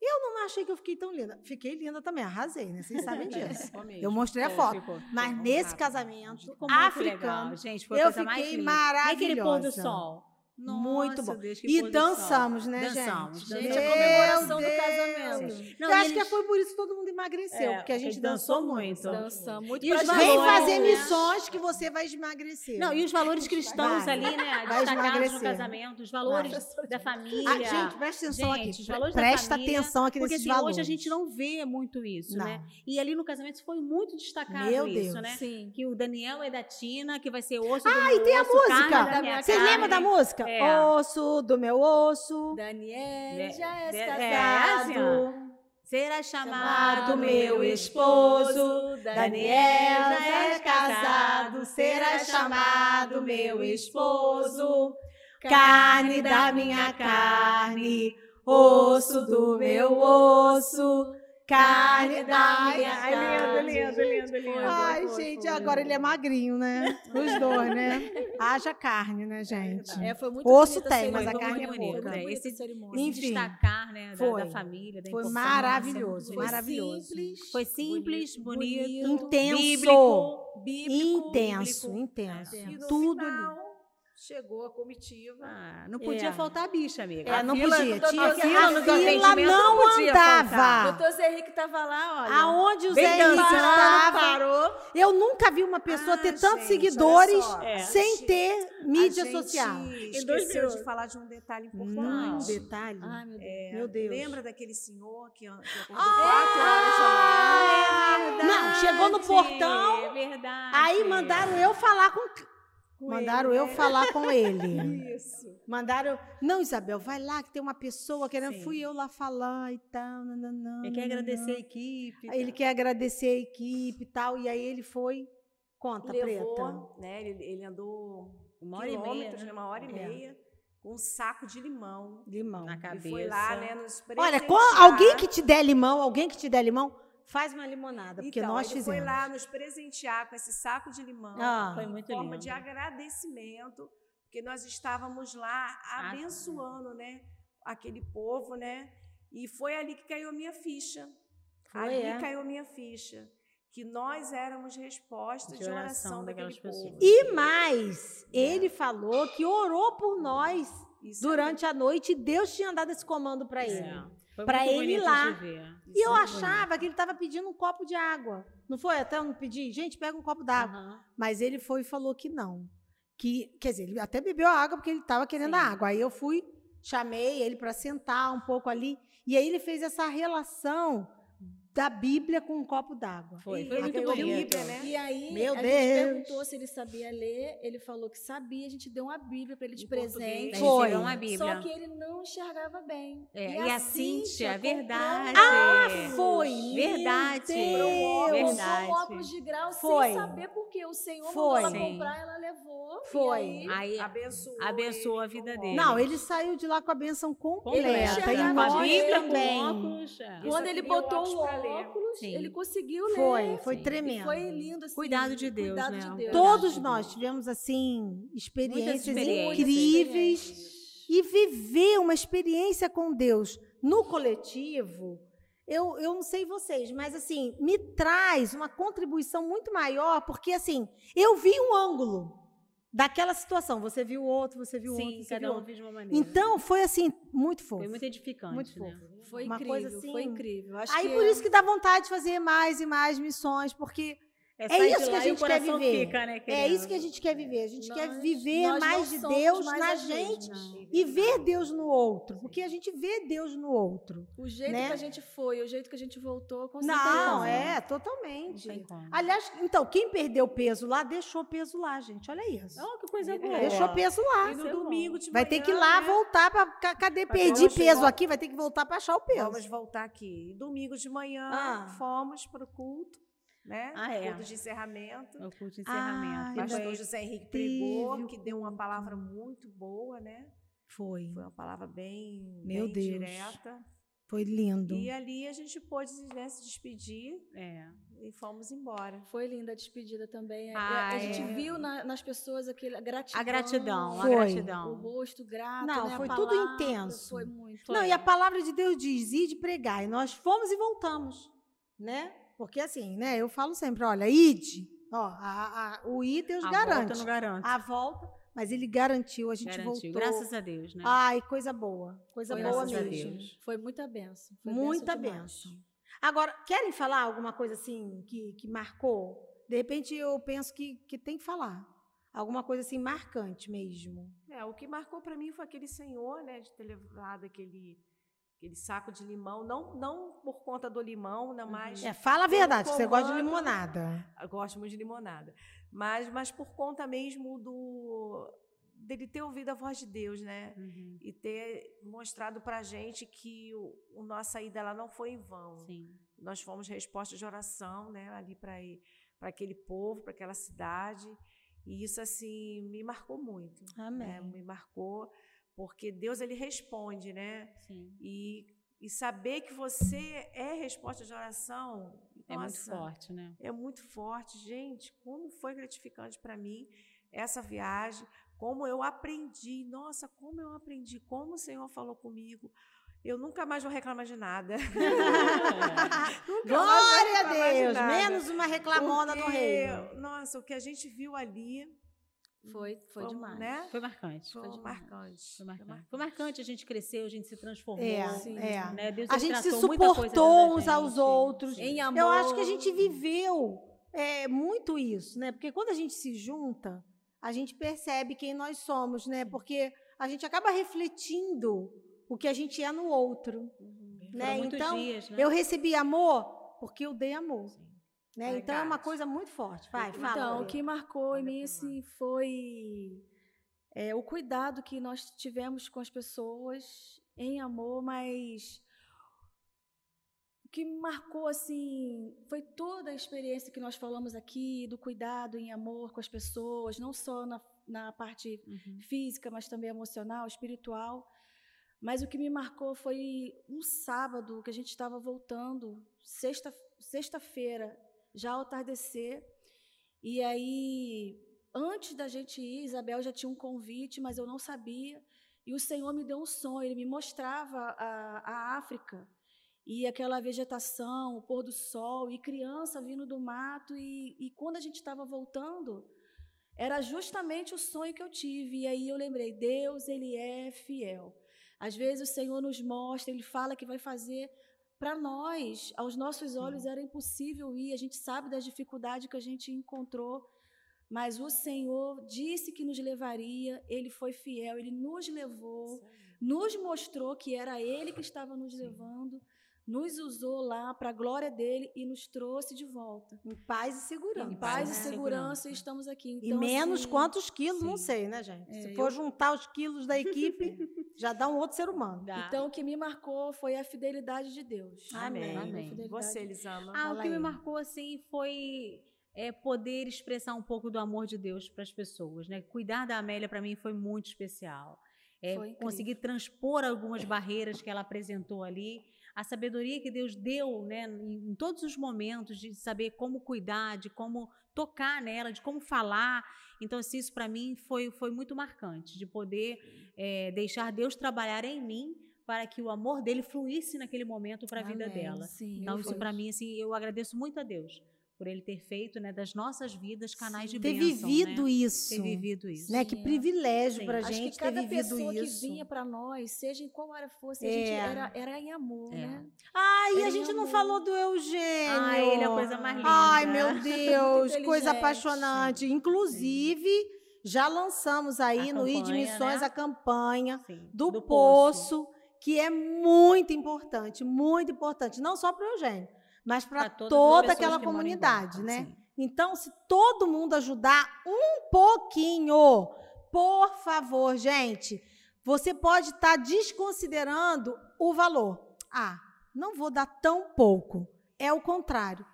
Speaker 1: E eu não achei que eu fiquei tão linda. Fiquei linda também, arrasei, né? Vocês
Speaker 2: É,
Speaker 1: sabem disso. Eu mostrei a foto. Mas nesse casamento
Speaker 2: Ficou muito
Speaker 1: africano,
Speaker 2: legal, gente. Foi
Speaker 1: eu
Speaker 2: a coisa mais
Speaker 1: fiquei
Speaker 2: linda. E aquele pôr do
Speaker 1: maravilhosa.
Speaker 2: sol.
Speaker 1: Muito
Speaker 2: Nossa,
Speaker 1: bom.
Speaker 2: Deus, que pôr
Speaker 1: E
Speaker 2: do sol.
Speaker 1: dançamos, né, gente?
Speaker 2: Dançamos,
Speaker 4: Gente,
Speaker 2: dançamos.
Speaker 4: a comemoração
Speaker 1: Meu
Speaker 4: do
Speaker 1: Deus.
Speaker 4: casamento.
Speaker 2: Não,
Speaker 1: eu
Speaker 2: e
Speaker 1: acho que
Speaker 2: eles-
Speaker 1: foi por isso que todo mundo emagreceu,
Speaker 2: É,
Speaker 1: porque a gente
Speaker 2: ele
Speaker 1: dançou,
Speaker 2: dançou
Speaker 1: muito.
Speaker 2: muito.
Speaker 4: Dançamos muito.
Speaker 2: E os
Speaker 4: pras
Speaker 1: Vem
Speaker 2: valores,
Speaker 1: fazer
Speaker 2: né?
Speaker 1: missões né? que você vai emagrecer.
Speaker 2: Não, e os valores cristãos
Speaker 1: Vai.
Speaker 2: ali, né?
Speaker 1: Vai
Speaker 2: Destacados no
Speaker 1: emagrecer.
Speaker 2: casamento, os valores da família.
Speaker 1: Ah, gente, presta atenção
Speaker 2: Gente, os
Speaker 1: aqui.
Speaker 2: valores da
Speaker 1: Presta
Speaker 2: família,
Speaker 1: atenção aqui
Speaker 2: Porque
Speaker 1: nesses
Speaker 2: assim,
Speaker 1: valores.
Speaker 2: hoje a gente não vê muito isso,
Speaker 1: Não.
Speaker 2: né? E ali no casamento foi muito destacado
Speaker 1: Meu
Speaker 2: isso,
Speaker 1: Deus.
Speaker 2: né?
Speaker 4: Sim.
Speaker 2: Que o Daniel é da Tina, que vai ser osso ah, do meu e tem osso,
Speaker 1: música.
Speaker 2: carne da minha
Speaker 1: Vocês
Speaker 2: carne.
Speaker 1: lembram da música?
Speaker 2: É.
Speaker 1: Osso do meu osso.
Speaker 4: Daniel
Speaker 2: De-
Speaker 4: já
Speaker 2: de-
Speaker 4: é
Speaker 2: é,
Speaker 4: casado.
Speaker 2: assim, ó. Será chamado
Speaker 1: Amado
Speaker 2: meu esposo.
Speaker 1: Daniel já é casado, será chamado meu esposo. Carne da minha carne, osso do meu osso. Carne da minha
Speaker 4: Ai,
Speaker 1: carne.
Speaker 4: lindo, lindo, lindo.
Speaker 1: Ai, gente, agora ele é magrinho, né? Os dois, né? Haja carne, né, gente?
Speaker 4: É, foi muito
Speaker 1: Osso
Speaker 4: bonita
Speaker 1: tem,
Speaker 4: cerimônia,
Speaker 1: mas a
Speaker 4: foi
Speaker 1: carne é
Speaker 4: muito bonita,
Speaker 1: pouca.
Speaker 4: foi muito bonita
Speaker 2: Esse-
Speaker 4: a cerimônia.
Speaker 1: Enfim,
Speaker 2: se destacar, né? da-
Speaker 1: foi.
Speaker 2: Da, família, da
Speaker 1: Foi
Speaker 2: importância.
Speaker 1: maravilhoso,
Speaker 4: Foi
Speaker 1: maravilhoso.
Speaker 4: simples.
Speaker 2: Foi simples, bonito,
Speaker 1: Intenso.
Speaker 2: bíblico.
Speaker 4: bíblico,
Speaker 1: Intenso,
Speaker 4: bíblico.
Speaker 1: intenso.
Speaker 3: E no
Speaker 1: Tudo
Speaker 3: final,
Speaker 1: ali.
Speaker 3: chegou a comitiva.
Speaker 2: Ah, não podia
Speaker 1: É.
Speaker 2: faltar a bicha, amiga.
Speaker 1: É, não
Speaker 4: fila
Speaker 1: podia.
Speaker 4: do
Speaker 1: Tinha
Speaker 4: doutor-
Speaker 1: que
Speaker 4: a fila
Speaker 1: a
Speaker 4: do
Speaker 1: fila
Speaker 4: atendimento
Speaker 1: não
Speaker 4: não podia
Speaker 1: andava.
Speaker 4: Doutor Zé Henrique tava
Speaker 2: tá,
Speaker 4: lá, olha.
Speaker 1: Aonde o
Speaker 2: Vem
Speaker 1: Zé Henrique
Speaker 2: dançando,
Speaker 1: estava,
Speaker 2: parou.
Speaker 1: eu nunca vi uma pessoa
Speaker 3: Ah,
Speaker 1: ter tantos
Speaker 3: gente, olha
Speaker 1: seguidores
Speaker 3: só.
Speaker 2: É.
Speaker 1: sem ter mídia
Speaker 3: a gente
Speaker 1: social.
Speaker 2: dois
Speaker 3: Esqueceu
Speaker 2: minutos.
Speaker 3: de falar de um detalhe
Speaker 1: Não, um
Speaker 3: importante.
Speaker 1: detalhe.
Speaker 4: Ai, Ah, meu Deus.
Speaker 3: É,
Speaker 1: Ah, Meu Deus.
Speaker 3: Lembra daquele senhor que, an- que acordou
Speaker 2: Ah!
Speaker 3: quatro horas da manhã?
Speaker 1: Não, chegou no portão,
Speaker 2: É verdade.
Speaker 1: aí mandaram eu falar com Mandaram eu falar com ele.
Speaker 3: né? Isso.
Speaker 1: Mandaram. eu- Não, Isabel, vai lá que tem uma pessoa querendo.
Speaker 2: Sim. É
Speaker 1: Fui eu lá falar e tal. Nananã,
Speaker 2: Ele quer
Speaker 1: nananã.
Speaker 2: agradecer a equipe.
Speaker 1: Aí Ele quer agradecer a equipe e tal. E aí ele foi. Conta, preta.
Speaker 3: Levou, né, ele, ele andou
Speaker 2: Uma hora e meia.
Speaker 3: quilômetros,
Speaker 2: né?
Speaker 3: né, uma hora e
Speaker 1: É.
Speaker 3: meia, com um saco de limão.
Speaker 1: Limão.
Speaker 2: Na cabeça.
Speaker 3: E foi lá, né, nos
Speaker 1: Olha,
Speaker 3: presentear.
Speaker 1: qual- alguém que te der limão, alguém que te der limão, faz uma limonada, porque
Speaker 3: Então,
Speaker 1: nós
Speaker 3: ele
Speaker 1: fizemos.
Speaker 3: foi lá nos presentear com esse saco de limão.
Speaker 1: Ah,
Speaker 2: Foi
Speaker 3: em
Speaker 2: muito
Speaker 3: forma
Speaker 2: lindo.
Speaker 3: de agradecimento, porque nós estávamos lá
Speaker 2: Ah,
Speaker 3: abençoando, né, aquele povo, né? E foi ali que caiu a minha ficha.
Speaker 1: Foi,
Speaker 3: ali
Speaker 1: é.
Speaker 3: caiu a minha ficha, que nós éramos resposta de,
Speaker 2: De oração
Speaker 3: oração daquele
Speaker 2: daquelas
Speaker 3: povo.
Speaker 2: pessoas.
Speaker 1: E mais, ele
Speaker 2: É.
Speaker 1: falou que orou por nós
Speaker 3: Isso é
Speaker 1: durante a noite e Deus tinha dado esse comando para ele.
Speaker 2: É, foi
Speaker 1: Pra
Speaker 2: muito
Speaker 1: ele ir
Speaker 2: bonito
Speaker 1: lá.
Speaker 2: de ver.
Speaker 1: E eu
Speaker 2: Muito
Speaker 1: achava que ele estava pedindo um copo de água. Não foi? Até eu não pedi, gente, pega um copo
Speaker 2: bonito.
Speaker 1: d'água.
Speaker 2: Aham.
Speaker 1: Mas ele foi e falou que não. Que, quer dizer, ele até bebeu a água porque ele estava querendo a
Speaker 2: Sim.
Speaker 1: água. Aí eu fui, chamei ele para sentar um pouco ali. E aí ele fez essa relação da Bíblia com um copo d'água.
Speaker 2: Foi,
Speaker 3: E
Speaker 2: foi muito
Speaker 3: aquele
Speaker 2: bonito.
Speaker 3: Bíblia, né?
Speaker 4: E aí,
Speaker 1: Meu
Speaker 4: a
Speaker 1: Deus.
Speaker 4: gente perguntou se ele sabia ler, ele falou que sabia, a gente deu uma Bíblia para ele de
Speaker 3: Em português.
Speaker 4: presente.
Speaker 1: Foi.
Speaker 2: Foi. Uma Bíblia.
Speaker 4: Só que ele não enxergava bem.
Speaker 2: É, e a Cíntia,
Speaker 4: comprou- um
Speaker 2: verdade.
Speaker 1: Ah, Foi.
Speaker 2: Verdade.
Speaker 1: Meu
Speaker 4: Comprou
Speaker 1: Deus.
Speaker 2: Verdade.
Speaker 4: um óculos de grau
Speaker 1: Foi.
Speaker 4: sem saber porque o Senhor
Speaker 1: Foi.
Speaker 4: mandou ela
Speaker 2: Sim.
Speaker 4: comprar, ela levou.
Speaker 1: Foi. Ah,
Speaker 4: E aí,
Speaker 2: Aí,
Speaker 3: abençoou,
Speaker 2: Abençoou
Speaker 3: ele
Speaker 2: a vida
Speaker 3: com
Speaker 2: dele.
Speaker 1: Não, ele saiu de lá com a benção completa.
Speaker 4: Completa,
Speaker 1: E
Speaker 4: com
Speaker 2: uma
Speaker 1: nós
Speaker 2: tá Bíblia,
Speaker 1: também.
Speaker 2: com óculos. é.
Speaker 3: Isso.
Speaker 4: quando
Speaker 3: só
Speaker 4: ele
Speaker 3: queria o
Speaker 4: botou
Speaker 3: óculos
Speaker 4: o
Speaker 3: pra ler.
Speaker 4: óculos,
Speaker 2: Sim.
Speaker 4: ele conseguiu ler.
Speaker 1: Foi, foi
Speaker 2: Sim.
Speaker 1: tremendo.
Speaker 4: E foi lindo, assim.
Speaker 2: Cuidado de Deus,
Speaker 4: Cuidado
Speaker 2: né?
Speaker 1: Um
Speaker 4: de Deus.
Speaker 1: Todos
Speaker 2: Verdade.
Speaker 1: nós tivemos, assim,
Speaker 2: Muitas
Speaker 1: experiências,
Speaker 2: experiências.
Speaker 1: incríveis. E viver uma experiência com Deus no coletivo, eu, eu não sei vocês, mas, assim, me traz uma contribuição muito maior, porque, assim, eu vi um ângulo daquela situação. Você viu outro, você viu
Speaker 2: Sim,
Speaker 1: outro, você
Speaker 2: cada
Speaker 1: viu
Speaker 2: um
Speaker 1: outro.
Speaker 2: fez de uma maneira.
Speaker 1: Então, foi, assim, muito fofo.
Speaker 2: foi muito edificante,
Speaker 1: muito
Speaker 2: né?
Speaker 1: fofo.
Speaker 4: Foi
Speaker 1: Uma
Speaker 4: incrível,
Speaker 1: coisa
Speaker 4: foi
Speaker 1: assim-
Speaker 4: incrível. Acho
Speaker 1: Aí
Speaker 4: que é
Speaker 1: por isso que dá vontade de fazer mais e mais missões, porque
Speaker 2: sair É, de
Speaker 1: isso que
Speaker 2: lá
Speaker 1: a
Speaker 2: e
Speaker 1: gente
Speaker 2: o
Speaker 1: quer
Speaker 2: coração
Speaker 1: viver.
Speaker 2: Fica, né,
Speaker 1: é
Speaker 2: querendo?
Speaker 1: isso que a gente quer viver. A gente quer
Speaker 4: nós-
Speaker 1: viver
Speaker 4: nós
Speaker 1: mais
Speaker 4: não
Speaker 1: de
Speaker 4: somos
Speaker 1: Deus
Speaker 4: mais
Speaker 1: na
Speaker 4: as
Speaker 1: gente
Speaker 4: mesmas.
Speaker 1: e ver Deus no outro, porque a gente vê Deus no outro.
Speaker 4: O jeito
Speaker 1: né?
Speaker 4: que a gente foi, o jeito que a gente voltou, com
Speaker 1: Não,
Speaker 4: certeza.
Speaker 1: é,
Speaker 2: Não
Speaker 1: totalmente.
Speaker 2: tem como.
Speaker 1: Aliás, então, quem perdeu peso lá, deixou peso lá, gente. Olha isso.
Speaker 2: Oh, que coisa boa.
Speaker 3: É.
Speaker 1: Deixou peso lá.
Speaker 3: E
Speaker 2: Isso é
Speaker 3: no
Speaker 2: bom.
Speaker 3: domingo de
Speaker 1: Vai
Speaker 3: manhã,
Speaker 1: ter que ir lá
Speaker 3: né?
Speaker 1: voltar pra. ca- Cadê?
Speaker 3: Mas
Speaker 1: Perdi
Speaker 3: vamos
Speaker 1: peso
Speaker 3: voltar.
Speaker 1: aqui, vai ter que voltar pra achar o peso.
Speaker 3: Vamos voltar aqui. E Domingo de manhã,
Speaker 1: Ah.
Speaker 3: fomos para o culto, né?
Speaker 2: Ah, é.
Speaker 3: Culto de encerramento.
Speaker 1: Uhum.
Speaker 2: É o culto de
Speaker 1: Ai,
Speaker 3: O
Speaker 2: encerramento.
Speaker 3: pastor
Speaker 1: bem.
Speaker 3: José Henrique
Speaker 1: Teve
Speaker 3: pregou,
Speaker 1: o
Speaker 3: que deu uma palavra muito boa, né?
Speaker 1: Foi.
Speaker 3: Foi uma palavra bem,
Speaker 1: Meu
Speaker 3: bem
Speaker 1: Deus.
Speaker 3: direta.
Speaker 1: Foi lindo.
Speaker 3: E ali a gente pôde né, se despedir
Speaker 2: É.
Speaker 3: e fomos embora.
Speaker 4: Foi linda a despedida também.
Speaker 2: Ah,
Speaker 4: a, a
Speaker 2: é.
Speaker 4: gente viu na- nas pessoas aquele, a gratidão.
Speaker 2: A gratidão, a
Speaker 1: Foi.
Speaker 4: O
Speaker 2: gratidão.
Speaker 4: rosto grato.
Speaker 1: Não,
Speaker 4: né? A
Speaker 1: foi tudo
Speaker 4: palavra,
Speaker 1: intenso.
Speaker 4: Foi muito.
Speaker 1: Não, e a palavra de Deus diz: ide pregar. E nós fomos e voltamos, né? Porque assim, né? Eu falo sempre: olha, ide. Ó, a- a- o ir Deus
Speaker 2: A
Speaker 1: garante.
Speaker 2: volta não garante.
Speaker 1: A volta, mas ele garantiu, a gente voltou.
Speaker 2: Garantiu. Graças a Deus, né?
Speaker 1: Ai, coisa boa. Coisa
Speaker 4: Foi
Speaker 1: boa
Speaker 4: graças a
Speaker 1: mesmo.
Speaker 2: Deus.
Speaker 4: Foi muita benção. Foi
Speaker 1: Muita
Speaker 4: demais.
Speaker 1: benção. Agora, querem falar alguma coisa assim que, que marcou? De repente eu penso que, que tem que falar. Alguma coisa assim marcante mesmo.
Speaker 3: É, o que marcou para mim foi aquele senhor, né, de ter levado aquele, aquele saco de limão, não, não por conta do limão, né, mas
Speaker 1: É, fala a verdade, que você
Speaker 3: comando.
Speaker 1: gosta de limonada.
Speaker 3: eu gosto muito de limonada, mas, mas por conta mesmo do dele ter ouvido a voz de Deus, né,
Speaker 2: Uhum,
Speaker 3: e ter mostrado para gente que o, o nossa ida lá não foi em vão.
Speaker 2: Sim.
Speaker 3: Nós fomos resposta de oração, né, ali para para aquele povo, para aquela cidade, e isso assim me marcou muito. né,
Speaker 1: Amém.
Speaker 3: me marcou, porque Deus ele responde, né?
Speaker 2: Sim.
Speaker 3: E, e saber que você é resposta de oração,
Speaker 2: É muito
Speaker 3: nossa,
Speaker 2: forte, né?
Speaker 3: É muito forte, gente. Como foi gratificante para mim essa viagem, como eu aprendi, nossa, como eu aprendi, como o Senhor falou comigo. Eu nunca mais vou reclamar de nada.
Speaker 1: É.
Speaker 3: Nunca mais vou
Speaker 1: Glória
Speaker 3: reclamar
Speaker 1: a
Speaker 3: de
Speaker 1: Deus!
Speaker 3: nada.
Speaker 1: Menos uma reclamona do
Speaker 3: Porque,
Speaker 1: reino.
Speaker 3: Nossa, o que a gente viu ali
Speaker 4: Foi, foi
Speaker 3: Vamos,
Speaker 4: demais.
Speaker 3: né?
Speaker 2: Foi marcante.
Speaker 3: foi,
Speaker 2: Foi, demais.
Speaker 3: marcante.
Speaker 2: Foi marcante. Foi marcante, a gente cresceu, a gente se transformou.
Speaker 1: É,
Speaker 4: Sim.
Speaker 1: é.
Speaker 2: né? Deus,
Speaker 1: A
Speaker 2: ele
Speaker 1: gente se
Speaker 2: tratou muita coisa dentro
Speaker 1: suportou
Speaker 2: da
Speaker 1: uns aos
Speaker 2: gente.
Speaker 1: outros.
Speaker 2: Sim.
Speaker 4: Em amor.
Speaker 1: Eu acho que a gente viveu é, muito isso, né? Porque quando a gente se junta, a gente percebe quem nós somos, né? Porque a gente acaba refletindo o que a gente é no outro.
Speaker 4: Uhum.
Speaker 2: Foram
Speaker 1: né?
Speaker 2: muitos
Speaker 1: Então,
Speaker 2: dias, né?
Speaker 1: Eu recebi amor porque eu dei amor. Né? Então é uma
Speaker 3: Verdade.
Speaker 1: coisa muito forte. Vai, fala.
Speaker 4: Então, o
Speaker 1: Lorena.
Speaker 4: que marcou em
Speaker 3: Olha
Speaker 4: mim
Speaker 3: pra
Speaker 4: assim, foi é, o cuidado que nós tivemos com as pessoas em amor, mas o que me marcou assim foi toda a experiência que nós falamos aqui do cuidado em amor com as pessoas, não só na, na parte
Speaker 2: Uhum.
Speaker 4: física, mas também emocional, espiritual. Mas o que me marcou foi um sábado que a gente estava voltando, sexta- sexta-feira, já ao tardecer. E aí, antes da gente ir, Isabel já tinha um convite, mas eu não sabia. E o Senhor me deu um sonho, ele me mostrava a, a África e aquela vegetação, o pôr do sol, e criança vindo do mato. E, e quando a gente estava voltando, era justamente o sonho que eu tive. E aí eu lembrei: Deus, Ele é fiel. Às vezes o Senhor nos mostra, Ele fala que vai fazer. Para nós, aos nossos olhos, era impossível ir. A gente sabe das dificuldades que a gente encontrou. Mas o Senhor disse que nos levaria, Ele foi fiel, Ele nos levou nos mostrou que era Ele que estava nos levando, nos usou lá para a glória dele e nos trouxe de volta.
Speaker 1: Em paz e segurança.
Speaker 4: Em paz e
Speaker 1: né?
Speaker 4: segurança,
Speaker 2: Segurança.
Speaker 4: e estamos aqui.
Speaker 1: E
Speaker 4: Então,
Speaker 1: menos
Speaker 4: assim,
Speaker 1: quantos quilos, não
Speaker 2: Sim.
Speaker 1: sei, né, gente?
Speaker 4: É,
Speaker 1: Se
Speaker 4: eu-
Speaker 1: for juntar os quilos da equipe, já dá um outro ser humano.
Speaker 2: Dá.
Speaker 4: Então, o que me marcou foi a fidelidade de Deus.
Speaker 1: Amém.
Speaker 4: A
Speaker 2: Amém.
Speaker 4: fidelidade.
Speaker 3: Você, Elisama.
Speaker 2: Ah, o
Speaker 1: Fala
Speaker 2: que me
Speaker 1: aí.
Speaker 2: marcou assim foi é, poder expressar um pouco do amor de Deus para as pessoas, né? Cuidar da Amélia para mim foi muito especial. É,
Speaker 4: Foi incrível.
Speaker 2: conseguir transpor algumas barreiras que ela apresentou ali, a sabedoria que Deus deu, né, em, em todos os momentos de saber como cuidar, de como tocar nela, de como falar. Então, assim, isso para mim foi foi muito marcante, de poder é, deixar Deus trabalhar em mim para que o amor dele fluísse naquele momento para a vida
Speaker 1: Amém.
Speaker 2: dela.
Speaker 4: Sim,
Speaker 2: Então,
Speaker 4: eu
Speaker 2: isso
Speaker 4: fui.
Speaker 2: para mim, assim, eu agradeço muito a Deus por ele ter feito né, das nossas vidas canais de
Speaker 1: Ter
Speaker 2: bênção.
Speaker 1: vivido
Speaker 2: né?
Speaker 1: isso.
Speaker 2: Ter vivido isso.
Speaker 1: né? Que
Speaker 4: Sim, é.
Speaker 1: privilégio
Speaker 2: Sim.
Speaker 1: pra
Speaker 4: Acho
Speaker 1: gente
Speaker 4: que cada
Speaker 1: ter vivido
Speaker 4: pessoa
Speaker 1: isso.
Speaker 4: que vinha para nós, seja em qual área fosse, a
Speaker 1: É.
Speaker 4: gente era, era em amor,
Speaker 2: É.
Speaker 4: né?
Speaker 1: Ai,
Speaker 4: Ele
Speaker 1: a gente não
Speaker 4: amou.
Speaker 1: falou do Eugênio.
Speaker 2: Ai, ele é a coisa mais linda.
Speaker 1: Ai, meu Deus,
Speaker 4: Muito
Speaker 1: coisa
Speaker 4: inteligente.
Speaker 1: apaixonante. Inclusive, já lançamos aí
Speaker 2: A
Speaker 1: no ID
Speaker 2: campanha,
Speaker 1: Missões
Speaker 2: né?
Speaker 1: a campanha
Speaker 2: Sim,
Speaker 1: do, poço, que é muito importante, muito importante, não só para o Eugênio, mas para
Speaker 2: Pra todas as
Speaker 1: toda
Speaker 2: pessoas
Speaker 1: aquela
Speaker 2: que moram em
Speaker 1: comunidade,
Speaker 2: volta,
Speaker 1: né?
Speaker 2: sim.
Speaker 1: Então, se todo mundo ajudar um pouquinho, por favor, gente, você pode estar desconsiderando o valor. Ah, não vou dar tão pouco. É o contrário.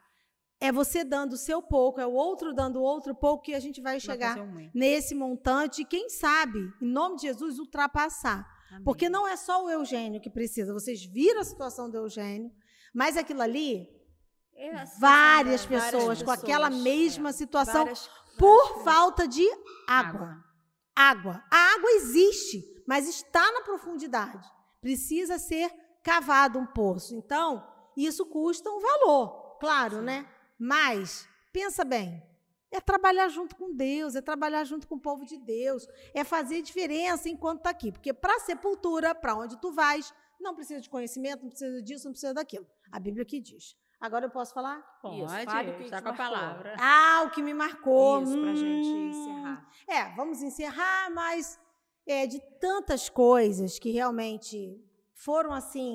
Speaker 1: É você dando o seu pouco, é o outro dando o outro pouco que a gente vai
Speaker 2: Vai
Speaker 1: chegar
Speaker 2: fazer um bem.
Speaker 1: nesse montante e, quem sabe, em nome de Jesus, ultrapassar.
Speaker 2: Amém.
Speaker 1: Porque não é só o Eugênio que precisa. Vocês viram a situação do Eugênio, mas aquilo ali,
Speaker 2: É a situação
Speaker 1: várias
Speaker 2: da-
Speaker 1: pessoas com
Speaker 4: pessoas,
Speaker 1: aquela
Speaker 4: é.
Speaker 1: mesma situação
Speaker 4: Várias-
Speaker 1: por falta de água. Água. A água existe, mas está na profundidade. Precisa ser cavado um poço. Então, isso custa um valor, claro, né? Mas, pensa bem, é trabalhar junto com Deus, é trabalhar junto com o povo de Deus, é fazer diferença enquanto está aqui. Porque para a sepultura, para onde tu vais, não precisa de conhecimento, não precisa disso, não precisa daquilo. A Bíblia que diz. Agora eu posso falar?
Speaker 2: Pode,
Speaker 3: Isso, fale o que
Speaker 2: está
Speaker 3: te
Speaker 2: com a
Speaker 3: marcou.
Speaker 2: palavra.
Speaker 1: Ah, o que me marcou.
Speaker 3: É. Isso, pra gente
Speaker 1: hum.
Speaker 3: encerrar.
Speaker 1: É, vamos encerrar, mas é de tantas coisas que realmente foram assim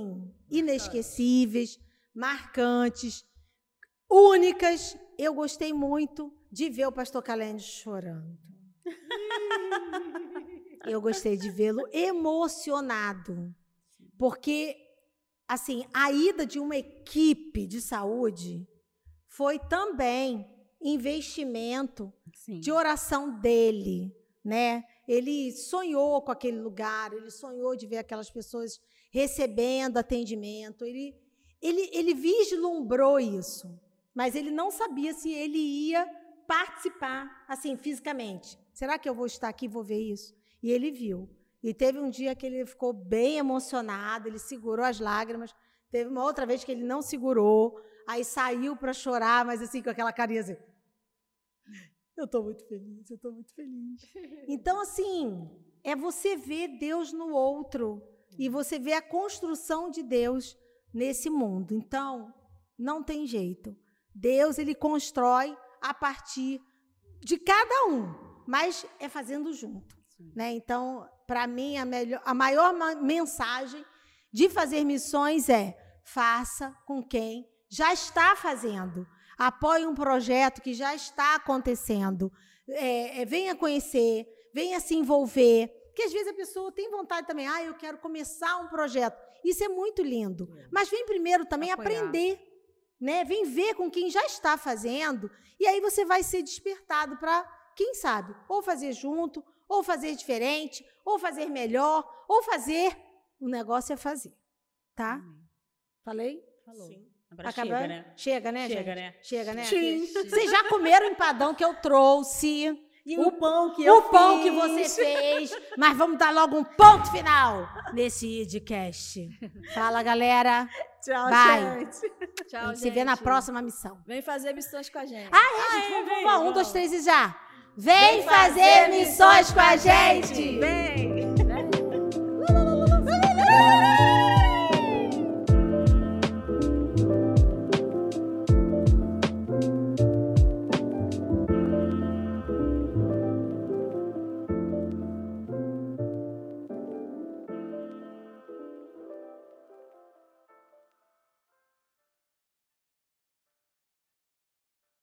Speaker 1: inesquecíveis, marcantes, únicas. Eu gostei muito de ver o pastor Calêndio chorando. Eu gostei de vê-lo emocionado. Porque assim, a ida de uma equipe de saúde foi também investimento
Speaker 2: Sim.
Speaker 1: de oração dele, né? Ele sonhou com aquele lugar, ele sonhou de ver aquelas pessoas recebendo atendimento, ele, ele, ele vislumbrou isso, mas ele não sabia se ele ia participar, assim, fisicamente. Será que eu vou estar aqui e vou ver isso? E ele viu. E teve um dia que ele ficou bem emocionado, ele segurou as lágrimas. Teve uma outra vez que ele não segurou, aí saiu para chorar, mas assim, com aquela carinha assim. Eu estou muito feliz, eu estou muito feliz. Então, assim, é você ver Deus no outro e você ver a construção de Deus nesse mundo. Então, não tem jeito. Deus, ele constrói a partir de cada um, mas é fazendo junto. Né? Então, para mim, a, melhor, a maior ma- mensagem de fazer missões é faça com quem já está fazendo. Apoie um projeto que já está acontecendo. É, é, venha conhecer, venha se envolver. Porque às vezes a pessoa tem vontade também, ah, eu quero começar um projeto. Isso é muito lindo. Mas vem primeiro também
Speaker 2: Apoiar.
Speaker 1: aprender. Né? Vem ver com quem já está fazendo. E aí você vai ser despertado para, quem sabe, ou fazer junto, ou fazer diferente, ou fazer melhor, ou fazer. O negócio é fazer. Tá?
Speaker 2: Amém.
Speaker 1: Falei?
Speaker 2: Falou.
Speaker 3: Sim.
Speaker 2: Agora
Speaker 1: Acabando?
Speaker 2: chega, né?
Speaker 1: Chega, né,
Speaker 2: Chega,
Speaker 1: gente?
Speaker 2: né?
Speaker 1: Chega, né?
Speaker 4: Sim.
Speaker 1: Vocês já comeram o empadão que eu trouxe,
Speaker 2: E
Speaker 1: o
Speaker 2: pão que
Speaker 1: o pão que você fez, mas vamos dar logo um ponto final nesse idcast. Fala, galera.
Speaker 4: Tchau,
Speaker 1: Bye.
Speaker 4: gente. Tchau,
Speaker 1: a gente
Speaker 4: gente.
Speaker 1: se vê na próxima missão.
Speaker 4: Vem fazer missões com a gente.
Speaker 1: É, gente, vamos, vamos, um,
Speaker 3: vamos.
Speaker 1: dois, três e já. Vem, fazer missões com a gente.
Speaker 3: Bem!